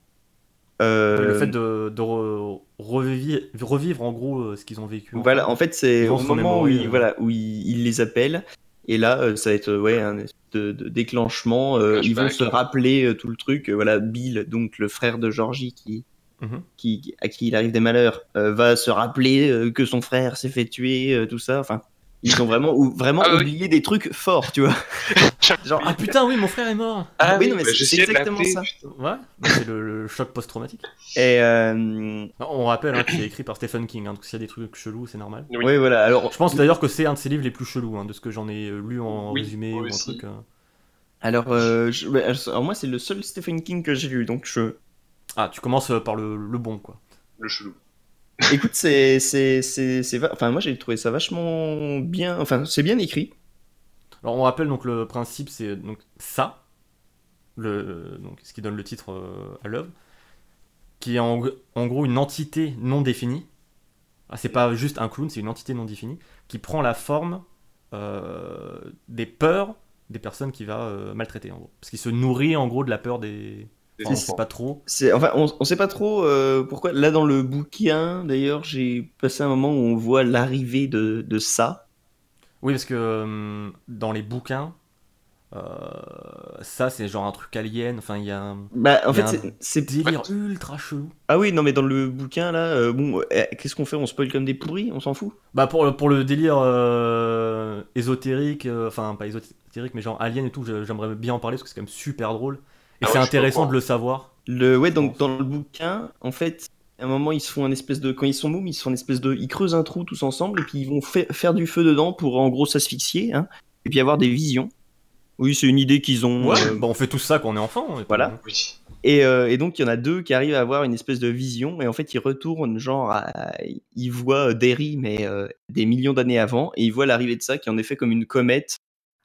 euh, Oui, Le fait de, de re- revivi- revivre, en gros euh, ce qu'ils ont vécu. en Voilà, fait. en fait, c'est Ils vont au se moment où, remémorer, il, euh. voilà, où il, il les appelle, et là, euh, ça va être euh, ouais, un espèce de, de déclenchement. euh, ils vont Flashback. hein. se rappeler euh, tout le truc. euh, voilà, Bill, donc le frère de Georgie, qui, Mhm. qui, à qui il arrive des malheurs, euh, va se rappeler euh, que son frère s'est fait tuer, euh, tout ça. Enfin, ils ont vraiment, ou, vraiment Ah oui. oublié des trucs forts, tu vois. Genre, Ah putain, oui, mon frère est mort. Ah oui, non, mais bah, c'est- j'essayais c'est de exactement l'appeler, ça. putain. Ouais, mais c'est le, le choc post-traumatique. et euh, On rappelle hein, que c'est écrit par Stephen King, hein, donc s'il y a des trucs chelous, c'est normal. Oui. ouais, voilà. Alors, Je pense d'ailleurs que c'est un de ses livres les plus chelous, hein, de ce que j'en ai lu en Oui, résumé moi ou un aussi. truc. euh. alors, euh, je- ouais, alors, moi, c'est le seul Stephen King que j'ai lu, donc je, Ah, tu commences euh, par le, le bon, quoi. Le chelou. Écoute, c'est, c'est, c'est, c'est va- enfin, moi j'ai trouvé ça vachement bien, enfin, c'est bien écrit. Alors on rappelle donc le principe, c'est donc ça, le, donc, ce qui donne le titre euh, à l'œuvre, qui est en, gr- en gros une entité non définie. Ah, c'est pas juste un clown, c'est une entité non définie qui prend la forme euh, des peurs des personnes qu'il va euh, maltraiter en gros, parce qu'il se nourrit en gros de la peur des. Des Enfin, on enfants. sait pas trop. C'est, enfin, on, on sait pas trop euh, pourquoi. Là, dans le bouquin, d'ailleurs, j'ai passé un moment où on voit l'arrivée de, de ça. Oui, parce que euh, dans les bouquins, euh, ça c'est genre un truc alien. Enfin, il y a un Bah, en Il y fait, a c'est, c'est- délire ultra chelou. Ah oui, non, mais dans le bouquin, là, euh, bon, euh, qu'est-ce qu'on fait On spoil comme des pourris On s'en fout Bah pour, pour le délire euh, ésotérique, euh, enfin pas ésotérique mais genre alien et tout, je- j'aimerais bien en parler parce que c'est quand même super drôle. Et Ah c'est ouais, je intéressant comprends. de le savoir. Le, ouais, pense. donc dans le bouquin, en fait, à un moment, ils se font un espèce de. Quand ils sont mômes, ils se font un espèce de. Ils creusent un trou tous ensemble et puis ils vont fa- faire du feu dedans pour en gros s'asphyxier, hein, et puis avoir des visions. Oui, c'est une idée qu'ils ont. Ouais, euh, bah on fait tout ça quand on est enfant. et Voilà. puis- Oui. Et, euh, et donc, il y en a deux qui arrivent à avoir une espèce de vision, et en fait, ils retournent, genre, à- ils voient euh, Derry, mais euh, des millions d'années avant, et ils voient l'arrivée de ça, qui est en effet comme une comète.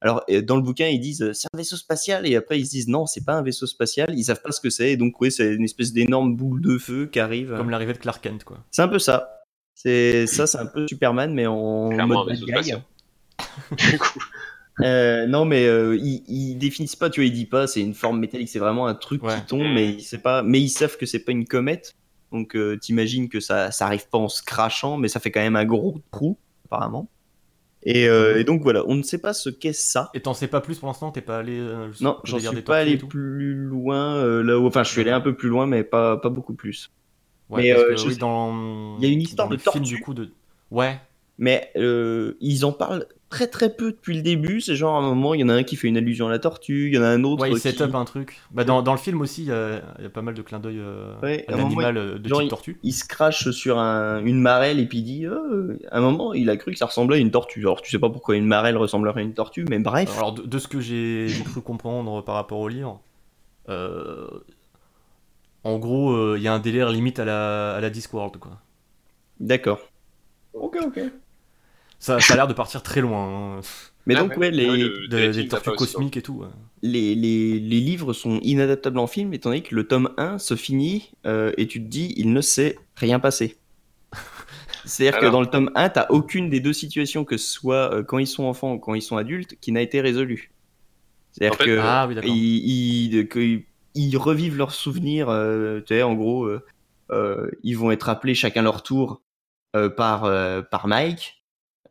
Alors, euh, dans le bouquin, ils disent euh, c'est un vaisseau spatial, et après, ils se disent non, c'est pas un vaisseau spatial, ils savent pas ce que c'est, et donc, oui, c'est une espèce d'énorme boule de feu qui arrive. euh, euh, Comme l'arrivée de Clark Kent quoi. C'est un peu ça. C'est ça, c'est un peu Superman, mais en mode Clairement un bad vaisseau guy. spatial. Du coup, Euh, non, mais euh, ils, ils définissent pas, tu vois, ils disent pas c'est une forme métallique, c'est vraiment un truc Ouais. qui tombe, mais ils, savent pas, mais ils savent que c'est pas une comète. Donc euh, t'imagines que ça, ça arrive pas en se crachant, mais ça fait quand même un gros trou, apparemment. Et, Mhm. euh, et donc voilà, on ne sait pas ce qu'est ça. Et t'en sais pas plus pour l'instant, t'es pas allé. euh, jusqu'au Non, j'en délire suis des pas tortues et allé tout plus loin euh, là où. Enfin, je suis allé un peu plus loin, mais pas, pas beaucoup plus. Ouais, mais, parce euh, que, je oui, sais- dans. il y a une dans histoire le de film, tortue. du coup de. Ouais. Mais euh, ils en parlent très très peu depuis le début. C'est genre à un moment, il y en a un qui fait une allusion à la tortue, il y en a un autre Ouais, il qui. set up un truc. Bah, dans, dans le film aussi, il y, a il y a pas mal de clins d'œil euh, Ouais, à à un moment, l'animal euh, de genre, type il- tortue. il se crache sur un- une marelle et puis il dit euh, à un moment il a cru que ça ressemblait à une tortue. Alors tu sais pas pourquoi une marelle ressemblerait à une tortue, mais bref. Alors, de, de ce que j'ai j'ai cru comprendre par rapport au livre, euh, en gros, euh, il y a un délire limite à la, à la Discworld, quoi. D'accord. Ok, ok. Ça, ça a l'air de partir très loin, hein, Mais Ah donc ouais, les, Ouais, le- de- des le dating, t'as pas tortues aussi hein. ça. cosmiques et tout. ouais. les, les- les livres sont inadaptables en film étant donné que le tome 1 se finit euh, et tu te dis il ne s'est rien passé. C'est-à-dire que Alors. dans le tome 1, t'as aucune des deux situations, que ce soit euh, quand ils sont enfants ou quand ils sont adultes, qui n'a été résolue. C'est-à-dire En fait, que... ah oui, d'accord. ils, ils- que- ils- ils revivent leurs souvenirs. euh, tu sais, en gros, euh, euh, ils vont être appelés chacun leur tour euh, par, euh, par Mike.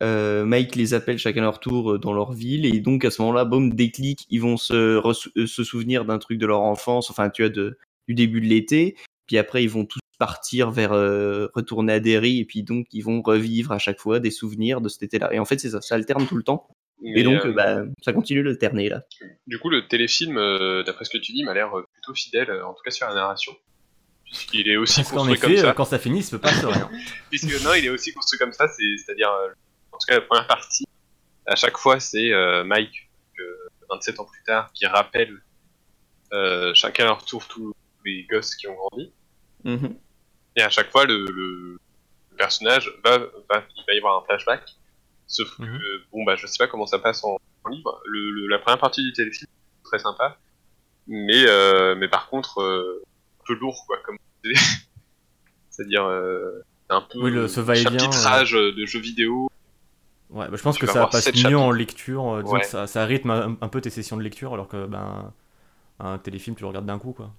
Euh, Mike les appelle chacun leur tour euh, dans leur ville et donc à ce moment-là, boum, déclic, ils vont se, ressou- euh, se souvenir d'un truc de leur enfance, enfin tu vois, de, du début de l'été, puis après ils vont tous partir vers euh, retourner à Derry et puis donc ils vont revivre à chaque fois des souvenirs de cet été-là. Et en fait c'est ça, ça alterne tout le temps et Mais, donc euh, euh, bah, ça continue d'alterner là. Du coup, le téléfilm, euh, d'après ce que tu dis, m'a l'air euh, plutôt fidèle, euh, en tout cas sur la narration. Puisqu'il est aussi Parce qu'en construit comme effet, euh, ça. quand ça finit, il se peut pas se rien. Puisque, non, il est aussi construit comme ça, c'est- c'est-à-dire, euh, en tout cas, la première partie, à chaque fois, c'est euh, Mike, euh, 27 ans plus tard, qui rappelle euh, chacun à leur tour tous les gosses qui ont grandi. Mhm. Et à chaque fois, le, le- le personnage va, va, il va y avoir un flashback. Sauf Mhm. que, bon, bah, je sais pas comment ça passe en, en livre. Le, le- la première partie du téléfilm, est très sympa. Mais, euh, mais par contre, euh, un peu lourd, quoi, comme C'est-à-dire, euh, un peu Oui, le- ce va-et-vient, euh, chapitrage de jeux vidéo. Ouais, bah, je pense Tu que vas ça avoir passe sept mieux chapitres. en lecture. euh, disons Ouais. que ça, ça rythme un, un peu tes sessions de lecture, alors que ben un téléfilm, tu le regardes d'un coup, quoi.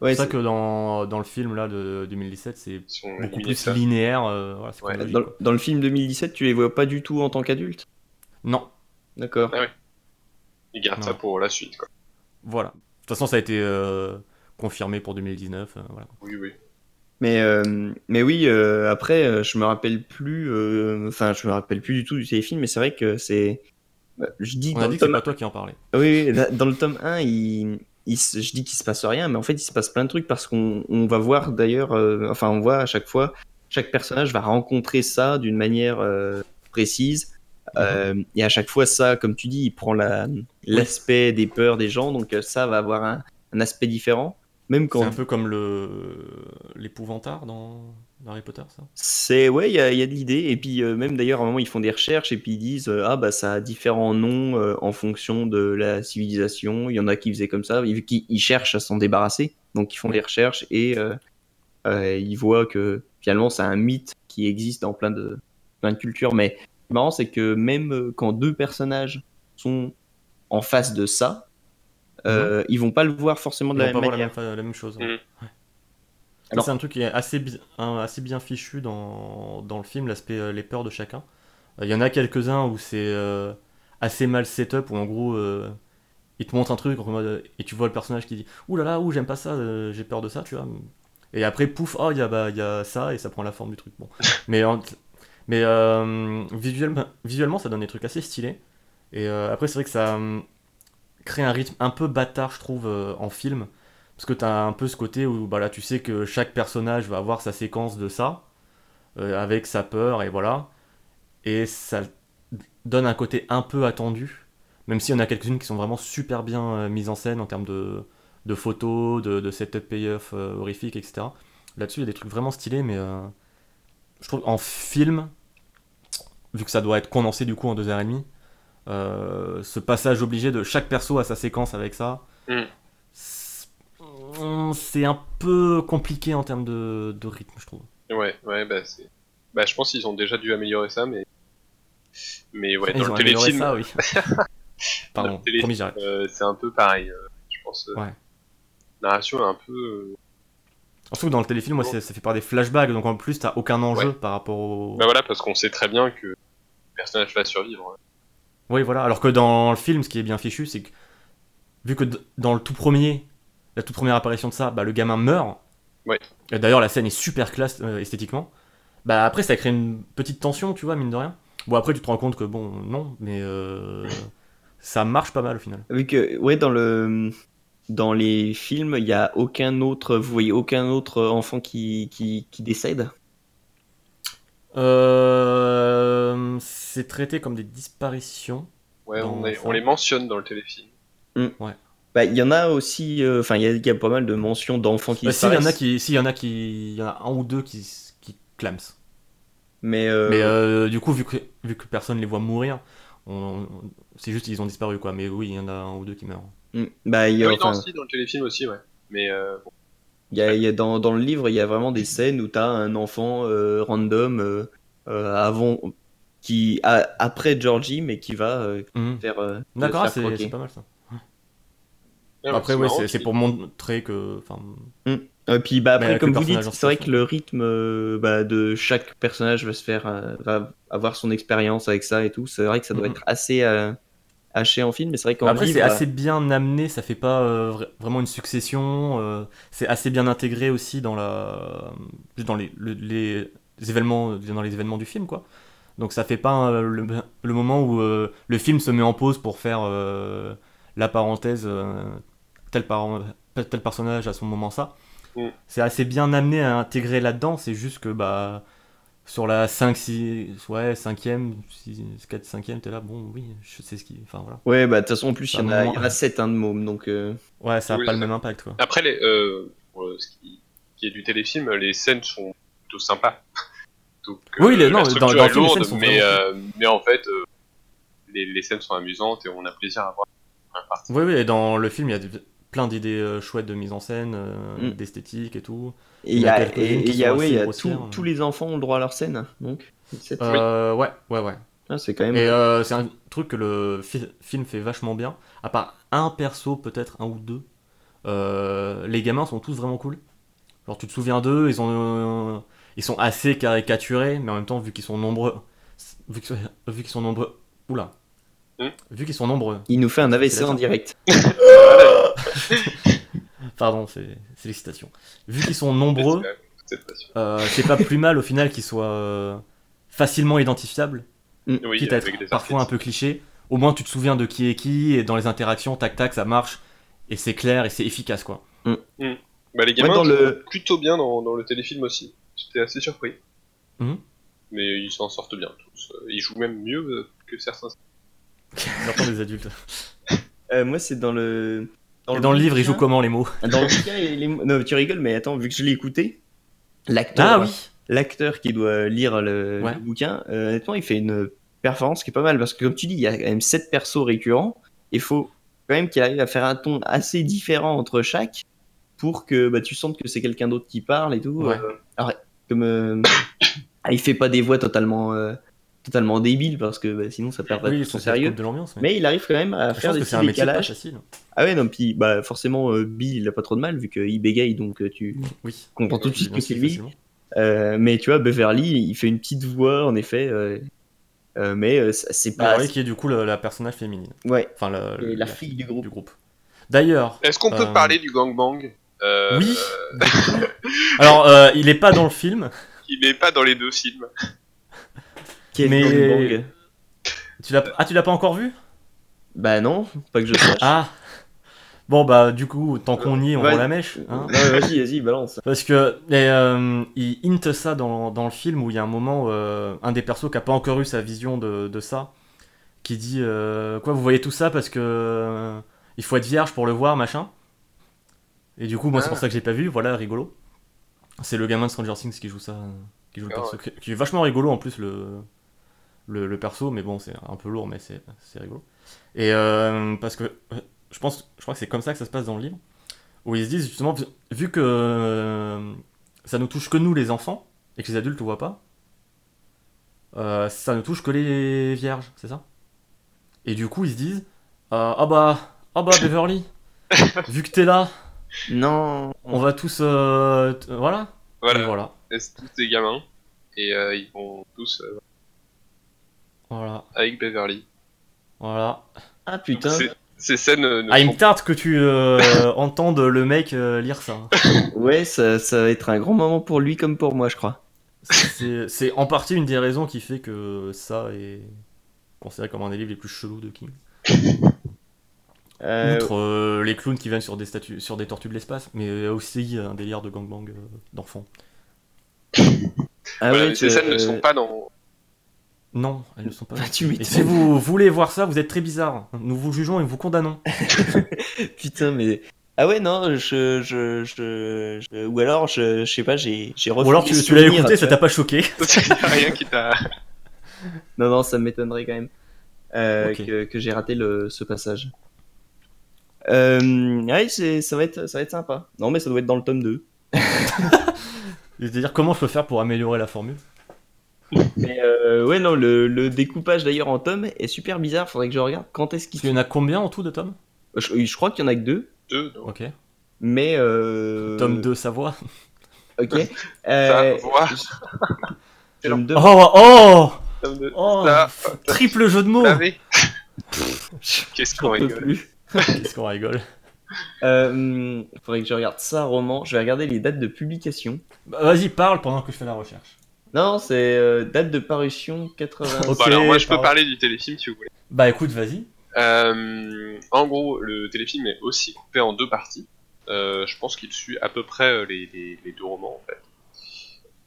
Ouais, c'est ça que dans, dans le film là de 2017, c'est Ils sont beaucoup éliminés plus de ça. linéaire. euh, voilà, c'est Ouais. chronologique, Dans, quoi. dans le film 2017, tu les vois pas du tout en tant qu'adultes Non, D'accord. Ils gardent Non. ça pour la suite, quoi. voilà. De toute façon, ça a été euh, confirmé pour 2019. euh, voilà. Oui, oui. Mais, euh, mais oui, euh, après, euh, je me rappelle plus. euh, Enfin, je me rappelle plus du tout du téléfilm, mais c'est vrai que c'est. euh, Je dis On dans a le dit que c'est tome- pas toi qui en parlais. Oui, oui, da- dans le tome 1, il, il se- je dis qu'il se passe rien, mais en fait, il se passe plein de trucs parce qu'on on va voir d'ailleurs, euh, enfin, on voit à chaque fois, chaque personnage va rencontrer ça d'une manière euh, précise. Euh, et à chaque fois, ça, comme tu dis, il prend la- l'aspect des peurs des gens, donc euh, ça va avoir un, un aspect différent. Même C'est quand un peu comme le l'épouvantard dans... dans Harry Potter, ça. c'est, ouais, il y a, il y a de l'idée. Et puis, euh, même d'ailleurs, à un moment, ils font des recherches et puis ils disent, euh, ah bah ça a différents noms euh, en fonction de la civilisation. Il y en a qui faisaient comme ça, ils- qui ils cherchent à s'en débarrasser. Donc, ils font des recherches et euh, euh, ils voient que finalement, c'est un mythe qui existe dans plein de, plein de cultures. Mais ce qui est marrant, c'est que même euh, quand deux personnages sont en face de ça, euh, ils vont pas le voir forcément On de va la Mhm. pas même voir la manière. même, fa- la même chose. Mhm. ouais. Ouais. Ça, Alors- C'est un truc qui est assez, bi- un- assez bien fichu dans, dans le film, l'aspect euh, les peurs de chacun. Euh, Il y en a quelques-uns où c'est euh, assez mal setup, où en gros, euh, il te montre un truc en mode, euh, et tu vois le personnage qui dit Ouh là là, ouh, j'aime pas ça, euh, j'ai peur de ça, tu vois. Et après, pouf, oh, il y, a, bah, il y a ça, et ça prend la forme du truc. Bon. mais en- mais euh, visuellement, visuellement, ça donne des trucs assez stylés. Et euh, après, c'est vrai que ça hum, crée un rythme un peu bâtard, je trouve, euh, en film. Parce que t'as un peu ce côté où bah, là, tu sais que chaque personnage va avoir sa séquence de ça, euh, avec sa peur, et voilà. Et ça donne un côté un peu attendu, même s'il y en a quelques-unes qui sont vraiment super bien euh, mises en scène en termes de, de photos, de, de setup payoff euh, horrifique, etc. Là-dessus, il y a des trucs vraiment stylés, mais euh, je trouve en film, vu que ça doit être condensé du coup en deux heures et demie, euh, ce passage obligé de chaque perso à sa séquence avec ça, Mm. c'est- mm, c'est un peu compliqué en termes de, de rythme, je trouve. Ouais, ouais, bah c'est. Bah je pense qu'ils ont déjà dû améliorer ça, mais. Mais ouais, Ils dans ont le amélioré téléfilm, ça, oui. Pardon, Dans le téléfilm, promis, j'arrête. euh, c'est un peu pareil. euh, je pense. euh, Ouais. La narration est un peu. euh, Surtout que dans le téléfilm, moi, c'est- ça fait par des flashbacks, donc en plus, t'as aucun enjeu par rapport au. Bah voilà, parce qu'on sait très bien que le personnage va survivre. hein. Oui, voilà. Alors que dans le film, ce qui est bien fichu, c'est que vu que d- dans le tout premier, la toute première apparition de ça, bah, le gamin meurt. Ouais. Et D'ailleurs, la scène est super classe euh, esthétiquement. Bah après, ça crée une petite tension, tu vois, mine de rien. Bon, après, tu te rends compte que bon, non, mais euh, ça marche pas mal au final. Vu que, ouais, dans le dans les films, il y a aucun autre, vous voyez aucun autre enfant qui, qui, qui décède. Euh, c'est traité comme des disparitions. Ouais, on, Dans- est- on les mentionne dans le téléfilm. Bah, il y en a aussi, euh, enfin, il y a- il y, a pas mal de mentions d'enfants qui Euh, S'il y en a disparaissent, qui, s'il y en a qui, il y en a un ou deux qui, s- qui clament. Mais, euh, Mais euh, du coup, vu que, vu que personne les voit mourir, on- on- c'est juste qu'ils ont disparu, quoi. Mais oui, il y en a un ou deux qui meurent. mm, bah, il y a- oui, non, enfin, si, dans le téléfilm aussi, ouais. Mais euh, bon, Il y a- il y a dans, dans le livre, il y a vraiment des scènes où t'as un enfant euh, random euh, euh, avant, qui a- après Georgie, mais qui va euh, Mhm. faire. euh, le D'accord, faire c'est croquer. c'est pas mal ça. non, Après, c'est ouais, marrant c'est- qu'il- c'est pour montrer que. enfin, Et puis bah, Mais après, que comme le vous personnage dites, en c'est vrai soi. que le rythme euh, bah, de chaque personnage va se faire, euh, va avoir son expérience avec ça et tout. C'est vrai que ça doit Mhm. être assez euh, haché en film, mais c'est vrai qu'en Après, livre, c'est euh, assez bien amené, ça fait pas euh, vra- vraiment une succession. euh, c'est assez bien intégré aussi dans, la, juste dans les, le- les événements, euh, dans les événements du film, quoi. Donc ça fait pas euh, le, le moment où euh, le film se met en pause pour faire euh, la parenthèse euh, tel, parent- tel personnage à son moment ça. Mm. C'est assez bien amené à intégrer là-dedans, c'est juste que bah sur la 5 6 ouais, 5e, 6, 4 5e, t'es là bon oui, je sais ce qui enfin voilà. Ouais, bah de toute façon, en plus, il y, un en a- moment- il y en a 7 hein, de mômes, donc. euh, Ouais, ça a Oui, pas c'est le ça. même impact quoi. Après, les, euh, pour euh, ce qui, qui est du téléfilm, les scènes sont plutôt sympas. Donc, euh, Oui, les- la non, dans- structure dans est le film, les lourde, scènes sont mais, vraiment euh, mais en fait, euh, les, les scènes sont amusantes et on a plaisir à voir. la première partie. Oui oui, et dans le film il y a des- plein d'idées euh, chouettes de mise en scène, euh, Mm. d'esthétique et tout. Et il Il y y a a, quelques unes et- et qui il y a, sont ouais, assez il y a grossières, tout- hein. tous les enfants ont le droit à leur scène, donc. les sept. Euh, ouais, ouais ouais. Ah, c'est quand même. Et euh, c'est un truc que le fi- film fait vachement bien, à part un perso, peut-être un ou deux. euh, les gamins sont tous vraiment cool. Genre, tu te souviens d'eux, ils, ont, euh, ils sont assez caricaturés, mais en même temps, vu qu'ils sont nombreux. Vu qu'ils vu qu'ils sont nombreux. Oula! Hmm Vu qu'ils sont nombreux. Il nous fait un C'est AVC la en fin. direct. Pardon, c'est c'est l'excitation. Vu qu'ils sont nombreux, Cette passion. euh, c'est pas plus mal au final qu'ils soient euh, facilement identifiables. Oui, quitte à avec être des parfois un artistes. peu cliché, au moins tu te souviens de qui est qui, et dans les interactions, tac tac, ça marche, et c'est clair, et c'est efficace quoi. Bah, les Ouais, gamins dans ils le- sont plutôt bien dans, dans le téléfilm aussi. J'étais assez surpris. Mhm. Mais ils s'en sortent bien tous. Euh, Ils jouent même mieux euh, que certains. J'entends des adultes. Euh, moi, c'est dans le. Et dans le livre, ils bouquin- jouent comment les mots Dans le bouquin, il est- Non, tu rigoles, mais attends, vu que je l'ai écouté, l'acteur, Ah oui l'acteur qui doit lire le, Ouais. le bouquin, euh, honnêtement, il fait une performance qui est pas mal parce que, comme tu dis, il y a quand même 7 persos récurrents. Il faut quand même qu'il arrive à faire un ton assez différent entre chaque pour que bah, tu sentes que c'est quelqu'un d'autre qui parle et tout. Ouais. Euh, alors, comme, euh, ah, il fait pas des voix totalement, euh, totalement débiles parce que bah, sinon ça perd pas Oui, tout son Ah ça, ça te coupe sérieux. de l'ambiance. Mais, Mais il arrive quand même à je faire pense des que c'est petits un métier pas décalages. facile. Ah ouais, non, puis bah, forcément, euh, Bill, il a pas trop de mal, vu qu'il bégaye, donc euh, tu Oui. comprends tout de Oui, suite bien que sûr, c'est lui. facilement. Euh, mais tu vois, Beverly, il fait une petite voix, en effet, euh, euh, mais euh, c'est c'est Bah, pas... oui, qui est du coup le- la personnage féminine. Ouais, Enfin, la, et la la fille du groupe. du groupe. D'ailleurs, Est-ce qu'on peut Euh, parler du gangbang Euh, oui. Alors, euh, il est pas dans le film. Il n'est pas dans les deux films. Quel Mais- gangbang. Tu l'as... Ah, tu l'as pas encore vu Bah non, pas que je sache. Ah Bon, bah, du coup, tant qu'on y est, on Ouais. rend la mèche. Hein Non, vas-y, vas-y, balance. Parce que et, euh, il hint ça dans, dans le film où il y a un moment, euh, un des persos qui a pas encore eu sa vision de, de ça, qui dit euh, quoi, vous voyez tout ça parce que euh, il faut être vierge pour le voir, machin. Et du coup, moi, c'est pour Ah. ça que j'ai pas vu. Voilà, rigolo. C'est le gamin de Stranger Things qui joue ça, euh, qui joue le Ah perso, qui- qui est vachement rigolo en plus le le, le perso, mais bon, c'est un peu lourd, mais c'est c'est rigolo. Et euh, parce que euh, je pense, je crois que c'est comme ça que ça se passe dans le livre où ils se disent justement, vu- vu que euh, ça ne touche que nous les enfants, et que les adultes ne voient pas, euh, ça ne touche que les vierges, c'est ça Et du coup, ils se disent, euh, ah bah, ah bah Beverly, vu que t'es là, Non. on va tous... euh, t- voilà. Et Voilà. voilà. C'est tous des gamins. Et euh, ils vont tous. euh, Voilà, avec Beverly. voilà. Ah putain. C'est- Ces scènes euh, ne Ah, il sont me tarde que tu euh, entendes le mec euh, lire ça. Ouais, ça, ça va être un grand moment pour lui comme pour moi, je crois. C'est c'est en partie une des raisons qui fait que ça est considéré comme un des livres les plus chelous de King. Euh, Outre euh, les clowns qui viennent sur des, statues, sur des tortues de l'espace, mais aussi un délire de gangbang euh, d'enfants. ah ah Voilà, ouais, ces tu- scènes ne euh, sont pas dans. Non, elles ne sont pas. bah, tu Et si m'étonnes. vous voulez voir ça, vous êtes très bizarre. Nous vous jugeons et vous condamnons. Putain, mais. Ah ouais, non, je. je, je, je- Ou alors, je, je sais pas, j'ai j'ai Ou alors tu, refait tu l'as mes souvenirs, écouté, ça tu vois. t'a pas choqué. Il y a rien qui t'a. Non, non, ça m'étonnerait quand même euh, Ok. que, que j'ai raté le, ce passage. Euh, ouais, c'est- ça va, être, ça va être sympa. Non, mais ça doit être dans le tome 2. C'est-à-dire comment je peux faire pour améliorer la formule Mais euh, ouais, non, le, le découpage d'ailleurs en tome est super bizarre. Faudrait que je regarde quand est-ce Parce qu'il qu'il. y en a combien en tout de tomes Je, je crois qu'il y en a que deux, Deux, non. Ok. mais. Euh... Tome 2, Savoie. Ok. Ça, Euh, voir. tome 2. Oh, oh, Tome deux. oh Ça, Triple jeu de mots lavé. Qu'est-ce qu'on j'en peux rigole. plus. Qu'est-ce qu'on rigole Euh, faudrait que je regarde ça, roman. Je vais regarder les dates de publication. Bah, Vas-y, parle pendant que je fais la recherche. Non, c'est euh, date de parution 80. Ok, Bon, alors moi je peux pardon. parler du téléfilm si vous voulez. Bah écoute, vas-y. Euh, en gros, le téléfilm est aussi coupé en deux parties. Euh, je pense qu'il suit à peu près euh, les, les- les deux romans en fait.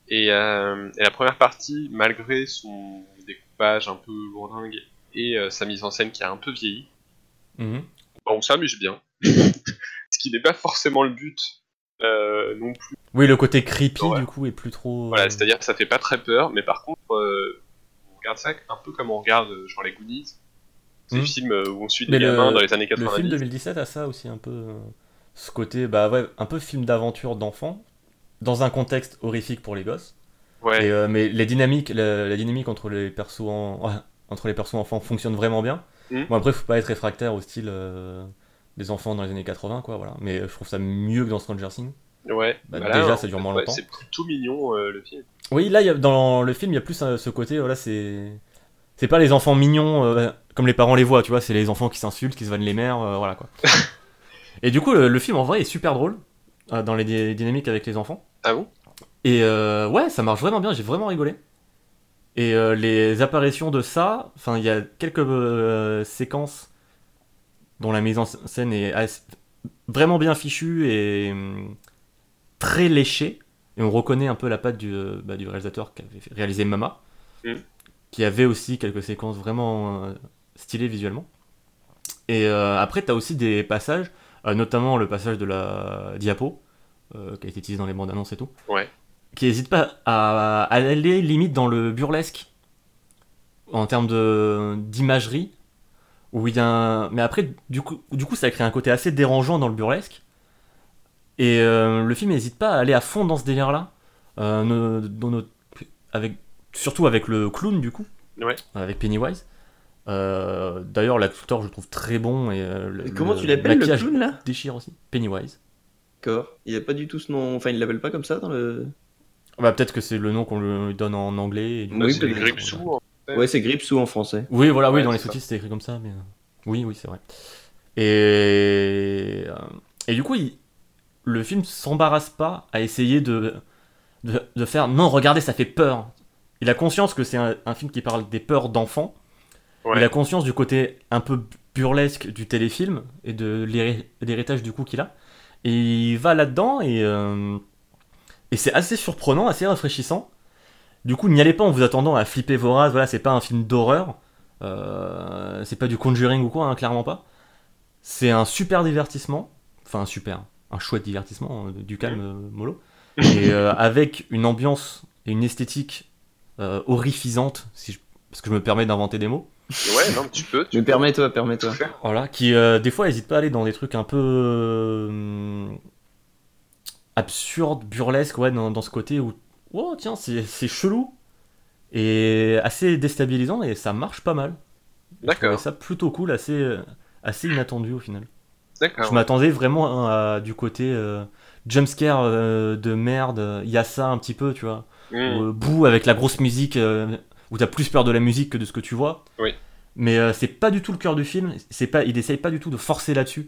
Et, euh, et la première partie, malgré son découpage un peu lourdingue et euh, sa mise en scène qui a un peu vieilli, Mhm. bah, on s'amuse bien. Ce qui n'est pas forcément le but euh, non plus. Oui, le côté creepy Ouais. du coup est plus trop. Voilà, euh, c'est-à-dire que ça fait pas très peur, mais par contre, euh, on regarde ça un peu comme on regarde euh, genre les Goonies, ces Mhm. films euh, où on suit des Mais le- gamins dans les années Le 90. film 2017 a ça aussi un peu. euh, Ce côté, bah ouais, un peu film d'aventure d'enfant, dans un contexte horrifique pour les gosses. Ouais. Et, euh, mais les dynamiques, la, la dynamique entre les persos en- ouais, entre les persos enfants fonctionne vraiment bien. Mhm. Bon après, faut pas être réfractaire au style euh, des enfants dans les années 80 quoi, voilà. Mais euh, je trouve ça mieux que dans Stranger Things. Ouais, Bah, voilà, déjà, en ça dure fait, moins ouais, longtemps. c'est plutôt mignon euh, le film. Oui, là, il y a- dans le film, il y a plus euh, ce côté, voilà, c'est. C'est pas les enfants mignons euh, comme les parents les voient, tu vois, c'est les enfants qui s'insultent, qui se vannent les mères, euh, voilà quoi. Et du coup, le, le film en vrai est super drôle euh, dans les dy- dynamiques avec les enfants. Ah bon Et euh, ouais, ça marche vraiment bien, j'ai vraiment rigolé. Et euh, les apparitions de ça, enfin, il y a quelques euh, séquences dont la mise en sc- scène est assez- vraiment bien fichue et hum, très léchée. Et on reconnaît un peu la patte du, euh, bah, du réalisateur qui avait fait- réalisé Mama, Mm. qui avait aussi quelques séquences vraiment euh, stylées visuellement. Et euh, après, tu as aussi des passages, euh, notamment le passage de la diapo, euh, qui a été utilisé dans les bandes annonces et tout, Ouais. qui n'hésite pas à, à aller limite dans le burlesque en termes de- d'imagerie. Où il y a un- Mais après, du coup, du coup, ça crée un côté assez dérangeant dans le burlesque. Et euh, le film n'hésite pas à aller à fond dans ce délire-là, euh, no- dans notre- avec, surtout avec le clown du coup, Ouais. avec Pennywise. Euh, D'ailleurs, l'acteur je le trouve très bon et euh, le- Et Comment le tu l'appelles le maquillage clown là déchire aussi. Pennywise. D'accord. Il a pas du tout ce nom. Enfin, il l'appelle pas comme ça dans le. Bah, peut-être que c'est le nom qu'on lui donne en anglais. et du coup, Oui, c'est peut-être. Gripsou. hein. Ouais, c'est Gripsou en français. Oui, voilà, oui, Ouais, dans les c'est ça. sous-titres c'était écrit comme ça, mais euh, oui, oui, c'est vrai. Et euh, et du coup, il- le film s'embarrasse pas à essayer de... de de faire non, regardez, ça fait peur. Il a conscience que c'est un, un film qui parle des peurs d'enfants. Ouais. Il a conscience du côté un peu burlesque du téléfilm et de l'héri- l'héritage du coup qu'il a. Et il va là-dedans et euh, et c'est assez surprenant, assez rafraîchissant. Du coup, n'y allez pas en vous attendant à flipper vos races. Voilà, c'est pas un film d'horreur. Euh, c'est pas du Conjuring ou quoi, hein, clairement pas. C'est un super divertissement. Enfin, un super. Un chouette divertissement, euh, du calme euh, mollo. Et euh, avec une ambiance et une esthétique euh, horrifiante, si je- parce que je me permets d'inventer des mots. Ouais, non, mais tu peux. Tu Mais permets-toi, permets-toi. peux faire. Voilà, qui euh, des fois hésite pas à aller dans des trucs un peu euh, absurdes, burlesques, ouais, dans, dans ce côté où, oh tiens, c'est c'est chelou et assez déstabilisant et ça marche pas mal. Et je D'accord. trouvais ça plutôt cool, assez, euh, assez inattendu au final. D'accord. Je m'attendais vraiment à, à du côté euh, jumpscare euh, de merde, il y a ça un petit peu, tu vois. Mm. Ou, euh, boue avec la grosse musique. euh, où t'as plus peur de la musique que de ce que tu vois. Oui. Mais euh, c'est pas du tout le cœur du film. C'est pas, il essaye pas du tout de forcer là-dessus.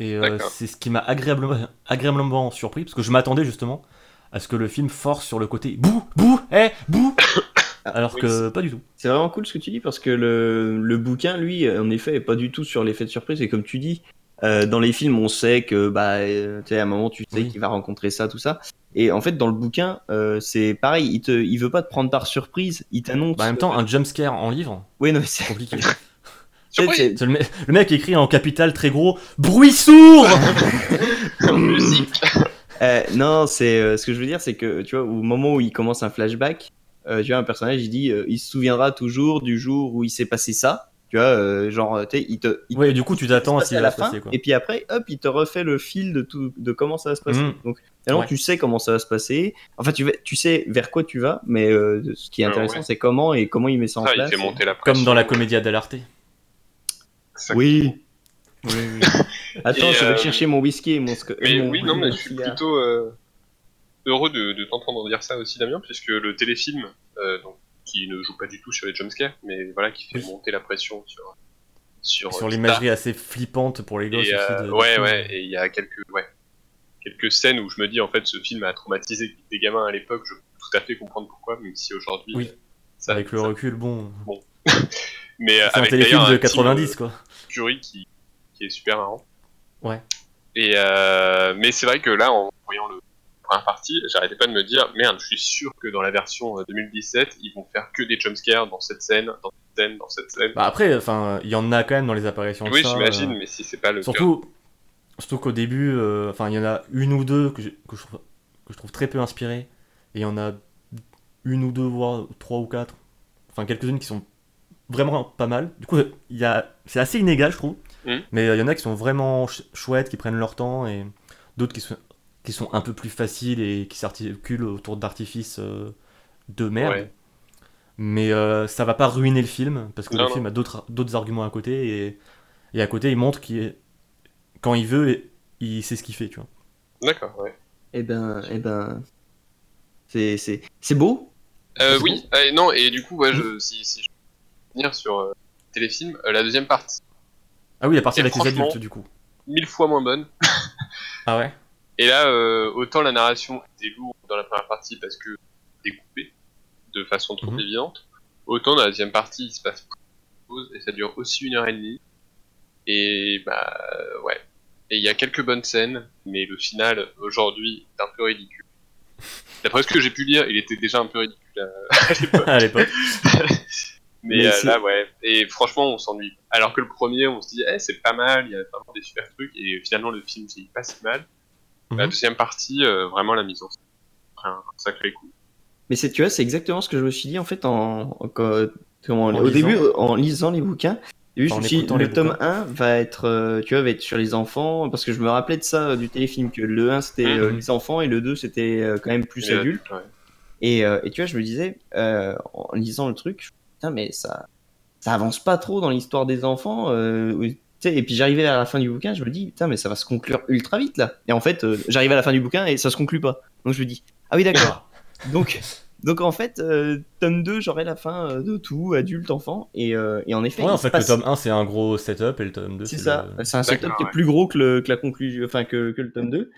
Et euh, D'accord. c'est ce qui m'a agréablement, agréablement surpris parce que je m'attendais justement à ce que le film force sur le côté bouh, bouh, eh, bouh. Alors oui, que pas du tout. C'est vraiment cool ce que tu dis parce que le, le bouquin, lui, en effet, est pas du tout sur l'effet de surprise. Et comme tu dis, euh, dans les films, on sait que, bah, euh, tu sais, à un moment, tu sais Oui. qu'il va rencontrer ça, tout ça. Et en fait, dans le bouquin, euh, c'est pareil. Il te, il veut pas te prendre par surprise. Il t'annonce. Bah, en même temps, un jumpscare en livre, Oui, non, mais c'est. compliqué. Surprise C'est le, mec- le mec écrit en capital très gros bruit sourd. Musique Euh, non, c'est euh, ce que je veux dire, c'est que tu vois, au moment où il commence un flashback, euh, tu vois, un personnage, il dit, euh, il se souviendra toujours du jour où il s'est passé ça. Tu vois, euh, genre, tu sais, il te, il ouais, du coup tu t'attends à ça ce qu'il se passe à va la se fin, passer quoi. et puis après, hop, il te refait le fil de tout, de comment ça va se passer. Mhm. Donc, alors Ouais. tu sais comment ça va se passer. Enfin, tu, vas- tu sais vers quoi tu vas, mais euh, ce qui est Euh, intéressant, ouais. c'est comment et comment il met ça en Ça, il place. fait monter la pression. Comme dans la comédia d'Alarte. Exactement. Oui. Oui, oui. Attends, Et, je vais euh, chercher mon whisky et mon. sc- Mais mon- oui, non, mais je suis cigare. plutôt euh, heureux de, de t'entendre dire ça aussi, Damien, puisque le téléfilm, euh, donc, qui ne joue pas du tout sur les jumpscares, mais voilà, qui fait Oui. monter la pression sur sur, Sur euh, l'imagerie assez flippante pour les Star. gosses Et, aussi. euh, de- ouais, de- ouais, et il y a quelques ouais quelques scènes où je me dis en fait ce film a traumatisé des gamins à l'époque. Je peux tout à fait comprendre pourquoi, même si aujourd'hui Oui. euh, ça Avec le ça- recul, bon. mais euh, C'est un avec téléfilm d'ailleurs de un petit, euh, 90 quoi. Fury qui, qui est super marrant. Ouais. Et euh, mais c'est vrai que là, en voyant le première partie, j'arrêtais pas de me dire merde, je suis sûr que dans la version euh, 2017, ils vont faire que des jumpscares dans cette scène, dans cette scène, dans cette scène. Bah après, enfin, il y en a quand même dans les apparitions. de oui, ça, j'imagine, euh, mais si c'est pas le cas. Surtout, surtout qu'au début, euh, enfin, il y en a une ou deux que, j'ai- que je, trouve, que je trouve très peu inspirées, et il y en a une ou deux, voire trois ou quatre, enfin quelques-unes qui sont vraiment pas mal. Du coup, il y a, c'est assez inégal, je trouve. Mhm. Mais euh, il y en a qui sont vraiment ch- chouettes, qui prennent leur temps, et d'autres qui sont, qui sont un peu plus faciles et qui s'articulent autour d'artifices euh, de merde. Ouais. Mais euh, ça va pas ruiner le film, parce que Non, le non. film a d'autres d'autres arguments à côté, et, et à côté, il montre qu'il est- quand il veut, il sait ce qu'il fait, tu vois. D'accord. Ouais. Eh ben, eh ben, c'est c'est c'est beau. Euh, C'est oui. euh, non et du coup, ouais, je, si si je peux venir sur euh, téléfilm, euh, la deuxième partie Ah oui, la partie Et avec les franchement- adultes, du coup. mille fois moins bonne. Ah ouais Et là, euh, autant la narration était lourde dans la première partie parce que découpée de façon trop Mhm. évidente, autant dans la deuxième partie, il se passe plein de choses et ça dure aussi une heure et demie. Et bah euh, ouais. Et il y a quelques bonnes scènes, mais le final aujourd'hui est un peu ridicule. D'après ce que j'ai pu lire, il était déjà un peu ridicule. à- À l'époque. Mais, Mais euh, c'est- là, ouais. Et franchement, on s'ennuie. Alors que le premier, on se dit, eh, c'est pas mal, il y a vraiment des super trucs. Et finalement, le film, c'est pas si mal. La Mhm. deuxième partie, euh, vraiment la mise en scène. Un sacré coup. Mais c'est tu vois, c'est exactement ce que je me suis dit en fait en, en- quand- comment- En au lisant. début en lisant les bouquins. au début, je En me suis dit, écoutant les le tome bouquins. 1 va être euh, tu vois va être sur les enfants parce que je me rappelais de ça euh, du téléfilm que le 1 c'était euh, Mhm. les enfants et le 2 c'était euh, quand même plus Et, euh, adulte ouais. et, euh, et tu vois je me disais euh, en lisant le truc je me dis, putain mais ça ça avance pas trop dans l'histoire des enfants euh, ou- tu sais, et puis j'arrivais à la fin du bouquin je me dis putain mais ça va se conclure ultra vite là et en fait euh, j'arrive à la fin du bouquin et ça se conclut pas donc je me dis ah oui d'accord donc, donc en fait, euh, tome 2, j'aurai la fin euh, de tout, adulte, enfant. Et, euh, et en effet, Ouais, il en se fait, le passe- tome 1, c'est un gros setup, et le tome 2, c'est c'est ça. le- C'est un setup D'accord, qui est ouais. Mm. plus gros que, le, que la conclusion, enfin que, que le tome 2.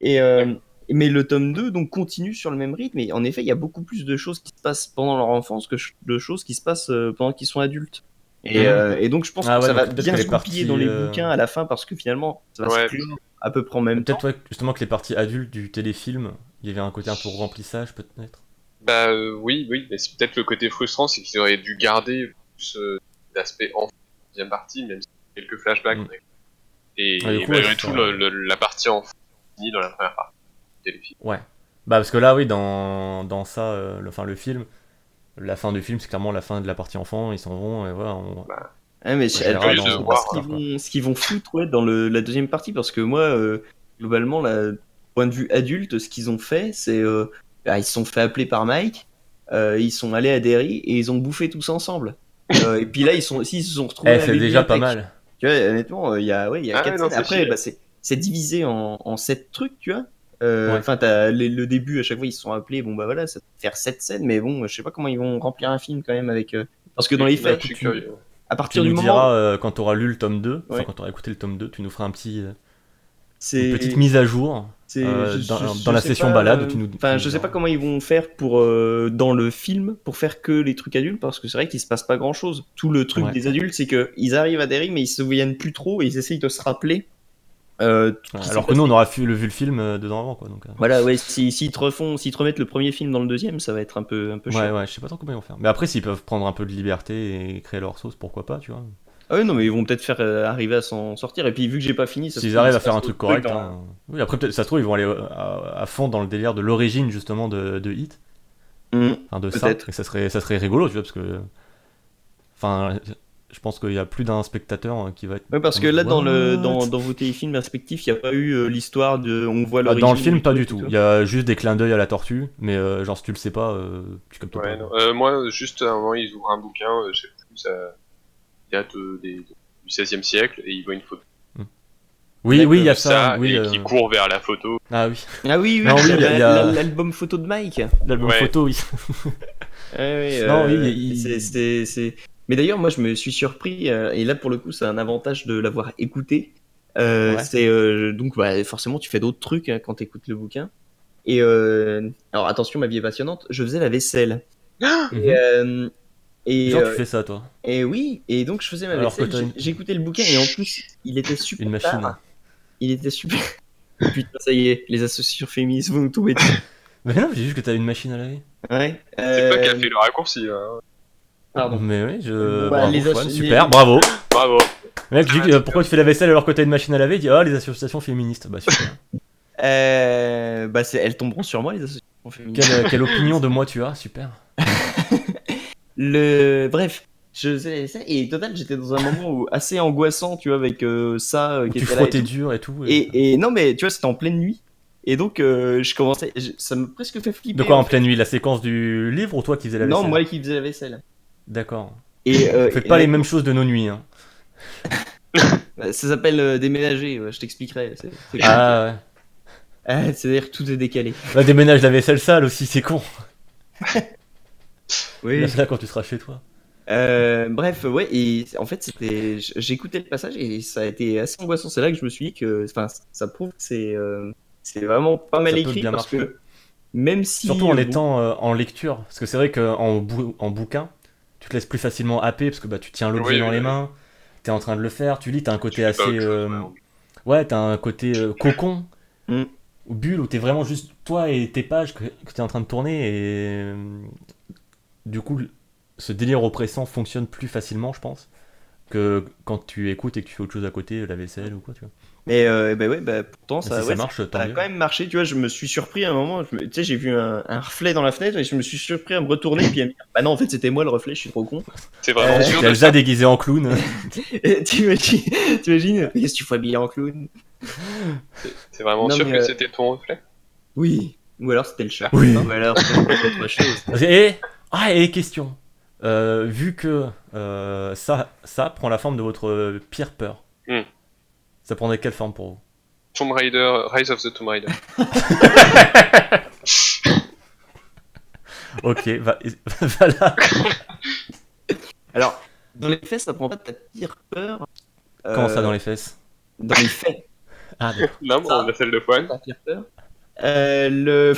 Et, euh, mais le tome 2 donc, continue sur le même rythme. Et en effet, il y a beaucoup plus de choses qui se passent pendant leur enfance que ch- de choses qui se passent euh, pendant qu'ils sont adultes. Et, Mhm. euh, et donc je pense Ah que ouais, ça donc va peut-être bien que se les parties, goupiller dans les euh, bouquins à la fin parce que finalement, ça va Ouais. se clore à peu près en même temps. Peut-être, ouais, justement, que les parties adultes du téléfilm, il y avait un côté un peu remplissage, peut-être. Bah euh, oui, oui, mais c'est peut-être le côté frustrant, c'est qu'ils auraient dû garder plus euh, l'aspect en deuxième partie, même si quelques flashbacks. Mm. on a- Et, Ah, du et coup, malgré ouais, tout, ça- le- le- la partie en finie dans la première partie du téléfilm. Ouais. Bah, parce que là, oui, dans, dans ça, euh, le, enfin, le film, la fin du film, c'est clairement la fin de la partie enfant, ils s'en vont, et voilà. on- Ouais, Ah, mais Ouais, je- j'ai attends, hâte je de sais pas voir, ce qu'ils alors, quoi. vont, ce qu'ils vont foutre ouais, dans le, la deuxième partie parce que moi, euh, globalement, là, point de vue adulte, ce qu'ils ont fait, c'est euh, bah, ils se sont fait appeler par Mike, euh, ils sont allés à Derry et ils ont bouffé tous ensemble. Euh, et puis là, ils sont, s'ils se sont retrouvés. à Eh, la c'est déjà pas bibliothèque. mal. Tu vois, honnêtement, euh, il y a, ouais, il y a Ah quatre ouais, non, scènes. c'est Après, chill. bah, c'est c'est divisé en, en sept trucs, tu vois. Euh, Ouais. Enfin, t'as les- le début, à chaque fois, ils se sont appelés. Bon, bah voilà, ça va faire sept scènes, mais bon, je sais pas comment ils vont remplir un film quand même avec. euh, Parce que dans les Ouais, faits, je suis tu- curieux. à Tu partir du nous moment. diras euh, quand tu auras lu le tome 2, enfin Ouais. quand tu auras écouté le tome 2, tu nous feras un petit, euh, c'est une petite mise à jour c'est- euh, je- dans, je- dans je la sais session pas, balade. euh, tu nous- tu Enfin, nous je sais diras. pas comment ils vont faire pour euh, dans le film pour faire que les trucs adultes parce que c'est vrai qu'il se passe pas grand chose. Tout le truc Ouais. des adultes, c'est que ils arrivent à des rimes mais ils se souviennent plus trop et ils essayent de se rappeler. euh, tout ce Ouais, qui s'est Alors que nous, on aura vu le, vu le film euh, deux ans avant, quoi. Donc, euh, Voilà, ouais, si- s'ils te refont, s'ils te remettent le premier film dans le deuxième, ça va être un peu, un peu ouais, chiant. ouais, je sais pas trop comment ils vont faire. Mais après, s'ils peuvent prendre un peu de liberté et créer leur sauce, pourquoi pas, tu vois. Ah ouais, non, mais ils vont peut-être faire euh, arriver à s'en sortir. Et puis, vu que j'ai pas fini, ça se S'ils trouve, arrivent il à se faire un passe truc autre correct. dans- hein. Oui, après, peut-être, ça se trouve, ils vont aller euh, à, à fond dans le délire de l'origine, justement, de, de Hit. Mm. Enfin, de ça. Peut-être. Et ça serait, ça serait rigolo, tu vois, parce que. Enfin, je pense qu'il y a plus d'un spectateur euh, qui va être. Ouais, parce que là, dans, le, dans, What dans vos téléfilms respectifs, il n'y a pas eu euh, l'histoire de. On voit Bah, l'origine. dans le film, du pas truc du et tout. Il y a juste des clins d'œil à la tortue, mais euh, genre, si tu le sais pas, euh, tu captes pas. Ouais, non. Euh, moi, juste à un moment, ils ouvrent un bouquin, euh, je sais plus, ça date euh, des- du 16 e siècle, et ils voient une photo. Oui, oui, il y a de ça. oui, et euh, qui court vers la photo. Ah oui, Ah oui, oui, Non, oui, la- il y a- il y a- la- l'album photo de Mike. l'album Ouais. photo, oui. Ouais, ouais, Non, euh, oui, il- il- c'est- c'est- c'est- Mais d'ailleurs, moi, je me suis surpris, euh, et là, pour le coup, c'est un avantage de l'avoir écouté. Euh, Ouais. C'est euh, donc, bah, forcément, tu fais d'autres trucs hein, quand tu écoutes le bouquin. Et euh, alors, attention, ma vie est passionnante. Je faisais la vaisselle. Et, euh, et, Genre, euh, tu fais ça, toi. et oui, et donc je faisais ma Alors vaisselle. que t'as une- j'ai- J'écoutais le bouquin et en plus, il était super. Une machine. tard. Il était super. Putain, ça y est, les associations féministes vont nous tomber dessus. Mais non, j'ai juste que t'as une machine à laver. Ouais. C'est pas qui a euh, fait le raccourci, hein. Pardon. Mais oui, je. Bah, bravo, les Juan, assu- super, les- bravo. Bravo. Mec, tu dis, euh, pourquoi tu fais la vaisselle alors que t'as une machine à laver Il dit, ah, les associations féministes. Bah, super. Euh, bah, c'est- elles tomberont sur moi, les associations féministes. quelle, euh, quelle opinion de moi tu as Super. Le... Bref, je faisais la vaisselle et total, j'étais dans un moment où assez angoissant, tu vois, avec euh, ça euh, Où qui tu était là. frottais Et, tout. dur et tout. euh. et- et, et non, mais tu vois, c'était en pleine nuit. Et donc, euh, je commençais. je- ça m'a presque fait flipper. De quoi en en pleine nuit La séquence du livre ou toi qui faisais la fait. vaisselle Non, moi qui faisais la vaisselle. D'accord. Et, euh, Faites et- pas les mêmes choses de nos nuits. Hein. Ça s'appelle euh, déménager, ouais, je t'expliquerai. c'est- c'est- Ah ouais. Ah, C'est-à-dire que tout est décalé. Bah, déménage la vaisselle sale aussi, c'est con. Oui, Là, quand tu seras chez toi. Euh, bref, ouais, et en fait, c'était, j- j'écoutais le passage et ça a été assez angoissant. C'est là que je me suis dit que, enfin, ça prouve que c'est, euh, c'est vraiment pas mal peut écrit bien parce marcher. que même si Surtout en euh, étant euh, en lecture. Parce que c'est vrai qu'en bou- en bouquin, tu te laisses plus facilement happer parce que bah, tu tiens l'objet Oui, dans oui, les oui. mains. T'es en train de le faire. Tu lis, t'as un côté Tu fais assez. pas autre chose, euh, ouais. Ouais, t'as un côté euh, cocon Mm. ou bulle où t'es vraiment juste toi et tes pages que, que t'es en train de tourner et euh, du coup le- ce délire oppressant fonctionne plus facilement, je pense, que quand tu écoutes et que tu fais autre chose à côté, la vaisselle ou quoi, tu vois. mais euh, bah ouais, bah pourtant Et si ça, ça, ouais, marche, ça tant a mieux. quand même marché. Tu vois, je me suis surpris à un moment. je me- Tu sais, j'ai vu un, un reflet dans la fenêtre et je me suis surpris à me retourner et puis à me dire, bah non, en fait, c'était moi le reflet. Je suis trop con. C'est vraiment Euh, sûr Il y de a déjà déguisé en clown. Et T'imagines, t'imagines, qu'est-ce que tu fais habillé en clown C'est vraiment Non, sûr mais, que euh, c'était ton reflet Oui. Ou alors c'était le chat. Oui. Ou alors c'était autre chose. et ah et question. Euh, vu que euh, ça ça prend la forme de votre euh, pire peur. Mm. Ça prendrait quelle forme pour vous Tomb Raider, Rise of the Tomb Raider. Ok, va, va là. Alors, dans les faits, ça prend pas ta pire peur. Comment Euh, ça dans les fesses Dans les faits, Ah d'accord. non, Ça. bon, la salle de poigne. ta pire peur. Euh, le...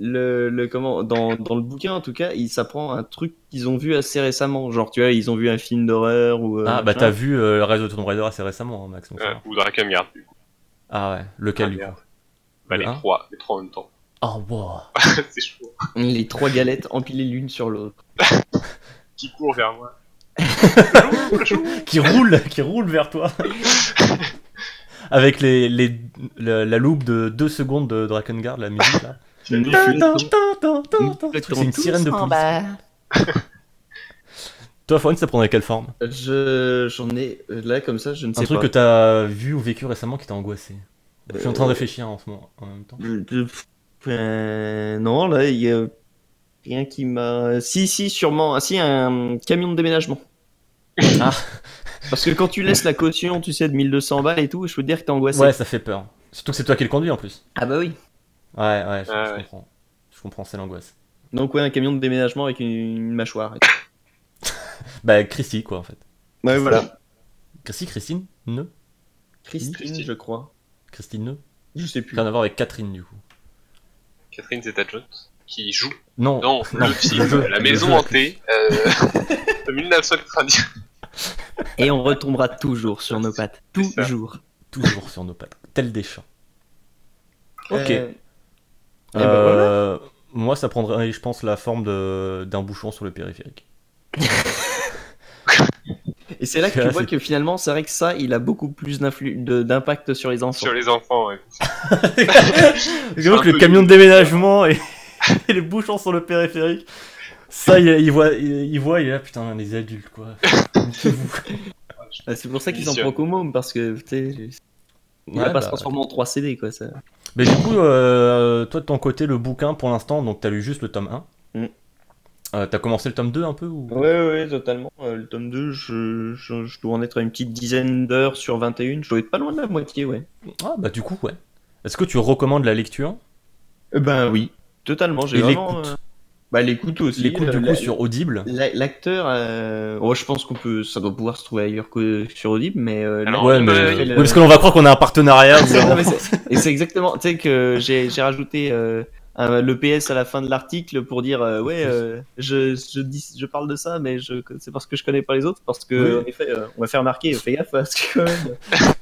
le. Le. Comment dans, dans le bouquin, en tout cas, il s'apprend un truc qu'ils ont vu assez récemment. Genre, tu vois, ils ont vu un film d'horreur ou. euh, Ah bah machin. t'as vu euh, le réseau de Tomb Raider assez récemment, hein, Max. donc ça Euh, va. ou Drakengard, du coup. Ah ouais, lequel Ah, du coup merde. Bah, les Hein trois, les trois en même temps. Oh wow. c'est chaud. Les trois galettes empilées l'une sur l'autre. Qui court vers moi Qui roule, qui roule vers toi. Avec les, les, la, la loupe de 2 secondes de Drakengard, la musique là. Nous Tintin, flottons- tintin, nous tintin. flottons C'est une tous sirène de en police. bas. Toi, Fawn, ça prendrait quelle forme Je. J'en ai. euh, Là, comme ça, je ne sais Un truc pas. que t'as vu ou vécu récemment qui t'a angoissé. Je suis en train de Euh, réfléchir en ce moment en même temps. Je- je- euh, non, là, il y a rien qui m'a. Si, si, sûrement. Ah, si, un camion de déménagement. Ah. Parce que quand tu laisses la caution, tu sais, de 1200 balles et tout, je peux te dire que t'es angoissé. Ouais, ça fait peur. Surtout que c'est toi qui le conduis en plus. Ah bah oui. Ouais, ouais, je, Ah je ouais. comprends. Je comprends, c'est l'angoisse. Donc ouais, un camion de déménagement avec une, une mâchoire. Bah, Christy, quoi, en fait. Ouais, voilà. Christy, Christine Ne Christine, Christine. je crois. Christine Ne Je sais plus. Rien à voir avec Catherine, du coup. Catherine Zeta-Jones, qui joue Non, dans non, le film jeu, La le Maison jeu. Hantée euh, de 1990. Et on retombera toujours sur nos pattes. C'est ça. Toujours. toujours sur nos pattes. Tel des chats. Ok. Euh, ben Euh, Moi, ça prendrait, je pense, la forme de- d'un bouchon sur le périphérique. Et c'est là Parce que que tu là, vois c'est- que finalement, c'est vrai que ça, il a beaucoup plus d'influ- de- d'impact sur les enfants. sur les enfants. ouais. J'avoue un que le peu camion de nul. déménagement et, et les bouchons sur le périphérique, ça, il, il voit, il, il voit, il est là, putain, les adultes, quoi. Vous. Ah, C'est pour ça qu'ils s'en Visionne. prennent au môme, parce que tu sais, il va Ouais, pas se bah. transformer en 3 CD quoi. Ça. Mais du coup, euh, toi de ton côté, le bouquin pour l'instant, donc t'as lu juste le tome 1. Mm. Euh, t'as commencé le tome 2 un peu ou... Ouais, ouais, totalement. Euh, le tome 2, je, je, je dois en être à une petite dizaine d'heures sur 21. Je dois être pas loin de la moitié, ouais. Ah bah du coup, ouais. Est-ce que tu recommandes la lecture Euh, ben oui, totalement. J'ai Et vraiment. l'écoute. euh, Bah, l'écoute aussi. L'écoute le- du coup la- sur Audible la- L'acteur, euh, oh, je pense qu'on peut, ça doit pouvoir se trouver ailleurs que sur Audible, mais euh, Alors, Ouais, bah, mais... il oui, fait le- parce que l'on va croire qu'on a un partenariat. ou- Non, mais c'est- et c'est exactement, tu sais que j'ai j'ai rajouté euh, un- le PS à la fin de l'article pour dire euh, ouais, euh, je, je, dis, je parle de ça, mais je- c'est parce que je connais pas les autres, parce que Oui. en effet, euh, on va faire marquer, fais gaffe, parce que quand même.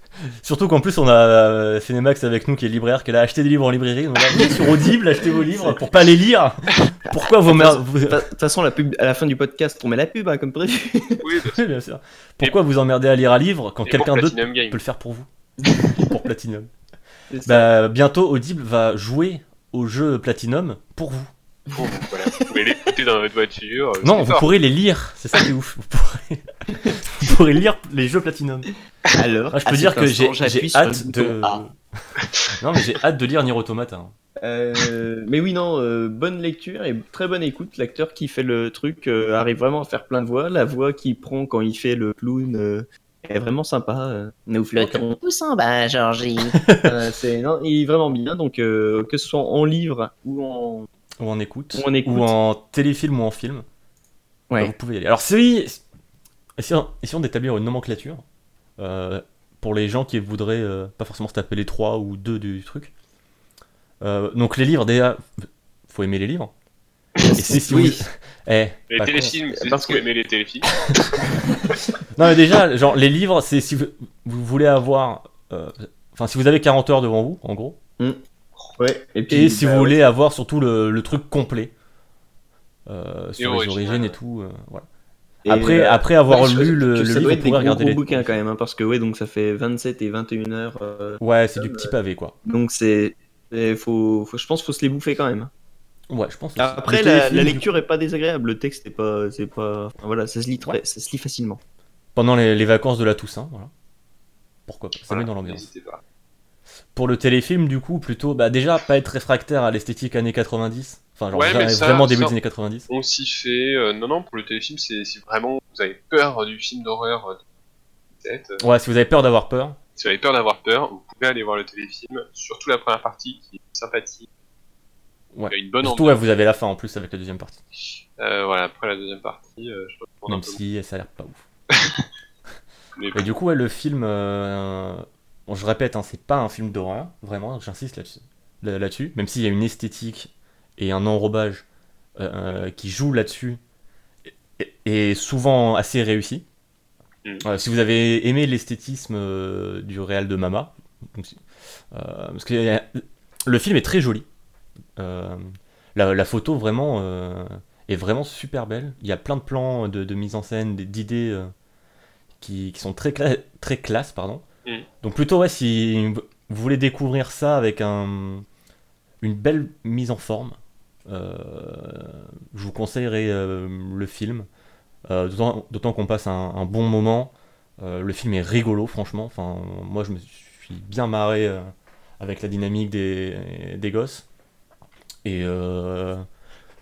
Surtout qu'en plus, on a euh, Cinemax avec nous qui est libraire, qui a acheté des livres en librairie. On a dit sur Audible, achetez vos livres pour pas les lire. Pourquoi vos mères. vous- De toute façon, la pub, à la fin du podcast, on met la pub hein, comme prévu. Oui, bah, Oui, bien sûr. Pourquoi vous emmerdez à lire un livre quand et quelqu'un pour d'autre Platinum Game. peut le faire pour vous Pour Platinum. C'est ça. Bah, bientôt, Audible va jouer au jeu Platinum pour vous. Pour vous, voilà. vous pouvez l'écouter dans votre voiture. euh, Non, c'est vous fort. pourrez les lire, c'est ça qui est ouf. Vous pourrez, vous pourrez lire les jeux Platinum. Alors, Ah, je peux à dire cet que instant, j'ai j'appuie j'ai sur le hâte bouton de. A. non, mais j'ai hâte de lire Nier Automata. hein. Euh, mais oui, non, euh, bonne lecture et très bonne écoute. L'acteur qui fait le truc euh, arrive vraiment à faire plein de voix. La voix qu'il prend quand il fait le clown euh, est vraiment sympa. euh. Nous flottons tous en bas, Georgie. Euh, c'est- non, il est vraiment bien. Donc, euh, que ce soit en livre ou en. Ou en écoute, Ou en écoute. en téléfilm ou en film. Ouais. Bah, vous pouvez y aller. Alors, si. Essayons, essayons d'établir une nomenclature euh, pour les gens qui voudraient euh, pas forcément se taper les 3 ou 2 du truc. Euh, donc, les livres, déjà, faut aimer les livres. Et c'est si Oui. vous- Eh, Les pas con. téléfilms, c'est Parce parce que que- aimer les téléfilms. Non, mais déjà, genre, les livres, c'est si vous, vous voulez avoir. euh, Enfin, si vous avez 40 heures devant vous, en gros. Ouais. Et si bah, vous ouais. voulez avoir surtout le, le truc complet. euh, sur les original, origines ouais. et tout. euh, voilà. Et, après, euh, après avoir ouais, je- lu le, que le ça livre, vous doit être des pourrez gros, regarder gros les- bouquins quand même, hein, parce que ouais, donc ça fait 27 et 21 heures. euh, Ouais, c'est du petit pavé quoi. donc, c'est. et Faut, faut, je pense faut se les bouffer quand même. Ouais, je pense. aussi. Après, Les la, téléfilms, la du lecture est pas désagréable, le texte est pas, c'est pas, enfin, voilà, ça se lit, très- ça se lit facilement. coup, pendant les, les vacances de la Toussaint, voilà. Pourquoi pas, ça Voilà, met dans l'ambiance. n'hésitez pas. Pour le téléfilm, du coup, plutôt, bah déjà, pas être réfractaire à l'esthétique années 90. Enfin, genre, Ouais, vra- mais ça- vraiment début ça- des années 90. On s'y fait. euh, non, non, pour le téléfilm, c'est si vraiment vous avez peur du film d'horreur, euh, peut-être. euh, Ouais, si vous avez peur d'avoir peur. Si vous avez peur d'avoir peur, vous pouvez aller voir le téléfilm, surtout la première partie qui est sympathique. Ouais. Il y a une Euh, bonne surtout, ambiance. ouais, vous avez la fin en plus avec la deuxième partie. Euh, voilà, après la deuxième partie, euh, je retourne un Même peu. si ça a l'air pas ouf. Mais bon, Et du coup, ouais, le film, euh, bon, je répète, hein, c'est pas un film d'horreur, vraiment, j'insiste là-dessus. Là- là-dessus, même s'il y a une esthétique et un enrobage euh, qui joue là-dessus, et, et souvent assez réussi. Mm. Euh, si vous avez aimé l'esthétisme euh, du réal de Mama, donc si- euh, parce que euh, le film est très joli. Euh, la, la photo vraiment euh, est vraiment super belle. Il y a plein de plans euh, de, de mise en scène, d- d'idées euh, qui, qui sont très, cla- très classe. Pardon. Mm. Donc plutôt, ouais, si vous voulez découvrir ça avec un, une belle mise en forme, euh, je vous conseillerais euh, le film. Euh, d'autant- D'autant qu'on passe un, un bon moment. Euh, le film est rigolo, franchement. Enfin, moi, je me suis bien marré euh, avec la dynamique des, des gosses. Et euh,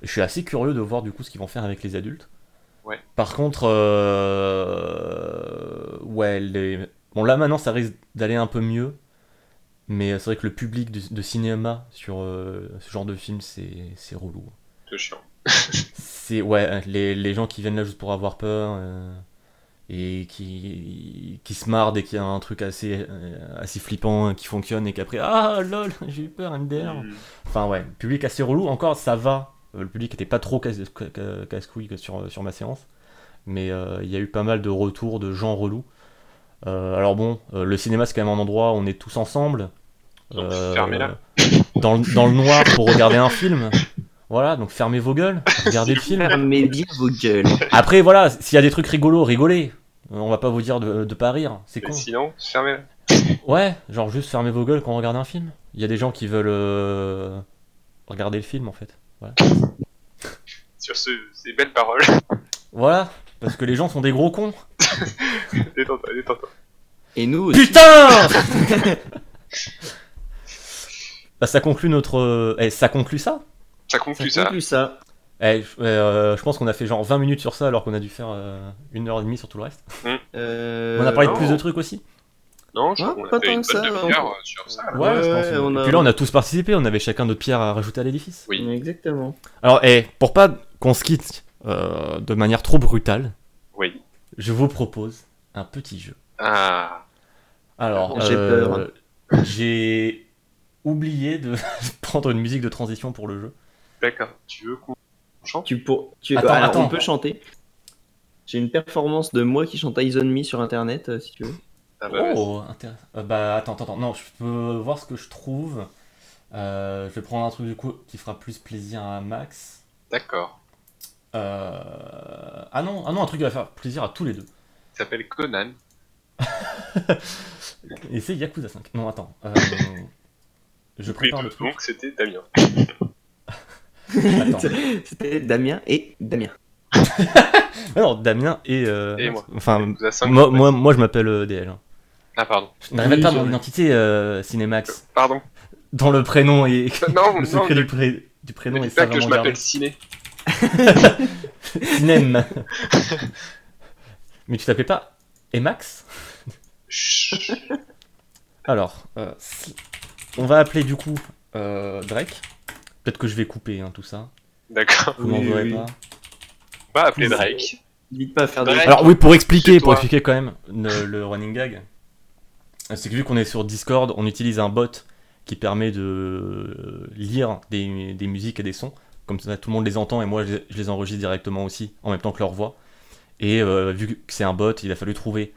je suis assez curieux de voir du coup ce qu'ils vont faire avec les adultes. Ouais. Par contre, euh, ouais, les... bon là maintenant ça risque d'aller un peu mieux, Mais euh, c'est vrai que le public de, de cinéma sur euh, ce genre de film, c'est c'est relou. C'est chiant. C'est ouais, les, les gens qui viennent là juste pour avoir peur euh, et qui, qui se marrent dès qu'il y a un truc assez, euh, assez flippant euh, qui fonctionne et qu'après ah lol j'ai eu peur MDR. Mm. Enfin ouais, public assez relou. Encore ça va, Euh, le public était pas trop casse- ca- ca- casse-couille que sur sur ma séance, mais euh, il y a eu pas mal de retours de gens relous. Euh, alors bon, euh, le cinéma c'est quand même un endroit où on est tous ensemble. Donc, Euh, fermez-la. Dans, le- dans le noir pour regarder un film. Voilà, donc fermez vos gueules, regardez le film. Fermez bien vos gueules. Après, voilà, s'il y a des trucs rigolos, rigolez. Euh, On va pas vous dire de, de pas rire, c'est Mais con. sinon, fermez-la. Ouais, genre juste fermez vos gueules quand on regarde un film. Il y a des gens qui veulent euh, regarder le film en fait. Sur ce- ces belles paroles, Voilà, parce que les gens sont des gros cons. détends-toi, détends-toi. Et nous aussi. Putain Bah, ça conclut notre. euh, Eh, ça conclut ça Ça conclut Ça ça. conclut ça. Eh, je euh, je pense qu'on a fait genre 20 minutes sur ça alors qu'on a dû faire euh, une heure et demie sur tout le reste. Euh, On a parlé non. de plus de trucs aussi. Non, je Ouais, crois qu'on a pas fait tant une que bonne ça, on- demi-heure euh, sur ça. là. Ouais, je ouais, pense. on a- Et puis là, on a tous participé, on avait chacun notre pierre à rajouter à l'édifice. Oui. Exactement. Alors, et pour pas qu'on se quitte euh, de manière trop brutale, Oui. je vous propose un petit jeu. Ah, Alors, J'ai euh, peur. J'ai oublié de prendre une musique de transition pour le jeu. d'accord. Tu veux qu'on chante Tu pour... tu... Attends, Alors, attends. on peut chanter. J'ai une performance de moi qui chante Eyes on Me sur internet, euh, si tu veux. Ah bah, vas-y. oh, intéressant. Euh, bah attends, attends, attends. Non, je peux voir ce que je trouve. Euh, je vais prendre un truc du coup qui fera plus plaisir à Max. D'accord. Euh, Ah non, ah non, un truc qui va faire plaisir à tous les deux. Il s'appelle Conan. Et c'est Yakuza 5. Non, attends. euh, je Oui, prépare le truc. donc c'était Damien. Attends. C'était Damien et Damien. Alors, Damien et. euh, Et moi. Enfin, Vous avez cinq moi, minutes. moi, moi, je m'appelle euh, DL. hein. Ah, pardon. Je n'arrive Oui, pas à je- mon identité, euh, Cinemax. Pardon. Dans le prénom et. Non, le non, secret ne du, pré- du prénom dis est pas que je savamment gardé. m'appelle Ciné. Cinem. Mais tu t'appelais pas Emax Chut. Alors, euh, si- on va appeler du coup euh, Drake. Peut-être que je vais couper hein, tout ça. D'accord. Vous m'en Oui, voudrez oui. pas. On va appeler Vous- Drake. Dites pas à faire de... Bref. Alors oui, pour expliquer, Chez pour toi. expliquer quand même le, le running gag, c'est que vu qu'on est sur Discord, on utilise un bot qui permet de lire des, des musiques et des sons. Comme ça, tout le monde les entend et moi, je, je les enregistre directement aussi, en même temps que leur voix. Et euh, vu que c'est un bot, il a fallu trouver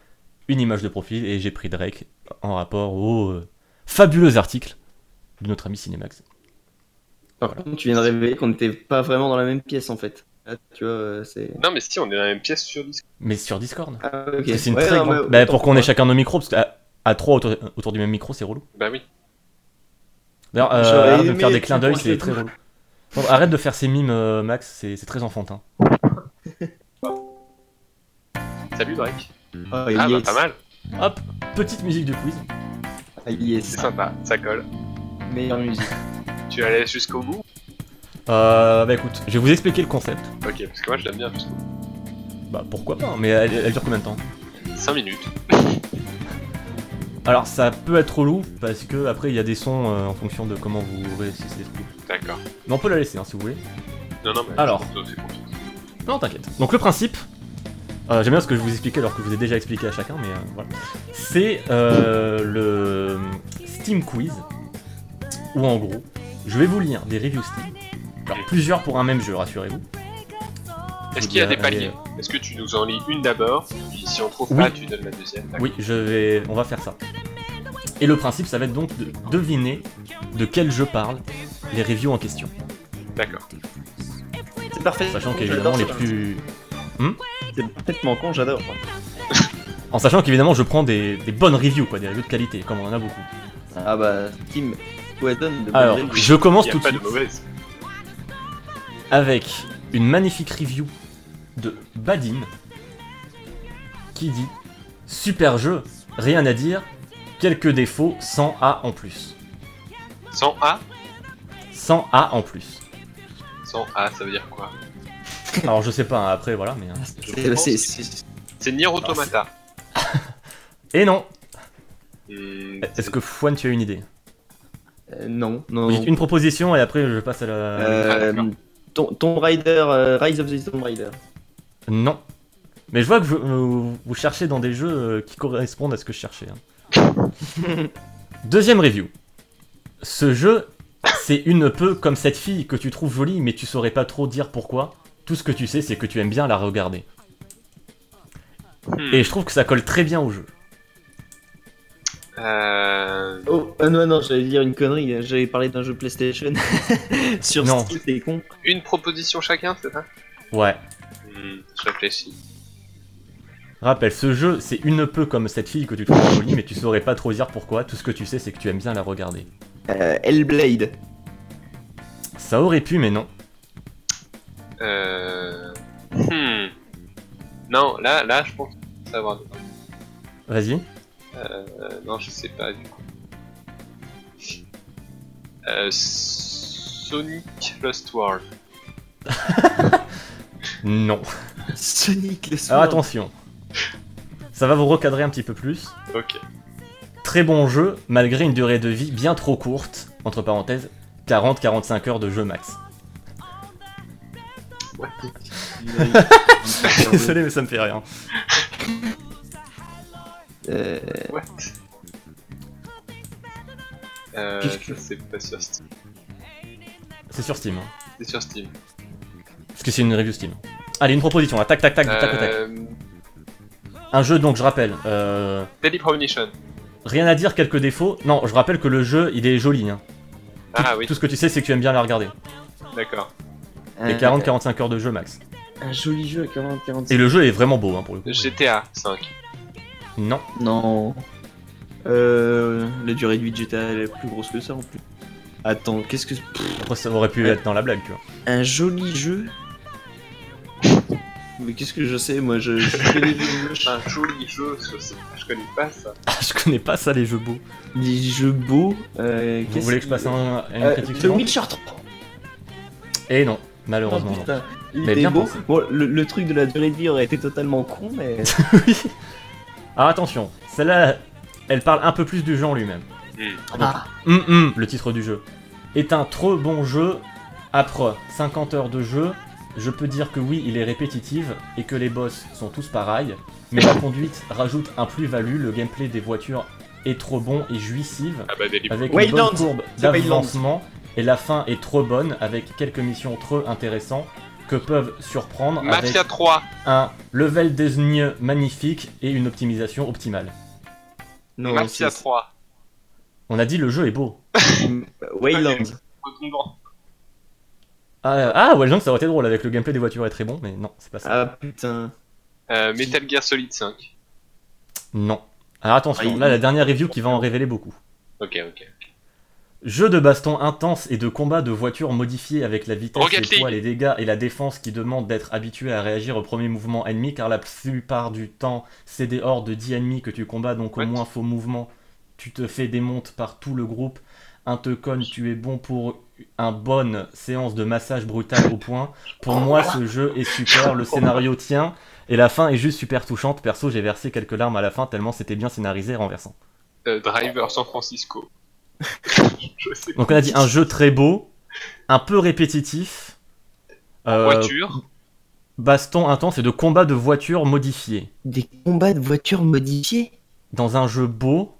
une image de profil et j'ai pris Drake en rapport au euh, fabuleux article de notre ami Cinemax. Par contre, tu viens de révéler qu'on n'était pas vraiment dans la même pièce, en fait. Là, tu vois, euh, c'est... Non, mais si, on est dans la même pièce sur Discord. Mais sur Discord. Ah, ok. C'est une Ouais, très non, grande- mais Bah, autant pour pour qu'on ait moi. chacun nos micros, parce qu'à à trois autour, autour du même micro, c'est relou. Bah oui. D'ailleurs, euh, J'aurais arrête de aimé faire des être clins plus d'œil, proche c'est de très toi. relou. Bon, arrête de faire ces mimes, euh, Max, c'est c'est très enfantin. Salut Drake. Ah, Ah, bah yes. pas mal. Hop, petite musique de quiz. Ah, yes. C'est sympa. Ça colle. Meilleure musique. Tu la laisses jusqu'au bout Euh, bah écoute, je vais vous expliquer le concept. Ok, parce que moi je l'aime bien jusqu'au bout. Bah pourquoi pas, mais elle, elle dure combien de temps 5 minutes. Alors ça peut être relou, parce que après il y a des sons euh, en fonction de comment vous réussissez les trucs. D'accord. Mais on peut la laisser hein, si vous voulez. Non, non, mais. Alors. c'est pour toi. Non, t'inquiète. Donc le principe, euh, j'aime bien ce que je vous expliquais alors que je vous ai déjà expliqué à chacun, mais euh, voilà. C'est euh, le Steam Quiz, où en gros, je vais vous lire des reviews Steam. Alors plusieurs pour un même jeu, rassurez-vous. Est-ce qu'il y a des Allez, paliers Est-ce que tu nous en lis une d'abord Puis si on trouve euh, Oui. pas, tu donnes la deuxième. d'accord. Oui, je vais, on va faire ça. Et le principe, ça va être donc de deviner de quel jeu parle les reviews en question, D'accord. C'est parfait. sachant J'adore qu'évidemment les ça. plus, C'est parfaitement con, j'adore. en sachant qu'évidemment je prends des, des bonnes reviews, quoi, des reviews de qualité, comme on en a beaucoup. Ah bah, Tim, Whedon de Alors, Bonne Jeune. je commence Il tout n'y a de pas suite. de mauvaise. avec une magnifique review de Badin qui dit Super jeu, rien à dire, quelques défauts, 100 A en plus. 100 A 100 A en plus. 100 A, ça veut dire quoi Alors je sais pas, hein, après voilà, mais. hein. Je C'est- pense c'est- que c'est- C'est Nier Automata. Et non Hmm, Est-ce que Fouane, tu as une idée Euh, non, non. Vous dites une proposition et après je passe à la. Ah, Euh, d'accord. Tom- Tomb Raider, euh, Rise of the Tomb Raider. Non. Mais je vois que vous, vous- vous cherchez dans des jeux euh, qui correspondent à ce que je cherchais. hein. Deuxième review. Ce jeu, c'est une peu comme cette fille que tu trouves jolie, mais tu saurais pas trop dire pourquoi. Tout ce que tu sais, c'est que tu aimes bien la regarder. Hmm. Et je trouve que ça colle très bien au jeu. Euh, Oh, ah non, non, j'allais dire une connerie, j'avais parlé d'un jeu PlayStation sur Non. Steam, c'est con. une proposition chacun, c'est ça Ouais. Hmm, Je réfléchis. Rappelle, ce jeu, c'est une peu comme cette fille que tu trouves jolie, mais tu saurais pas trop dire pourquoi. Tout ce que tu sais, c'est que tu aimes bien la regarder. Euh, Hellblade. Ça aurait pu, mais non. Euh... hmm. Non, là, là, je pense savoir. Vas-y. Euh, non, je sais pas du coup. Euh, Sonic Lost World. Non. Sonic le Alors soir. attention. Ça va vous recadrer un petit peu plus. Ok. Très bon jeu, malgré une durée de vie bien trop courte, entre parenthèses, 40-45 heures de jeu max. Désolé, mais ça me fait rien. Euh, What euh, Qu'est-ce que- je sais pas sur Steam. C'est sur Steam. hein. C'est sur Steam. Parce que c'est une review Steam. Allez, une proposition, là, tac tac tac, du tac au tac. Euh, Un jeu, donc, je rappelle, euh, Telepromonition. rien à dire, quelques défauts. Non, je rappelle que le jeu, il est joli. hein. Tout, Ah oui, tout ce que tu sais, c'est que tu aimes bien la regarder. d'accord. Et un- 40-45 heures de jeu max. Un joli jeu à 40, 45. Et le jeu est vraiment beau, hein, pour le coup. GTA 5. Non, Non. Euh, la durée de vie de GTA elle est plus grosse que ça en plus. Attends, qu'est-ce que. Pff, après, ça aurait pu Ouais. être dans la blague, tu vois. un joli jeu Mais qu'est-ce que je sais moi Je, je fais des jeux moches. Un joli jeu, je, sais pas, je connais pas ça. Ah, je connais pas ça, les jeux beaux. Des jeux beaux. Euh, Vous qu'est-ce voulez que je passe qui- un, à une Euh, critique The suivante Witcher 3 Et non, Oh malheureusement. non. putain, il Mais était bien beau. pensé. Bon, le, le truc de la durée de vie aurait été totalement con, mais. Oui. Alors attention, celle-là, elle parle un peu plus du jeu en lui-même. Hmm. Ah, Hum, hum, le titre du jeu. Est un trop bon jeu, après 50 heures de jeu, je peux dire que oui, il est répétitif et que les boss sont tous pareils, mais la conduite rajoute un plus-value, le gameplay des voitures est trop bon et jouissive, Ah bah Telepromonition. avec une Wayland, bonne courbe c'est Wayland. d'avancement, et la fin est trop bonne, avec quelques missions trop intéressantes que peuvent surprendre avec Mafia 3. un level design magnifique et une optimisation optimale. non, Mafia c'est- 3. On a dit le jeu est beau. Wayland. Retombant. Ah, ah ouais, ça aurait été drôle avec le gameplay des voitures est très bon, mais non, c'est pas ça. Ah putain. Euh, Metal Gear Solid 5. Non. Alors attention, Ah, là il- la dernière review qui va en révéler beaucoup. Ok, ok. Jeu de baston intense et de combat de voitures modifiées avec la vitesse, Rocket les poids, les dégâts et la défense qui demandent d'être habitué à réagir au premier mouvement ennemi car la plupart du temps c'est des hordes de 10 ennemis que tu combats donc au What moins faux mouvement tu te fais des montes par tout le groupe. Un te conne, tu es bon pour une bonne séance de massage brutal au point. Pour moi, ce jeu est super, le scénario tient, et la fin est juste super touchante. Perso, j'ai versé quelques larmes à la fin tellement c'était bien scénarisé et renversant. Euh, Driver San Francisco. je sais pas. Donc on a dit un jeu très beau, un peu répétitif, euh, Voiture. baston intense et de combat de voitures modifiées. Des combats de voitures modifiées Dans un jeu beau,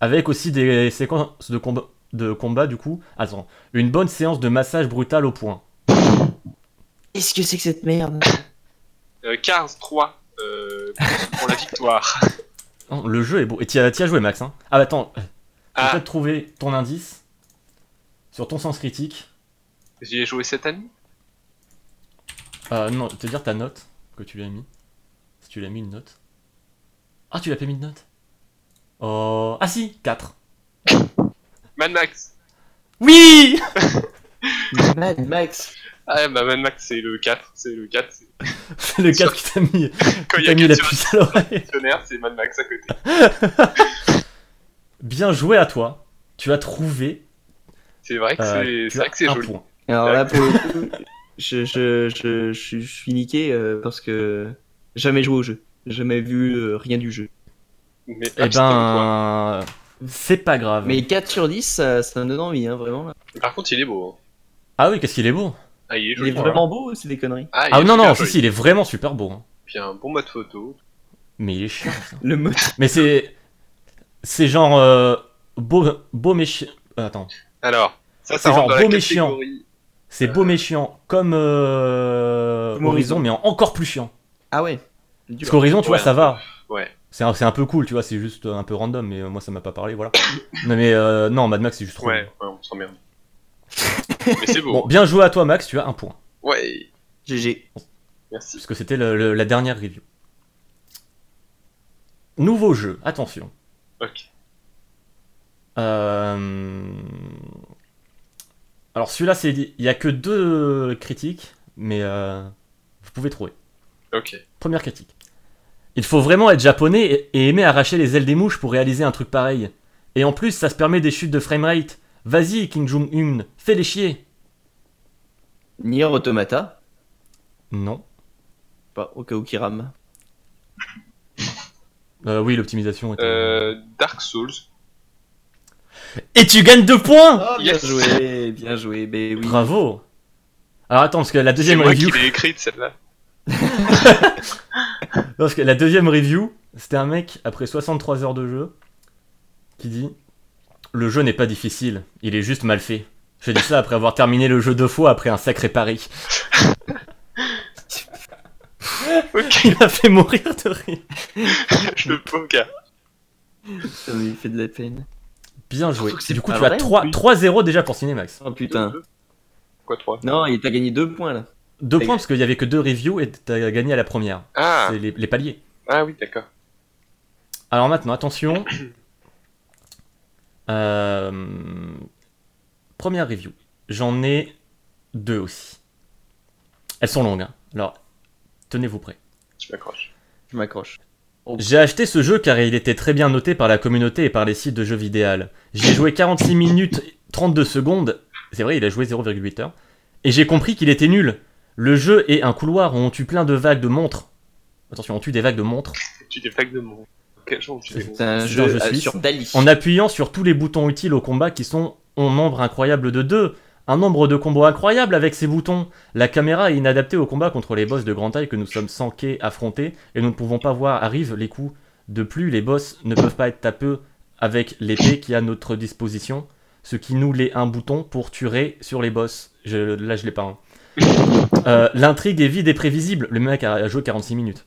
avec aussi des séquences de combat, de combat du coup. Attends, une bonne séance de massage brutal au point. Qu'est-ce que c'est que cette merde Euh, Cars 3. Euh, pour la victoire. Non, Oh, Le jeu est beau. Et t'y as, t'y as joué Max, hein Ah attends, je vais Ah, peut-être trouver ton indice sur ton sens critique. j'y ai joué cette année Euh, non, te dire ta note que tu lui as mis. Si tu lui as mis une note. Ah, tu l'as pas mis de note Oh. Ah si, 4. Mad Max. Oui Mad Max Ah bah Mad Max c'est le 4. C'est le 4. c'est- C'est le gars qui t'a mis, Quand qui il y t'a a mis la 4 sur puce à l'oreille. dictionnaire, c'est Mad Max à côté. Bien joué à toi. Tu as trouvé. C'est vrai que euh, c'est tu c'est vrai que c'est as un joli. point. Alors là, pour le coup, je, je, je, je, suis- je suis niqué euh, parce que jamais joué au jeu. Jamais vu euh, rien du jeu. Mais Eh absolument ben, C'est pas grave. Mais 4 sur 10, ça, ça me donne envie, hein, vraiment. là. Par contre, il est beau. hein. Ah oui, qu'est-ce qu'il est beau Ah, il est Il est hein. joli. vraiment beau ou c'est des conneries Ah, il Ah est non, super non, si, joli. si, il est vraiment super beau. hein. Puis un bon mode photo. Mais il est chiant. Le moteur. Mais c'est. C'est genre. euh, beau, beau mais chi- Attends. Alors, ça, C'est ça rentre genre dans la beau mais chiant. catégorie. C'est beau mais chiant. Comme. euh, Comme Horizon, Horizon. mais en- encore plus chiant. Ah ouais. Parce qu'Horizon, tu vois, Ouais. ça va. Ouais. C'est un, c'est un peu cool, tu vois, c'est juste un peu random, mais euh, moi ça m'a pas parlé, voilà. non, mais euh, non, Mad Max, c'est juste trop. Ouais, ouais, on s'emmerde. mais c'est beau. Bon, bien joué à toi, Max, tu as un point. Ouais, GG. merci. Parce que c'était le- le- la dernière review. Nouveau jeu, attention. Ok. Euh, Alors celui-là, c'est il n'y a que deux critiques, mais euh, vous pouvez trouver. Ok. Première critique. Il faut vraiment être japonais et- et aimer arracher les ailes des mouches pour réaliser un truc pareil. Et en plus, ça se permet des chutes de framerate. Vas-y, King Jong-un, fais les chier. Nier Automata. Non. Pas au cas où qui rame. Euh, oui, l'optimisation était... Euh, Dark Souls. Et tu gagnes deux points Oh, bien Yes. joué, bien joué, ben oui. Ah, Bravo Alors attends, parce que la C'est deuxième moi qui review... l'ai écrite, celle-là. Non, Parce que la deuxième review, c'était un mec après 63 heures de jeu qui dit Le jeu n'est pas difficile, il est juste mal fait. J'ai dit ça après avoir terminé le jeu deux fois après un sacré pari. Ok, Il m'a fait mourir de rire. je le pauvre gars. Ça me fait de la peine. Bien joué. Surtout que c'est Du coup, pas tu as vrai, en 3 plus. 3-0 déjà pour Cinemax. Oh putain. Quoi, trois Non, il t'a gagné deux points là. Deux Et- points parce qu'il y avait que deux reviews et t'as gagné à la première. Ah, C'est les, les paliers. ah oui, d'accord. Alors maintenant, attention. Euh, Première review. J'en ai deux aussi. Elles sont longues. hein. Alors, tenez-vous prêts. Je m'accroche. Je m'accroche. J'ai acheté ce jeu car il était très bien noté par la communauté et par les sites de jeux vidéo. J'ai joué 46 minutes 32 secondes. C'est vrai, il a joué 0,8 heures. Et j'ai compris qu'il était nul. Le jeu est un couloir où on tue plein de vagues de montres. Attention, on tue des vagues de montres. Tu t'es vague de mots. Quel genre tu C'est t'es un C'est jeu, un jeu euh, suisse. sur Dali. En appuyant sur tous les boutons utiles au combat qui sont un nombre incroyable de deux. Un nombre de combos incroyable avec ces boutons. La caméra est inadaptée au combat contre les boss de grande taille que nous sommes sans quai affrontés et nous ne pouvons pas voir arrivent les coups. De plus, les boss ne peuvent pas être tapeux avec l'épée qui est à notre disposition, ce qui nous l'est un bouton pour tuer sur les boss. Je- là, je l'ai pas. hein. Euh, L'intrigue est vide et prévisible. Le mec a, a joué 46 minutes.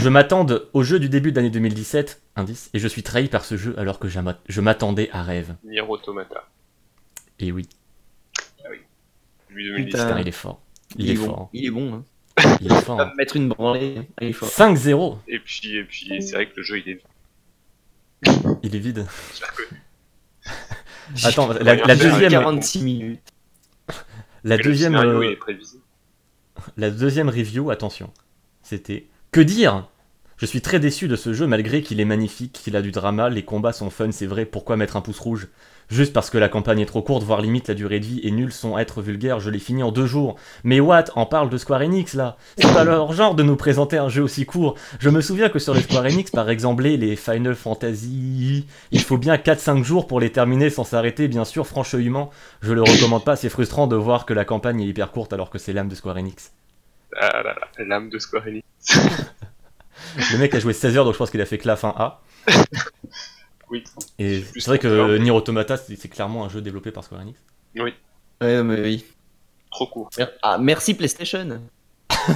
Je m'attende au jeu du début de l'année 2017, indice, et je suis trahi par ce jeu alors que j'ama- je m'attendais à rêve. Nier Automata. Et oui, Lui 2010. Putain. putain, il est fort. Il, est, bon. fort. Il est bon. Hein. hein. Il est fort. Pas hein. me mettre une branlée. hein. Ah, il est fort. 5-0. Et puis, et puis c'est vrai que le jeu, il est. Il est vide. J'ai- Attends, la, la J'ai deuxième, 46 minutes. la mais deuxième, Le scénario, euh, il est prévisible. La deuxième review, attention, c'était Que dire Je suis très déçu de ce jeu malgré qu'il est magnifique, qu'il a du drama, les combats sont fun, c'est vrai, pourquoi mettre un pouce rouge Juste parce que la campagne est trop courte, voire limite la durée de vie est nulle, sans être vulgaire, je l'ai fini en deux jours. Mais what On parle de Square Enix là C'est pas leur genre de nous présenter un jeu aussi court. Je me souviens que sur les Square Enix, par exemple, les Final Fantasy, il faut bien 4-5 jours pour les terminer sans s'arrêter, bien sûr, franchement, je le recommande pas, c'est frustrant de voir que la campagne est hyper courte alors que c'est l'âme de Square Enix. Ah là là, l'âme de Square Enix. Le mec a joué 16 heures, donc je pense qu'il a fait que la fin A. Oui. Et C'est plus c'est vrai que simple. Nier Automata, c'est c'est clairement un jeu développé par Square Enix. Ouais, non, mais oui. Trop court. Ah, merci PlayStation.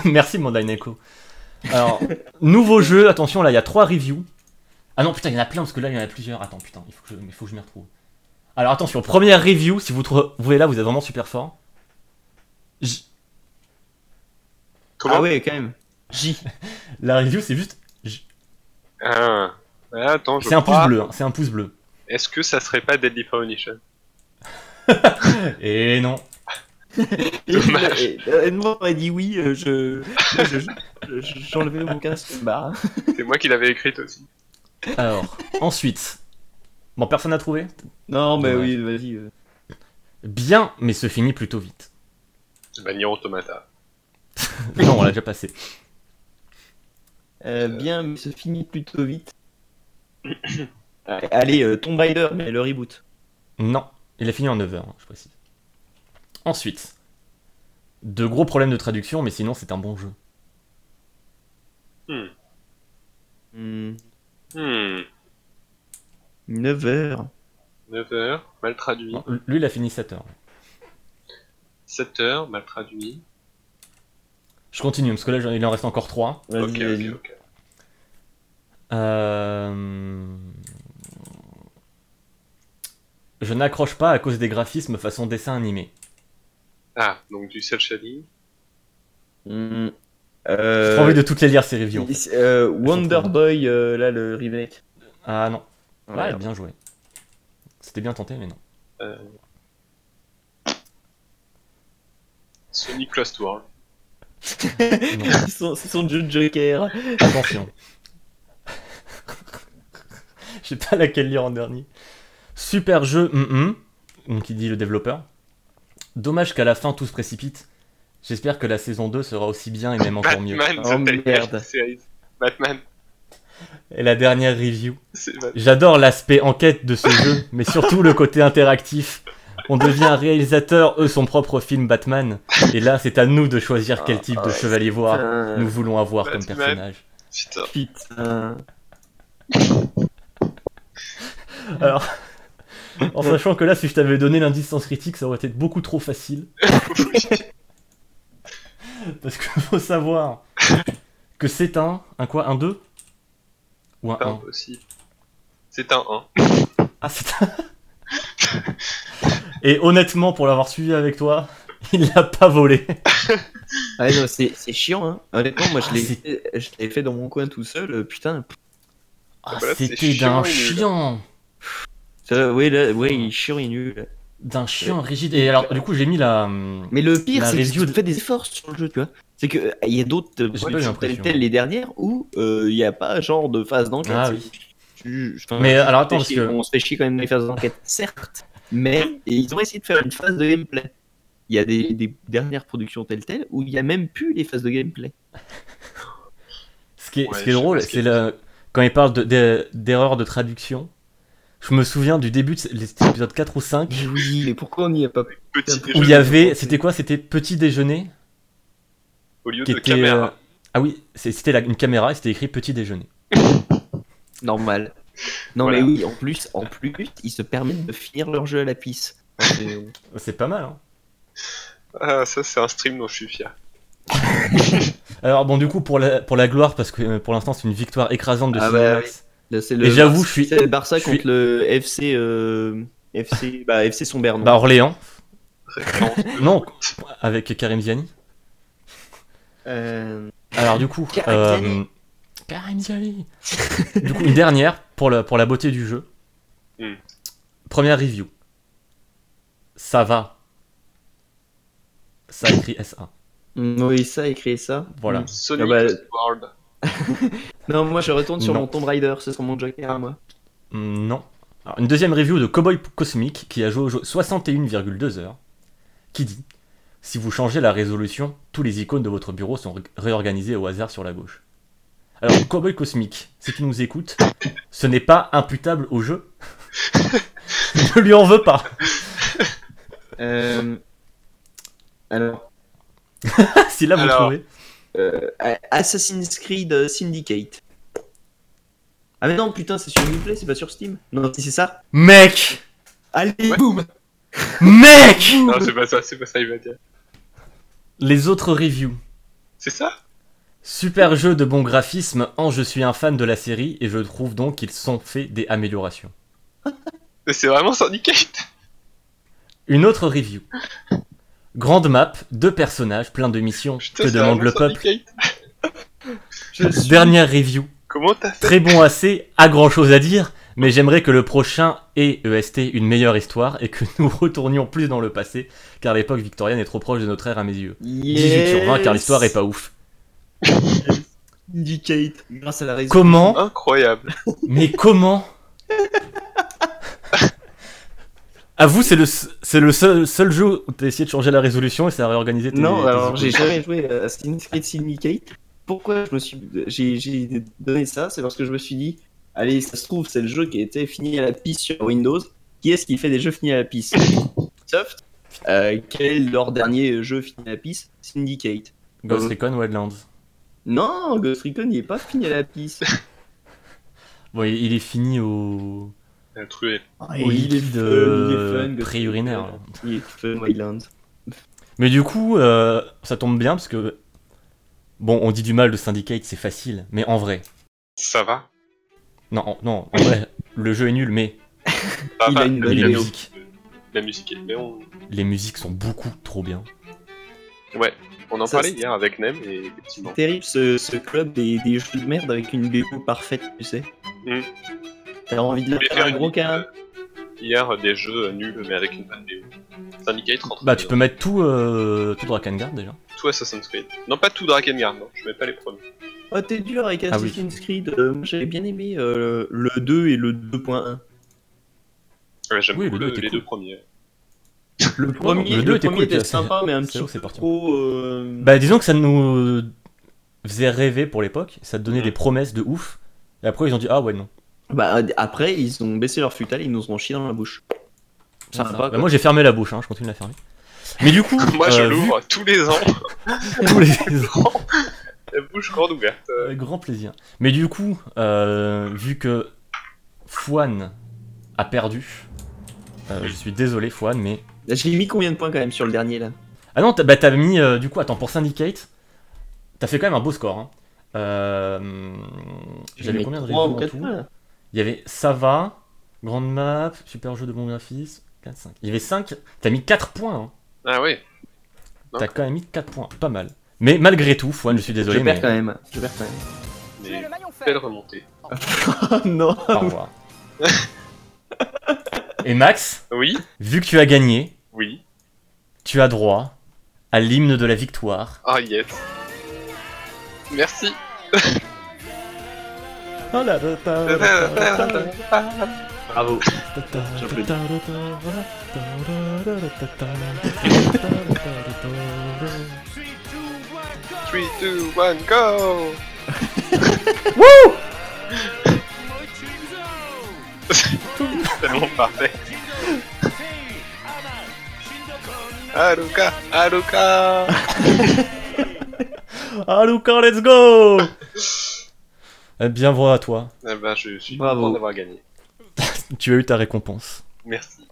Merci Mandai Neko. Alors, nouveau jeu, attention, là, il y a trois reviews. Ah non, putain, il y en a plein, parce que là, il y en a plusieurs. Attends, putain, il faut que je, il faut que je m'y retrouve. Alors, attention, première review, si vous trouvez là, vous êtes vraiment super fort. J- Comment ah ouais, quand même. J. La review, c'est juste... Ah. Ah, Attends, je C'est un pouce crois. bleu, hein, c'est un pouce bleu. Est-ce que ça serait pas Deadly Premonition Et non. Dommage. Et- et- et Moi, on m'a dit oui, euh, je. je- je- je- J'enlevais mon casque. Bah. C'est moi qui l'avais écrite aussi. Alors, ensuite... Bon, personne n'a trouvé Non, mais Ouais. oui, vas-y. euh. Bien, mais se finit plutôt vite. Bah, Nier Automata. Non, on l'a déjà passé. Euh, bien, mais se finit plutôt vite. Allez, euh, Tomb Raider, mais le reboot. Non, il a fini en 9h, je précise. Ensuite, de gros problèmes de traduction, mais sinon c'est un bon jeu. Hmm. Hmm, Hmm. 9 heures. 9 heures, mal traduit. Non, lui, il a fini 7h. 7 heures, mal traduit. Je continue, parce que là, j'en- il en reste encore 3. Vas-y, ok, vas-y. ok, ok. Euh... Je n'accroche pas à cause des graphismes façon dessin animé. Ah, donc du cel shading. Hmm, J'ai euh, trop envie de toutes les lire ces reviews. en fait. euh, Wonder Surtout. Boy, euh, là, le remake. Ah non, ouais, Merde. bien joué. C'était bien tenté, mais non. Sonic Lost World. Non, Ils sont- C'est son jeu de Joker. attention. Je sais pas laquelle lire en dernier. Super jeu, hum, hum, donc il dit le développeur. Dommage qu'à la fin tout se précipite. J'espère que la saison 2 sera aussi bien et même encore mieux. Batman, Oh, The merde. Telltale Series. Batman, Et la dernière review. c'est Batman. J'adore l'aspect enquête de ce jeu, mais surtout le côté interactif. On devient un réalisateur, eux, son propre film Batman. Et là, c'est à nous de choisir quel type de chevalier voir nous Putain. voulons avoir comme Batman. personnage. Putain. Putain. En sachant que là, si je t'avais donné l'indice sans critique, ça aurait été beaucoup trop facile. Parce que faut savoir que c'est un. Un quoi Un 2 Ou un Pas 1 impossible. C'est un 1. Ah, c'est un. Et honnêtement, pour l'avoir suivi avec toi, il l'a pas volé. Ah non, c'est c'est chiant, hein. Honnêtement, moi, je Ah, l'ai c'est- fait, je l'ai fait dans mon coin tout seul, euh, putain. Ah, Voilà, c'est c'était d'un chiant et nul. chiant Ça, ouais, là, ouais, il est chiant, il est nul. d'un chien rigide. Et alors, du coup, j'ai mis la. Mais le pire, La c'est review qu'ils de- ont fait des efforts sur le jeu, tu vois. C'est que euh, il y a d'autres euh, pas eu productions l'impression. telles telles les dernières où euh, il n'y a pas genre de phase d'enquête. Ah C'est- oui. tu- enfin, Mais alors, on se fait attends, parce chier- que. on se fait chier quand même dans les phases d'enquête, certes, mais ils ont essayé de faire une phase de gameplay. Il y a des, des dernières productions telles telles où il n'y a même plus les phases de gameplay. Ce qui est, ce Ouais, qui est je sais drôle, pas ce c'est qu'il le... quand il parle de- de- d'erreurs de, traduction. Je me souviens du début de l'épisode 4 ou 5, Mais oui, mais pourquoi on n'y est pas plus Petit Où où il déjeuner y avait. C'était quoi C'était petit déjeuner au lieu qui de était. euh, caméra. Ah oui, c'est- c'était la- une caméra et c'était écrit petit déjeuner. Normal. Non Voilà. mais oui, en plus, en plus, ils se permettent de finir leur jeu à la pisse. Enfin, c'est- C'est pas mal, hein. Ah, ça, c'est un stream dont je suis fier. Alors, bon, du coup, pour la, pour la gloire, parce que euh, pour l'instant, c'est une victoire écrasante de Ah bah Cinemax. Là, c'est le Et j'avoue, je suis- c'est le Barça je suis- contre le FC euh, FC bah FC son Bernon. Bah, Orléans. Référence de- Non, avec Karim Ziani. Euh, Alors du coup, Karim euh, Ziani. Karim Ziani. du coup, une dernière pour, le, pour la beauté du jeu. Hmm. Première review. Ça va. Ça écrit SA. oui, ça a écrit ça. Voilà. Sonic Ah bah- Lost World. Non, moi je retourne sur Non. mon Tomb Raider, ce sera mon Joker à moi. Hmm, non. Alors, une deuxième review de Cowboy Cosmic qui a joué au jeu 61,2 heures, qui dit Si vous changez la résolution, tous les icônes de votre bureau sont ré- réorganisées au hasard sur la gauche. Alors, Cowboy Cosmic, si tu nous écoutes, ce n'est pas imputable au jeu. Je lui en veux pas. Euh, Alors, si là vous Alors. trouvez. euh, Assassin's Creed euh, Syndicate. Ah mais non, putain, c'est sur Uplay, c'est pas sur Steam. Non, si c'est ça. Mec Allez, Ouais. boum. Mec Non, c'est pas ça, c'est pas ça, il va dire. Les autres reviews. C'est ça Super jeu de bon graphisme, en je suis un fan de la série et je trouve donc qu'ils sont faits des améliorations. Mais c'est vraiment Syndicate Une autre review. Grande map, deux personnages, plein de missions, Putain, que c'est demande vraiment le peuple. Syndicate. Je suis- Dernière review. Comment t'as fait Très bon assez, à grand chose à dire, mais j'aimerais que le prochain ait EST une meilleure histoire et que nous retournions plus dans le passé, car l'époque victorienne est trop proche de notre ère à mes yeux. 18 sur 20 car l'histoire est pas ouf. Syndicate grâce à la raison. Comment Incroyable. Mais comment À vous, c'est le, s- c'est le seul, seul jeu où t'as essayé de changer la résolution et ça a réorganisé tes Non, tes alors icônes. j'ai jamais joué à Assassin's Creed Syndicate. Pourquoi je me suis j'ai j'ai donné ça C'est parce que je me suis dit Allez, ça se trouve, c'est le jeu qui a été fini à la piste sur Windows. Qui est-ce qui fait des jeux finis à la piste Soft. Euh, quel est leur dernier jeu fini à la piste Syndicate. Ghost Recon Wildlands. Non, Ghost Recon, il est pas fini à la piste. Bon, il il est fini au. Le truc au liquide, euh, pré-urinaire, Recon. là. Il est fun, Wildlands. Mais du coup, euh, ça tombe bien parce que. Bon, on dit du mal de Syndicate, c'est facile, mais en vrai. ça va. Non, en- non, en vrai, le jeu est nul, mais Ça Il va, a une le- bonne les la, vidéo. musiques, la musique est... Mais on... les musiques sont beaucoup trop bien. Ouais, on en Ça, parlait c'est- hier avec Nem, et effectivement. Terrible ce, ce club des, des jeux de merde avec une BO parfaite, tu sais. Mm. T'as envie de leur voulais faire un une gros liste, câlin. euh, Hier, des jeux nuls, mais avec une bonne BO. Syndicate rentre. Bah, tu peux mettre tout, euh, tout Drakengard déjà. Tout Assassin's Creed. Non, pas tout Drakengard, non, je mets pas les premiers. Oh, t'es dur avec Ah oui. Assassin's Creed. euh, moi, J'avais bien aimé euh, le 2 et le 2.1. Ouais, J'aime Oui, le beaucoup deux était les cool. deux premiers. Le premier, le le deux était premier cool, était t'es- sympa, mais un c'est petit là où c'est peu parti. trop. euh, Bah, disons que ça nous faisait rêver pour l'époque, ça te donnait Mhm. des promesses de ouf, et après ils ont dit ah ouais, non. bah, après, ils ont baissé leur futal et ils nous ont chié dans la bouche. Sympa, Bah, quoi. moi j'ai fermé la bouche, hein, je continue de la fermer. Mais du coup, Moi, je euh, vu l'ouvre tous les ans, tous les- la bouche grande ouverte. euh, Avec grand plaisir. Mais du coup, euh, vu que Fouane a perdu, euh, je suis désolé Fouane, mais... Là, J'ai mis combien de points quand même sur le dernier là Ah non, t'as bah, t'as mis, euh, du coup, attends, pour Syndicate, t'as fait quand même un beau score. hein. Euh, J'avais mis combien de trois reviews ou en quatre tout points, là. Il y avait Sava, Grande Map, Super Jeu de bon graphisme, 4, 5. Il y avait 5, t'as mis 4 points, hein. Ah ouais, t'as quand même mis 4 points, pas mal. Mais malgré tout, Fouane, je suis Je désolé, perds mais quand même. Je perds quand même. mais maillon belle remontée. Ah non au revoir. Et Max, Oui, vu que tu as gagné, oui. tu as droit à l'hymne de la victoire. Ah yes. Merci. Bravo. Wouh 3, 2, 1, go Tellement parfait. Haruka, Haruka Ah Luca, let's go Eh bien voilà à toi, Ah bah je suis Bravo. content d'avoir gagné. tu as eu ta récompense. Merci.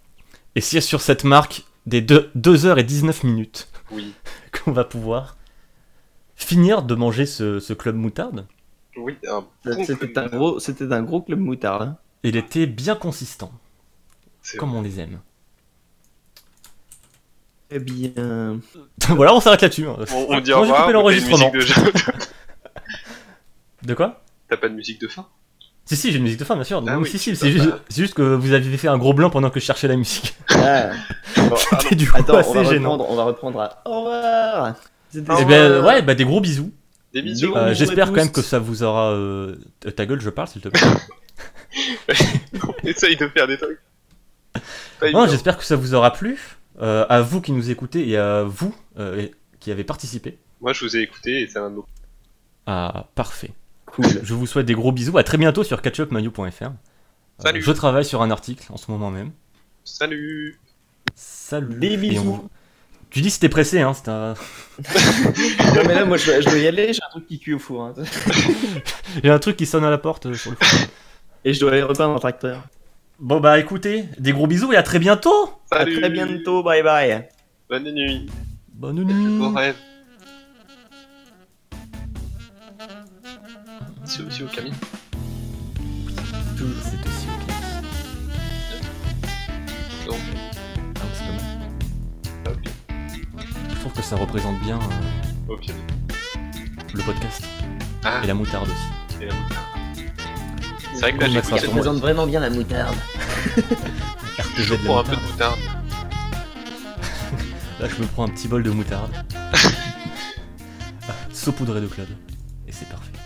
Et c'est sur cette marque des 2h19 minutes Oui. qu'on va pouvoir finir de manger ce, ce club moutarde. Oui, hein. un bon C'était un club. gros, c'était un gros club moutard. hein. Il était bien consistant, C'est comme on les aime. Eh bien, voilà, on s'arrête là-dessus. hein. On, on dit Moi, au j'ai coupé revoir. mais t'as une l'enregistrement. musique de jeu. De quoi T'as pas de musique de fin Si, si, j'ai une musique de fin, bien sûr. Ah Non, oui, si, si, tu c'est peux juste, pas. c'est juste que vous aviez fait un gros blanc pendant que je cherchais la musique. ah, Bon, ah non. C'était du coup attends, on va, assez gênant. reprendre, on va reprendre à au revoir. C'était- Au Eh ben, ouais, bah des gros bisous. Des bisous. Euh, Bonjour, J'espère à quand tous. même que ça vous aura. euh, Ta gueule, je parle, s'il te plaît. Essaye de faire des trucs. Pas non, évident. j'espère que ça vous aura plu. euh, à vous qui nous écoutez et à vous euh, et- qui avez participé. Moi je vous ai écouté et ça m'a beaucoup. Ah, parfait. Cool. Je vous souhaite des gros bisous. À très bientôt sur catchupmayo.fr. Euh, Salut. je travaille sur un article en ce moment même. Salut Salut. Des Et on bisous. vous- Tu dis c'était pressé, hein. c'était un- Non, mais là, moi, je, je dois y aller, j'ai un truc qui cuit au four. hein. J'ai un truc qui sonne à la porte euh, sur le Et je dois aller repeindre un tracteur. Bon bah écoutez, des gros bisous et à très bientôt Salut. À très bientôt, bye bye. Bonne nuit. Bonne Et plus nuit beaux rêves. C'est aussi au Camille. Toujours c'est aussi ok. Non. Ah ouais, c'est dommage. Ah, ok. Je trouve que ça représente bien euh, Au Camille. le podcast Ah. et la moutarde aussi. C'est la moutarde. C'est vrai que là On j'ai mettra écouté sur le moi. mot. vraiment bien la moutarde. RTZ Ah, Je de la prends un peu de moutarde. moutarde. Là je me prends un petit bol de moutarde. Ah, Saupoudré de club. Et c'est parfait.